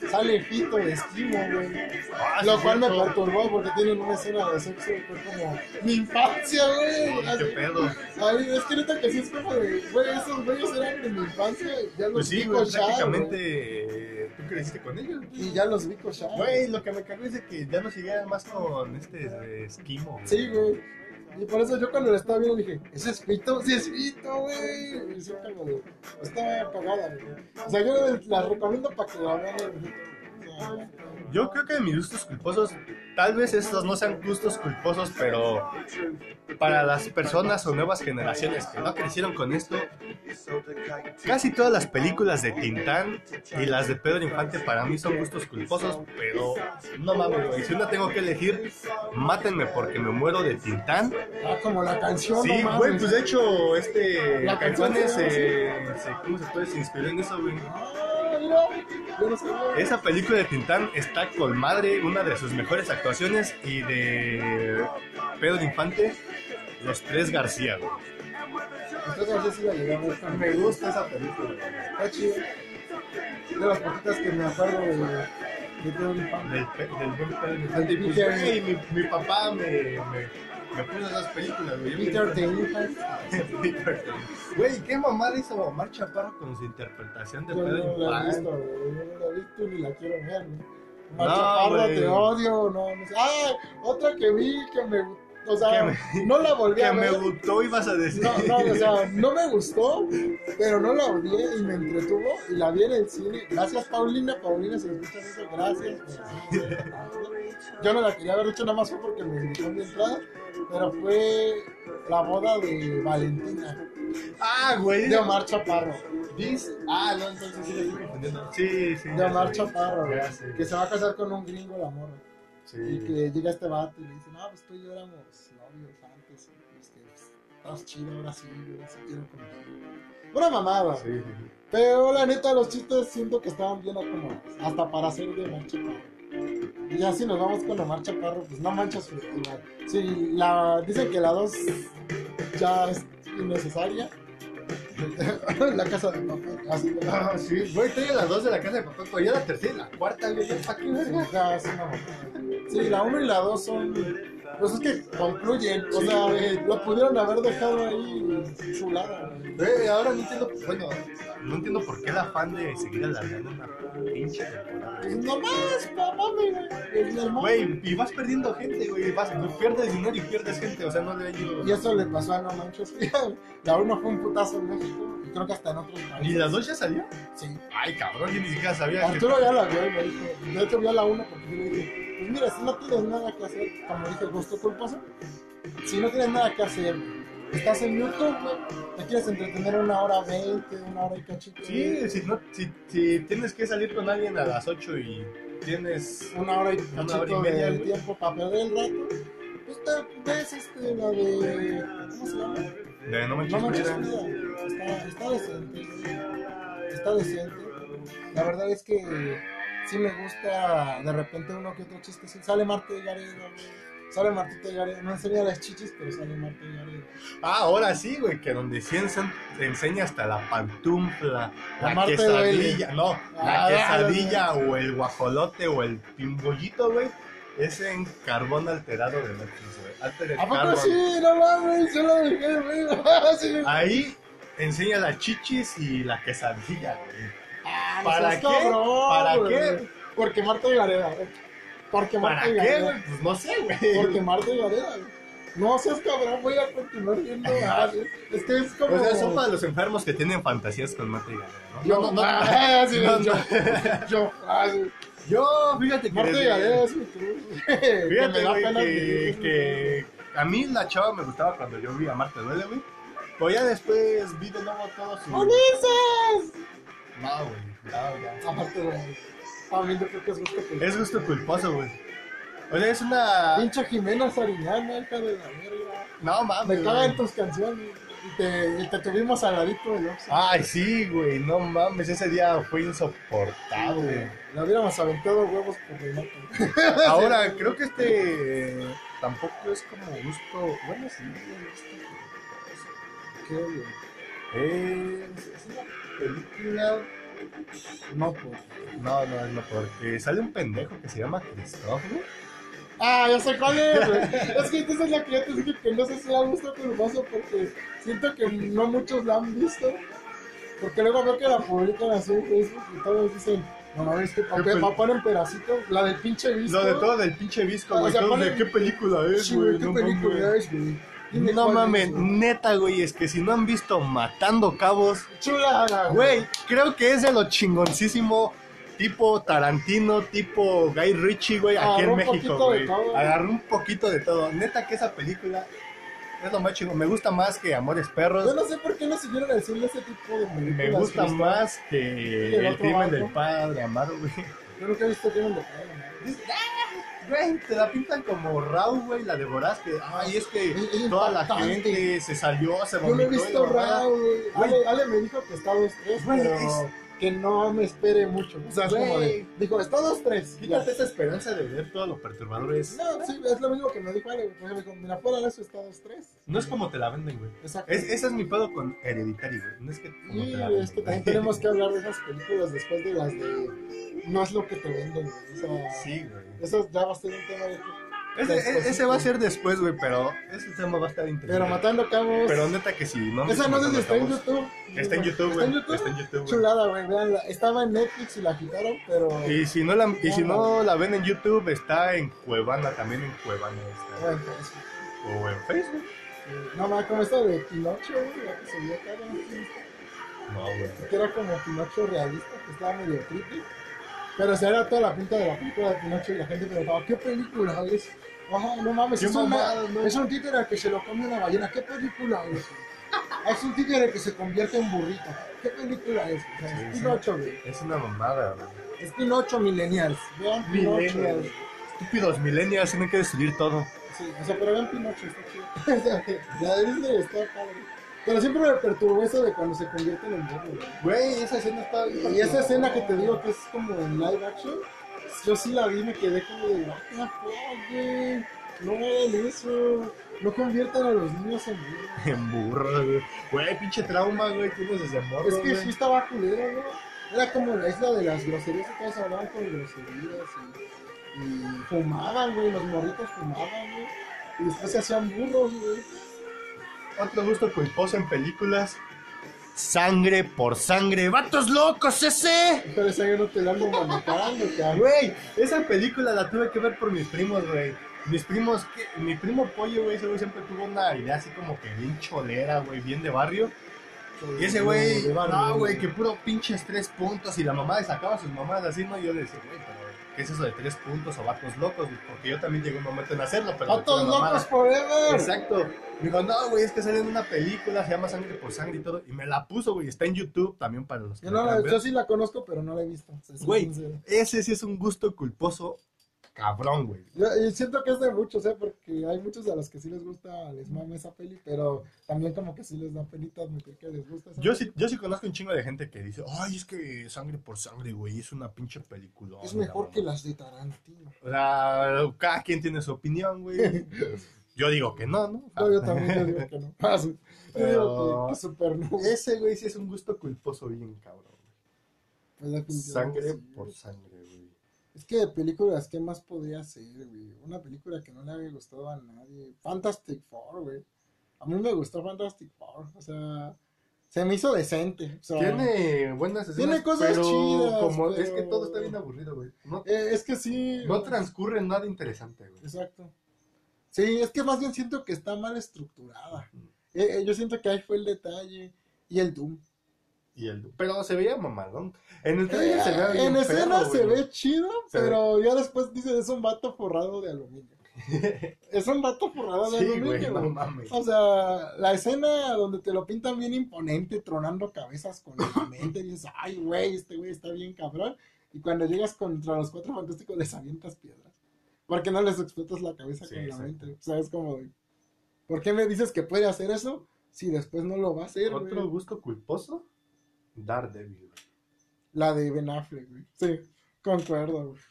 Sale Fito de esquimo, güey.
Ah,
Lo cual me perturbó porque tienen una escena de sexo que fue como mi infancia, güey.
Sí, ¿Qué
Así-
pedo?
Ay, es que neta que sí es como de, güey, esos güeyes eran de mi infancia. Ya los
Pues sí,
vi
güey,
con Shaq,
prácticamente eh, tú creciste con ellos.
güey, Y ya los vi con Shaq.
Güey, lo que me cagó es de que ya no seguía más con este eh, esquimo.
Sí, güey. Y por eso yo cuando la estaba viendo dije, ¿ese es Fito? Sí, es Fito, güey. Y sí, como de, pues, está cagada, güey. O sea, yo la recomiendo para que la vean en YouTube. O sea,
Yo creo que de mis gustos culposos, tal vez estos no sean gustos culposos, pero para las personas o nuevas generaciones que no crecieron con esto, casi todas las películas de Tintán y las de Pedro Infante para mí son gustos culposos, pero no mames, güey. Si una tengo que elegir, mátenme porque me muero de Tintán.
Ah, como la canción,
Sí,
no
güey,
mames.
pues de hecho, este.
La canción
Caifanes
se-
eh, se, ¿cómo se puede? Se inspiró en eso, güey.
Ah, mira, yo no sabía.
Esa película de Tintán está con madre, una de sus mejores actuaciones y de Pedro Infante, Los Tres García. güey.
Entonces, a ver si la llegué a ver también.
Me gusta esa película.
Está chido. De las poquitas que me acuerdo de, de todo el infante.
Del, pe- del buen Pedro Infante. Y pues, güey, mi, mi papá me, me, me puso esas películas, güey. Yo me-
Peter the Infant.
Peter Pan. Güey, ¿qué mamada hizo Omar Chaparro con su interpretación de
Yo
Pedro
no la he
Infante?
visto, güey. Yo no la he visto ni la quiero ver, güey.
No,
Machaparro,
güey.
te odio. No, no sé. Ah, otra que vi que me. O sea,
Que
no la volví
Que
a
me
ver.
gustó, ibas a decir.
No, no, o sea, no me gustó, pero no la odié y me entretuvo y la vi en el cine. Gracias, Paulina. Paulina, si escuchas eso, gracias. Yo no la quería haber hecho nada más fue porque me gustó mi entrada, pero fue la boda de Valentina,
Ah, güey.
de Omar Chaparro.
Dice- Ah, no, entonces sí la estoy confundiendo. Sí, sí.
De
ya
Omar
sé.
Chaparro, güey,
Ya sé.
que se va a casar con un gringo, la morra.
Sí.
Y que llega este vato y le dice, no, pues tú y yo éramos novios antes, y pues que pues, estás chido ahora sí, ahora sí quiero contigo. Una mamada.
Sí.
Pero la neta, los chistes siento que estaban bien acomodados. Hasta para hacer de Omar Chaparro. Y ya si nos vamos con Omar Chaparro, pues no manchas festival. Sí, la, dicen que la 2 ya es innecesaria. la casa de papel. Así de
Ah, sí, güey, estoy en las dos de la casa de papá, pero ya la tercera y la cuarta, güey, ya pa' qué verga.
Ya, es una mamada. Sí, la 1 y la 2 son. Pues es que concluyen. O sea, eh, lo pudieron haber dejado ahí chulada.
Güey, ahora no entiendo, bueno, no entiendo por qué el afán de seguir alargando una pinche temporada.
Pues nomás, papá, mira.
Güey, y vas perdiendo gente, güey, vas, pierdes dinero y pierdes gente, o sea, no le ayudo.
Y eso le pasó a No Manches Frida. La 1 fue un putazo en México y creo que hasta en otros
¿Y
países.
las dos ya salió?
Sí.
Ay, cabrón, yo ni siquiera sabía que...
Arturo ya la vio y me dijo. De hecho, vio la 1 porque yo le dije: Pues mira, si no tienes nada que hacer, como dije, "Pues, gusto culposo. Si no tienes nada que hacer, estás en YouTube, güey, te quieres entretener una hora veinte, una hora y cachito.
Sí, si, no, si, si tienes que salir con alguien a las 8 y tienes
Una hora y
Una hora y
cachito
media,
del
güey.
tiempo para perder el rato. Pues te ves este, la de. ¿Cómo se llama?
De no
No
manches,
Manches
Frida.
Frida. está, está decente. Está decente. La verdad es que sí me gusta de repente uno que otro chiste. sí. Sale Marte de Gareda, güey. Sale Martita de Gareda. No enseña las chichis, pero sale Marte de Gareda.
Ah, ahora sí, güey, que donde sí ense- te enseña hasta la pantufla, la,
La Marte
quesadilla, no, la
Ah,
quesadilla o el guajolote o el pimbollito, güey, es en carbón alterado de Netflix, güey. Altered
¿A poco
Carbon.
sí? No mames, yo lo dejé, güey. Sí.
Ah, Ahí te enseña las chichis y la quesadilla, güey.
Ah, no
¿Para
seas
qué?
cabrón,
¿Para
güey.
qué?
Porque Marta de Gareda, güey. Porque
¿Para
Marta de
qué,
Gareda.
güey? Pues no sé,
Porque
güey.
Marta de Gareda, güey. No seas cabrón, voy a continuar viendo. ah, sí. Es que es como.
O sea, son para los enfermos que tienen fantasías con Marte y Galera, ¿no?
Yo, ah, sí,
No, no.
yo, yo, ah, sí.
Yo, fíjate que...
Marta de
desde-
Gareda es mi club. Que
Fíjate,
me da
güey,
pena
que,
vivir.
que a mí la chava me gustaba cuando yo vi a Marta Duele, güey. Pero ya después vi de nuevo todo su... No,
¡Ulises!
güey. No, ya.
A Marta de Gareda. A mí yo creo que es gusto que.
Es gusto culposo, güey. O sea, es una...
Pinche Jimena Sariñana, hija de la verga.
No mames,
Me cagan
güey.
tus canciones. Y te, y te tuvimos al ladito del Oxxo.
Ay, sí, güey. No mames, ese día fue insoportable.
Le hubiéramos aventado huevos por Renato.
Ahora, creo que este... eh, Tampoco es como gusto... Bueno, sí, es gusto culposo.
Qué odio.
Es, es una película...
No, pues.
No, no, no, porque sale un pendejo que se llama Cristóbal.
Ah, ya sé cuál es, güey. Es que esa es la que yo te dije que no sé si la han visto curioso porque siento que no muchos la han visto. Porque luego veo que la publican así en Facebook y todos dicen, no mames, que
Qué pel-
papá ponen pedacitos, la del pinche visto.
Lo de todo del pinche visco, güey.
O sea,
Todos de
ponen-
qué película es,
Sí, güey,
güey.
qué
No
película
mames.
es, güey. Dime
No
cuál
mames,
es, güey.
neta, güey, es que si no han visto Matando Cabos,
Chula, la-
güey, creo que es de lo chingoncísimo tipo Tarantino, tipo Guy Ritchie, güey, aquí
Agarró
en
un
México,
poquito de
güey.
todo.
Agarró un poquito de todo. Neta que esa película es lo más chingón. Me gusta más que Amores
Yo
Perros.
no sé por qué no siguieron haciendo ese tipo de películas.
Me gusta
Cristo.
más
Que
que
el
El
otro
crimen
barco.
del padre Amaro, güey.
Yo nunca he visto que de Perro, güey.
Güey, te la pintan como Raw, güey, la devoraste. Ay, es que
Es- es
toda la
impactante.
gente se salió, se
Yo
vomitó.
no he
y
visto
la mamada.
Raw, güey.
Güey.
Ale, Ale me dijo que está 2-3,
Güey,
pero
es-
que no me espere mucho. O sea, es como de.
Güey.
Dijo, está 2-3. Y
Quítate
ya.
esa esperanza de ver todo lo perturbador es.
No, sí, es lo mismo que me dijo Ale. güey. Pues me dijo, mira, fuera de eso está 2-3.
No es como te la venden, güey.
Exacto.
Es, ese es mi pedo con Hereditary, güey. No es que como
Y
te la venden,
es que
güey.
también tenemos que hablar de esas películas después de las de. No es lo que te venden, güey. O sea,
Sí, güey.
eso ya va a ser un tema de.
Ese, e- ese va a ser después, güey, pero ese tema va a estar interesante.
Pero matando cabos.
Pero neta que sí, no. han visto
Esa no sé si
Matando
está en
Cabos,
YouTube.
Está en YouTube,
Está en
güey.
YouTube.
Está en YouTube, güey.
Chulada, güey. Veanla. Estaba en Netflix y la quitaron, pero.
Y si no la, y si no la ven en YouTube, está en Cuevana, también en Cuevana está.
Bueno, pues,
O en Facebook.
eh, no mames, como esta de Pinocho, güey, la que se vio acá, ¿no?
No, güey.
que era como Pinocho realista, que estaba medio creepy. Pero o sea, era toda la pinta de la película de Pinocho y la gente preguntaba, ¿qué película es? Ajá, no mames,
Qué
es, una-
mamada, ¿no?
es un títere al que se lo come una ballena, ¿qué película es? Es un títere que se convierte en burrito, ¿qué película es? O sea,
Sí,
es
sí.
Pinocho, güey.
Es una mamada, güey.
Es Pinocho Millennials. Vean Pinocho.
Millennials.
güey.
Estúpidos millennials tienen que destruir todo.
Sí, o sea, pero vean Pinocho, está chido. O sea, ya Disney está padre. Pero siempre me perturbó eso de cuando se convierten en burro, güey.
Güey, esa escena está.
Y esa escena que te digo que es como en live action, yo sí la vi y me quedé como de, what the fuck, güey. No hagan eso. No conviertan a los niños en niños.
En burro, güey. Güey, pinche trauma, güey. Tienes desde morro.
Es que
güey.
sí estaba culero, ¿no? Era como la isla de las groserías y todos hablaban con groserías y, y fumaban, güey. Los morritos fumaban, güey. Y después se hacían burros, güey.
Otro gusto culposo en películas. Sangre por sangre. ¡Vatos locos ese!
Pero esa yo no te la ando manejando, cabrón.
Güey, esa película la tuve que ver por mis primos, güey. Mis primos, que, mi primo pollo, güey, ese güey siempre tuvo una idea así como que bien cholera, güey, bien de barrio. Y ese güey, no, güey, que puro pinches tres puntos. Y la mamá le sacaba a sus mamás así, ¿no? Y yo le decía, güey, pero ¿qué es eso de tres puntos o vatos locos? güey? Porque yo también llegué un momento en hacerlo, pero.
¡Patos
pura mamada.
locos forever!
Exacto. Me dijo, no, güey, es que sale en una película, se llama Sangre por Sangre y todo. Y me la puso, güey, está en YouTube también para los que
Yo,
la
no la-
quieran ver.
yo sí la conozco, pero no la he visto.
Güey.
Güey.
Ese sí es un gusto culposo cabrón, güey.
Yo y siento que es de muchos, ¿eh? Porque hay muchos a los que sí les gusta, les mama esa peli, pero también como que sí les da penita admitir que les gusta esa
Yo
peli.
sí, yo sí conozco un chingo de gente que dice, ay, es que sangre por sangre, güey, es una pinche película.
Es mejor que las de Tarantino.
O sea, cada quien tiene su opinión, güey. Yo digo que no, ¿no?
No, yo también yo digo que no. Ah, sí. Yo digo
Pero-
que, que super no.
Ese, güey, sí es un gusto culposo bien, cabrón.
Pues definitivamente
Sangre
sí.
por sangre, güey.
Es que de películas, ¿qué más podría ser, güey? Una película que no le había gustado a nadie. Fantastic Four, güey. A mí me gustó Fantastic Four. O sea, se me hizo decente. O sea,
Tiene buenas escenas,
Tiene cosas
pero
chidas,
como
pero-
es que todo está bien aburrido, güey. No,
eh, es que sí.
no transcurre nada interesante, güey.
Exacto. Sí, es que más bien siento que está mal estructurada. Eh, eh, yo siento que ahí fue el detalle. Y el Doom.
Y el, pero se veía mamalón. En el
Eh,
trailer se veía bien
en escena
perro,
se
güey.
ve chido,
Se
pero ya después dice es un vato forrado de aluminio. es un vato forrado de
Sí,
aluminio.
güey, no
güey.
mames.
O sea, la escena donde te lo pintan bien imponente, tronando cabezas con la mente, y dices, ay, güey, este güey está bien cabrón. Y cuando llegas contra los cuatro fantásticos, les avientas piedras. ¿Por qué no les explotas la cabeza
Sí,
con la
exacto.
mente? O sea, es como, de, ¿por qué me dices que puede hacer eso si después no lo va a hacer, güey?
Otro gusto culposo, Daredevil, güey.
La de Ben Affleck, güey. Sí, concuerdo, güey.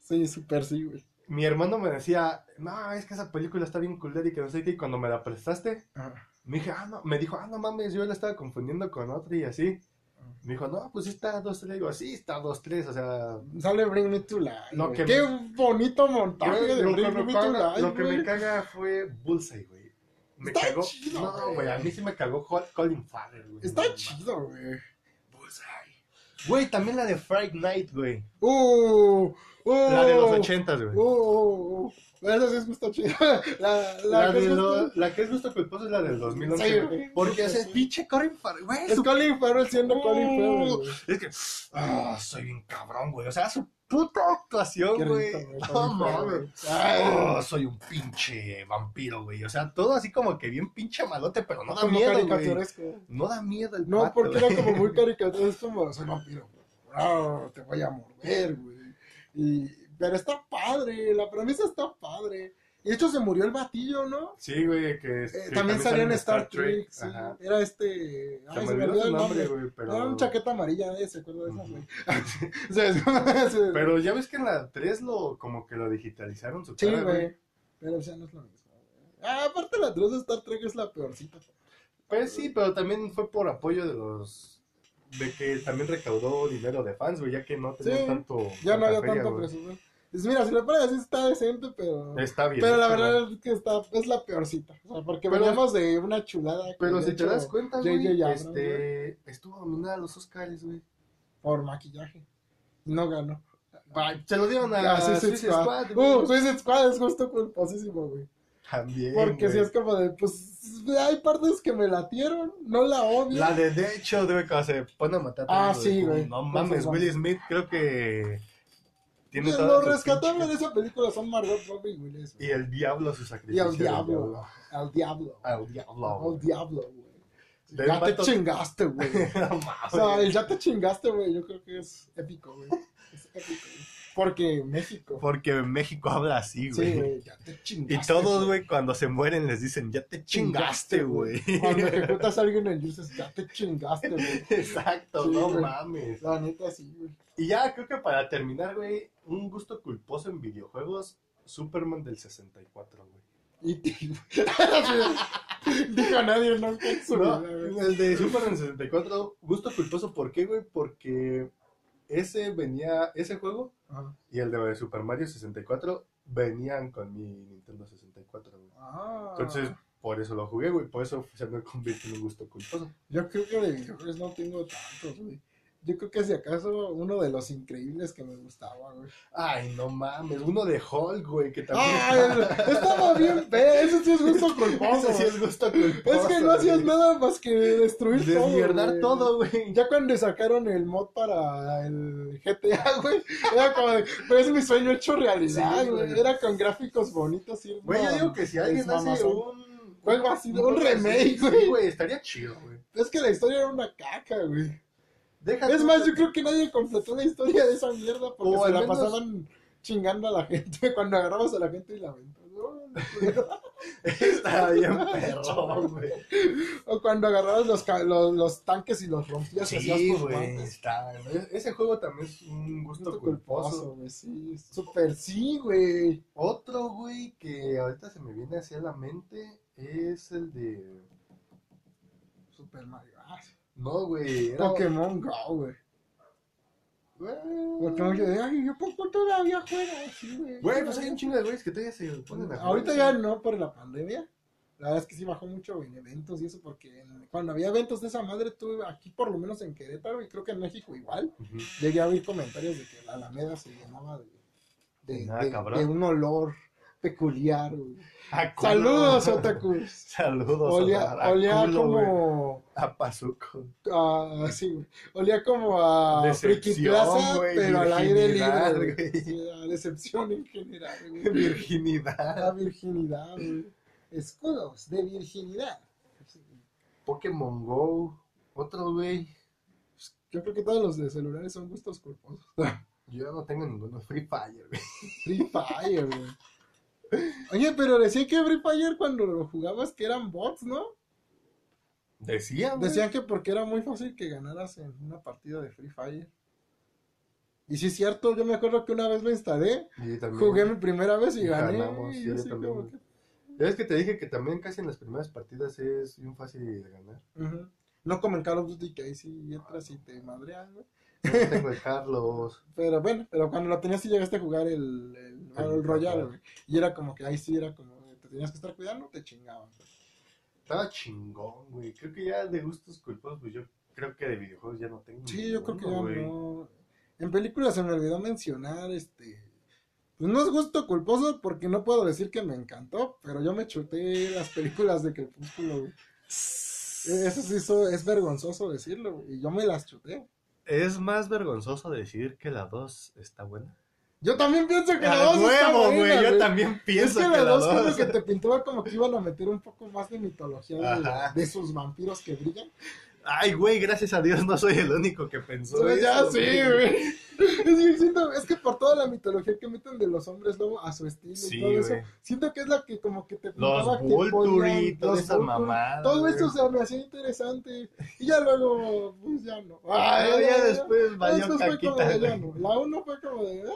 Sí, súper sí, güey.
Mi hermano me decía, no, es que esa película está bien culera y que no sé qué. Y cuando me la prestaste, me, dije, ah, no. me dijo, ah, no mames, yo la estaba confundiendo con otra y así.
Mm.
Me dijo, no, pues sí está 2-3. Digo, sí está 2-3, o sea...
Sale Bring Me to Life.
Lo
güey.
que-
Qué bonito montaje
Güey,
de
lo, que
Bring
me
Me to
caga,
Life.
lo que me
güey.
caga fue Bullseye, güey. Me
Está
cagó.
chido,
no,
güey.
güey, a mí sí me cagó Col- Colin Farrell, güey.
Está
No mames.
chido, güey.
Bullseye. Güey, también la de Fright Night, güey.
Uh, uh,
La de los ochentas, güey.
Uh, uh, uh. Esa sí es que está chida. La, la,
La,
que
de
es
lo-
justo-
la que es gusto culposo es la del 2011.
Sí,
güey.
güey.
Porque ese pinche Colin Farrell, güey.
Es
su-
Colin Farrell siendo
Uh,
Colin Farrell. güey.
Es que. Ah, soy bien cabrón, güey. O sea, su puta actuación,
Qué
güey.
rico, güey,
No
Colin Farrell,
mames.
güey. Ay,
Ah, soy un pinche vampiro, güey. O sea, todo así como que bien pinche malote, pero no da
como
miedo, güey.
caricaturesco.
No da miedo el
No,
vato,
porque
güey.
era como muy caricatura. Es como, soy vampiro. güey. Ah, te voy a morder, güey. Y, pero está padre. La premisa está padre. Y de hecho se murió el batillo, ¿no?
Sí, güey, que. este,
Eh, también salió en Star Trek. sí.
Ajá.
Era este.
Se
ay,
me olvidó su nombre, güey,
Era
pero.
un chaqueta amarilla, ¿eh? ¿se acuerda de esa,
Ujú.
güey? O sea, es- es-
Pero ya ves que en la 3 lo, como que lo digitalizaron su
Sí,
cara,
güey. Pero o sea, no es lo mismo. güey. Ah, aparte la 3 de Star Trek es la peorcita.
Pues sí, pero también fue por apoyo de los. de que también recaudó dinero de fans, güey, ya que no tenían
Sí,
tanto.
Ya no
tanta
había
feria,
tanto
güey.
presupuesto. Pues mira, si lo pones así está decente, pero...
Está bien.
Pero la
está bien.
verdad es que está, es la peorcita. O sea, porque
Pero-
veníamos de una chulada. que
Pero
de
si te
hecho,
das cuenta,
J.J.
güey,
Abrams,
este, estuvo nominada a los Oscars, güey.
Por maquillaje. No ganó.
Se lo dieron a
Ah, Suicide Squad. Uh, Suicide Squad es justo culposísimo, güey.
También,
Porque si
güey.
es como de, pues, hay partes que me latieron, no la odio.
La de de hecho, güey, cuando se pone a matar. a
Ah,
todos,
sí, güey.
No mames,
Entonces,
Will Smith creo que tiene toda
Lo
su
rescatable de
pinche-
esa película son Margot Robbie y Will Smith.
Y el diablo su
Y
sacrificio.
al
del
diablo, al diablo,
Al diablo.
al
güey.
diablo, güey.
Del
Ya te
vato-
chingaste, güey.
No
O sea,
mames.
el ya te chingaste, güey, yo creo que es épico, güey. Es épico, güey. Porque México.
Porque en México habla así,
Sí,
güey.
güey, ya te chingaste.
y todos, güey, cuando se mueren les dicen, ya te chingaste, güey.
Cuando ejecutas a alguien en dices, ya te chingaste, güey.
Exacto,
Sí,
no
güey.
mames.
La neta, sí, güey.
Y ya creo que para terminar, güey, un gusto culposo en videojuegos, Superman del 64, güey.
Y te- Dijo nadie nunca en su
No,
vida, güey.
el de Superman 64, gusto culposo, ¿por qué, güey? Porque ese venía, ese juego
Ajá.
y el de Super Mario 64 venían con mi Nintendo 64, güey.
Ah.
Entonces, por eso lo jugué, güey, por eso se me convirtió en un gusto culposo.
Yo creo que de videojuegos no tengo tantos, güey. Yo creo que si acaso uno de los increíbles que me gustaba, güey.
Ay, no mames, uno de Hulk, güey, que también...
¡Ah! Estaba bien, ve. Eso sí es gusto culposo.
Ese sí es gusto culposo.
Es que no hacías
güey.
nada más que destruir todo.
Desmierdar
güey.
todo, güey.
Ya cuando sacaron el mod para el GTA, güey, era como de, "Pero es mi sueño hecho realidad,
Sí,
güey.
güey.
Era con gráficos bonitos y
Güey, yo digo que si alguien hace
mamazón.
un
Juego así, un remake,
Sí,
güey.
güey, estaría chido, güey.
Es que la historia era una caca, güey.
Deja
Es
tú-
más, yo creo que nadie completó la historia de esa mierda porque
O
se
al
la
menos-
pasaban chingando a la gente cuando agarramos a la gente y la aventas.
Está bien perro, güey.
O cuando agarrabas los, ca- los, los tanques y los rompías y hacías
Sí,
tus
güey.
mantas.
Está. Ese juego también es un gusto
Gusto
culposo.
culposo, güey, sí. Súper sí, güey.
Otro, güey, que ahorita se me viene hacia la mente es el de.
Super Mario. Ah,
No, güey. Era...
Pokémon Go, güey.
Güey,
Pokémon Go, ay, yo poco todavía juego así, güey.
Güey, pues hay un chingo de güeyes que todavía se ponen a jugar.
Pues, Ahorita ya no por la pandemia. La verdad es que sí bajó mucho en eventos y eso, porque en- cuando había eventos de esa madre, tú aquí por lo menos en Querétaro y creo que en México igual,
Ujú.
llegué a oír comentarios de que la Alameda se llenaba de, de,
Nada,
de-
cabrón.
de un olor peculiar. güey.
A culo.
Saludos, otakus.
Saludos.
Olía,
a- a
olía
culo, güey.
como.
A Pazuco.
Ah, sí, güey. Olía como a Friki
Decepción,
Plaza,
güey,
pero al aire
virginidad,
libre.
güey.
güey. Sí, a decepción en general, güey. La
Virginidad.
virginidad, güey. Escudos de virginidad.
Pokémon Go. Otro, güey.
Yo creo que todos los de celulares son gustos culposos.
Yo no tengo ninguno. Free Fire, güey.
Free Fire, güey. Oye, pero decía que Free Fire cuando lo jugabas que eran bots, ¿no?
Decía, güey.
Decían que porque era muy fácil que ganaras en una partida de Free Fire. Y sí es cierto, yo me acuerdo que una vez lo instalé,
Y también-
jugué mi primera vez y
Y
gané.
ganamos,
y
sí,
yo
yo
así
también.
como que-
Ya ves que te dije que también casi en las primeras partidas es bien fácil de ganar.
Ujú. No como en Call of Duty que ahí sí entras y te madrean, güey.
Yo no tengo el Carlos.
Pero bueno, pero cuando lo tenías sí llegaste a jugar el, el Battle Royale, güey. Y era como que ahí sí era como, eh, te tenías que estar cuidando, te chingaban. güey.
Estaba chingón, güey. Creo que ya de gustos culposos, pues yo creo que de videojuegos ya no tengo.
Sí, yo creo que ya
ninguno, güey.
no. En películas se me olvidó mencionar, este. Pues no es gusto culposo porque no puedo decir que me encantó, pero yo me chuté las películas de Crepúsculo, güey. Eh, Eso sí so- es vergonzoso decirlo, güey, y yo me las chuté.
Es más vergonzoso decir que la 2 está buena.
Yo también pienso que la
¡A
dos
Ah,
está
huevo,
buena,
güey! Yo
güey.
también pienso
es que, la dos como
dos-
que te pintaba como que iban a meter un poco más de mitología
Ajá.
de, de esos vampiros que brillan.
Ay, güey, gracias a Dios no soy el único que pensó
Entonces, Pues ya
eso,
sí, güey. Es que, siento- es que por toda la mitología que meten de los hombres lobo a su estilo
Sí,
y todo eso,
güey.
siento que es la que como que te
Los
pintaba que
Vulturi,
podían-
toda
los
esa
Vulturi,
mamada,
Todo esto
güey.
se me hacía interesante. Y ya luego, pues ya no.
Ay, Ah, ya, después
ya
valió
después fue como
caquita,
de ya
güey.
no. La uno fue como de. "Ah".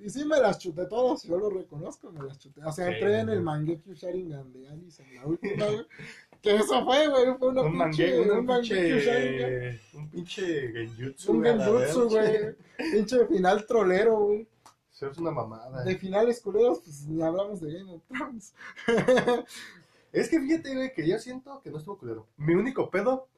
Y sí me las chuté todas, yo lo reconozco, me las chuté. O sea,
Sí,
entré en
güey.
el Mangekyo Sharingan de Alice en la última, güey. Que eso fue, güey, fue una
Un
pinche-
mangue, un
un Mangekyo Sharingan.
pinche. Un pinche genjutsu.
Un
güey, a la
genjutsu,
verga.
güey. Pinche final trolero, güey.
Eso es una mamada.
De finales culeros, pues ni hablamos de Game of Thrones.
Es que fíjate, güey, que yo siento que no estuvo culero. Mi único pedo,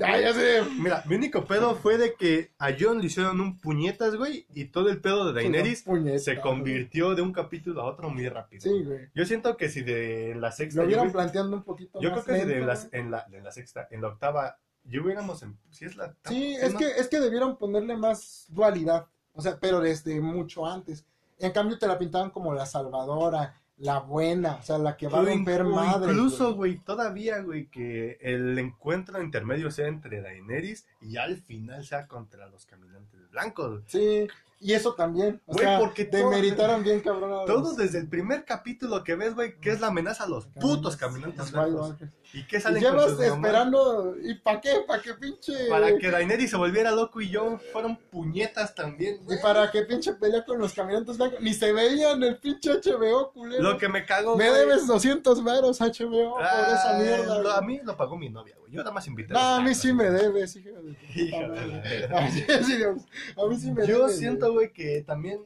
Ay, ya sé.
mira, mi único pedo fue de que a John le hicieron un puñetas, güey, y todo el pedo de Daenerys
Puñeta,
se convirtió de un capítulo a otro muy rápido.
Sí, güey.
Yo siento que si de en la sexta,
Lo
yo,
vieron
hubi-
planteando un poquito
yo
más
creo que si de
lento,
las-
güey.
en la, en la sexta, en la octava, yo hubiéramos en, si es la
Sí,
octava,
es
¿no?
que, es que debieron ponerle más dualidad. O sea, pero desde mucho antes. En cambio, te la pintaban como la salvadora, la buena, o sea, la que va a
O in-
romper
o
madre.
Incluso, güey, todavía, güey, que el encuentro intermedio sea entre Daenerys y al final sea contra los caminantes blancos.
Sí, y eso también. O
Güey,
sea,
porque todo-
demeritaron bien, cabrón. a los-
Todo desde el primer capítulo que ves, güey, que es la amenaza a los putos
los
caminantes
White
blancos.
Walkers.
Y que
Y
salen con
llevas
sus mamás
esperando. ¿Y para qué? ¿Para qué pinche?
Para que Daenerys se volviera loco y Jon fueron puñetas también.
¿Y
güey.
para qué pinche pelea con los caminantes blancos? Ni se veían el pinche HBO, culero.
Lo que me cago,
Me
güey,
debes 200 varos, HBO, por esa
ah,
mierda.
lo-
güey.
a mí lo pagó mi novia, güey. Yo nada más invité.
No, a mí
los
sí me
tacos.
debes, hijo de tu puta
Hijo de
madre.
la verga.
Así es, Dios. A mí sí me
Yo
debes,
siento, güey, que también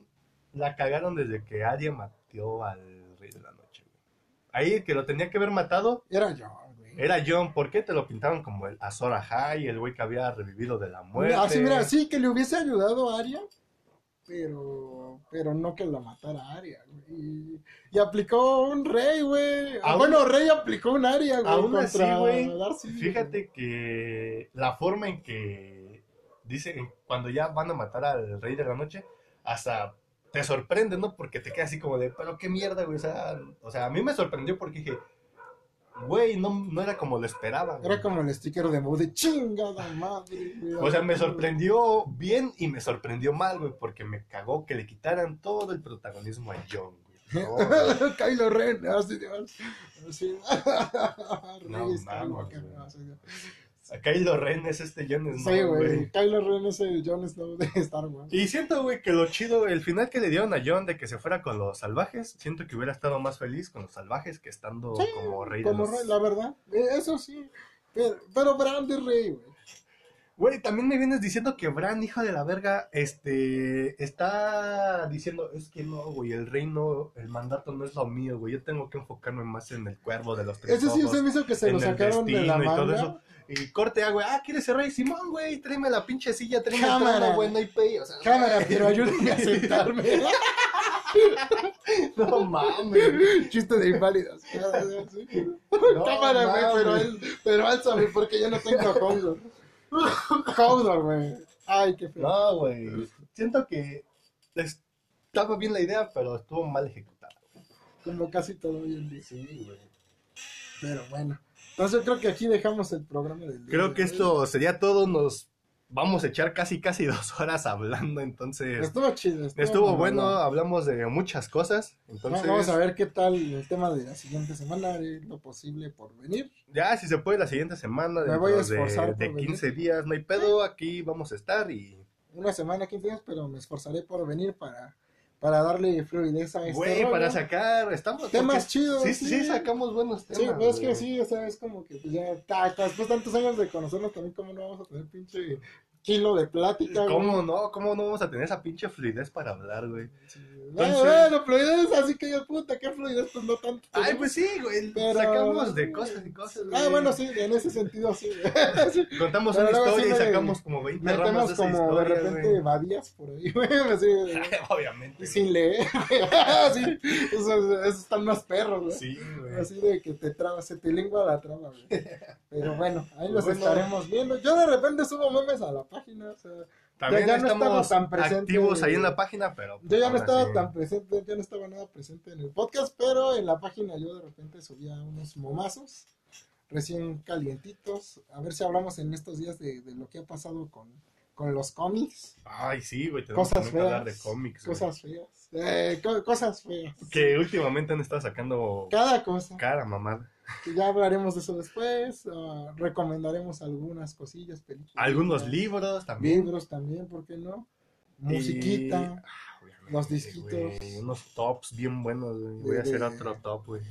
la cagaron desde que Arya mató al Rey de la Noche, güey. Ahí el que lo tenía que haber matado
güey. Era yo, güey.
era John. ¿Por qué te lo pintaron como el Azor Ahai, el güey que había revivido de la muerte?
Así, mira, Ah, sí, que le hubiese ayudado a Aria, pero, pero no que la matara Aria, güey. Y, y aplicó un rey, güey. Ah,
Aún-
bueno, rey aplicó un Aria, güey.
Aún así,
contra
güey,
Darcy,
Fíjate que la forma en que dicen, cuando ya van a matar al Rey de la Noche, hasta te sorprende, ¿no? Porque te queda así como de, pero qué mierda, güey. O sea, o sea, a mí me sorprendió porque dije, güey, no, no era como lo esperaba. güey.
Era como el sticker de Moe de chingada madre. güey.
O sea, me sorprendió bien y me sorprendió mal, güey, porque me cagó que le quitaran todo el protagonismo a John, güey. No, güey.
Kylo Ren, ah, así de así.
No
Rey
mames,
Skywalker,
güey.
así de-
A Kylo Ren es este John Snow,
ah, Sí,
güey.
güey. Kylo Ren es el Jon Snow de Star Wars.
Y siento, güey, que lo chido, el final que le dieron a John de que se fuera con los salvajes, siento que hubiera estado más feliz con los salvajes que estando
Sí,
como rey de
Como
los-
rey, la verdad. Eh, Eso sí. Pero, pero Bran de rey, güey.
Güey, también me vienes diciendo que Bran, hijo de la verga, este, está diciendo, es que no, güey, el reino, el mandato no es lo mío, güey, yo tengo que enfocarme más en el cuervo de los tres
Ese sí
ojos,
se me hizo que se
en
lo
el
sacaron de la
destino y todo
manga.
eso. Y corte, ah, güey, ah, ¿quieres ser rey? Simón, güey, tráeme la pinche silla, tráeme
Cámara.
todo, güey, no hay pay, o sea,
Cámara, pero ayúdenme a sentarme.
no mames.
Chiste de inválidos.
No
Cámara, güey,
mames.
pero, él, pero álzame porque yo no tengo Howler. Howler, güey. Ay, qué feo.
No, güey, siento que es- estaba bien la idea, pero estuvo mal ejecutada.
Como casi todo hoy en día.
Sí, güey.
Pero bueno. Entonces yo creo que aquí dejamos el programa del día.
Creo que
de hoy.
esto sería todo. Nos vamos a echar casi, casi dos horas hablando. Entonces,
Estuvo chido.
estuvo bueno.
mamón.
Hablamos de muchas cosas. Entonces,
Vamos a ver qué tal el tema de la siguiente semana. Haré lo posible por venir.
ya si se puede la siguiente semana,
Me
dentro
voy a
de-
esforzar por
de,
venir.
15 días, no hay pedo. Aquí vamos a estar y.
Una semana, 15 días, pero me esforzaré por venir para, para darle fluidez a este
Güey,
rollo.
para sacar. Estamos.
Temas
porque
chidos,
Sí,
sí.
sí, sacamos buenos temas.
Sí, pues es
güey.
que sí, o sea, es como que pues ya, ta- ta- después de tantos años de conocernos también, ¿cómo no vamos a tener pinche kilo de plática? güey?
¿Cómo no? ¿Cómo no vamos a tener esa pinche fluidez para hablar, güey?
Sí,
Entonces-
Bueno, Eh, bueno, fluidez, así que yo, puta, qué fluidez, pues no tanto.
Ay, pues eh, sí, güey.
Pero-
Sacamos de cosas y cosas.
Ah,
güey.
bueno, sí, en ese sentido sí. güey. Sí,
Contamos
Pero
una
luego
historia
sí
y
me-
sacamos como 20 ramas
Metemos
de esa
como
historia,
de repente
güey.
badías por ahí, güey, así,
Obviamente. Sí,
sin leer. Así, esos, esos están más perros, güey.
sí güey.
Así de que te traba, se te lengua la traba, güey. Pero bueno, ahí los
Bueno.
estaremos viendo. Yo de repente subo memes a la página, o sea,
También
ya no
estamos
estamos tan presentes,
activos ahí en
güey.
la página, pero.
Yo ya no
ahora
estaba
Ah, sí.
tan presente, yo no estaba nada presente en el podcast, pero en la página yo de repente subía unos momazos recién calientitos. A ver si hablamos en estos días de, de lo que ha pasado con, con los cómics,
Ay, sí, güey. Tenemos
Cosas
cosas que hablar
feas.
de cómics. güey.
cosas feas, eh, co- cosas feas.
Que últimamente han estado sacando
Cada cosa.
cara, mamada.
Que Ya hablaremos de eso después. ah, recomendaremos algunas cosillas, películas.
Algunos libros también.
Libros también, ¿por qué no?
Y-
Musiquita.
Ah, obviamente,
los disquitos.
güey, unos tops bien buenos. güey. Voy a
De-
hacer
de-
otro top, güey.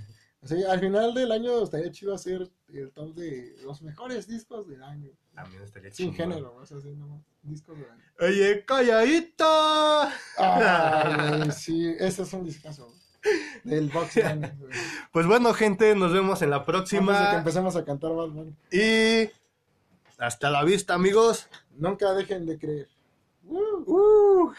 Sí, al final del año estaría chido hacer el top de los mejores discos del año.
También estaría
Sin
Ah, chingón.
género, o sea, sí, nomás, discos del año.
Oye, calladita.
Ay, güey, sí, ese es un discazo. güey. Del Boxman. güey.
Pues bueno, gente, nos vemos en la
Antes de que
próxima.
empecemos a cantar Bad Bunny.
Y hasta la vista, amigos.
Nunca dejen de creer.
Uh.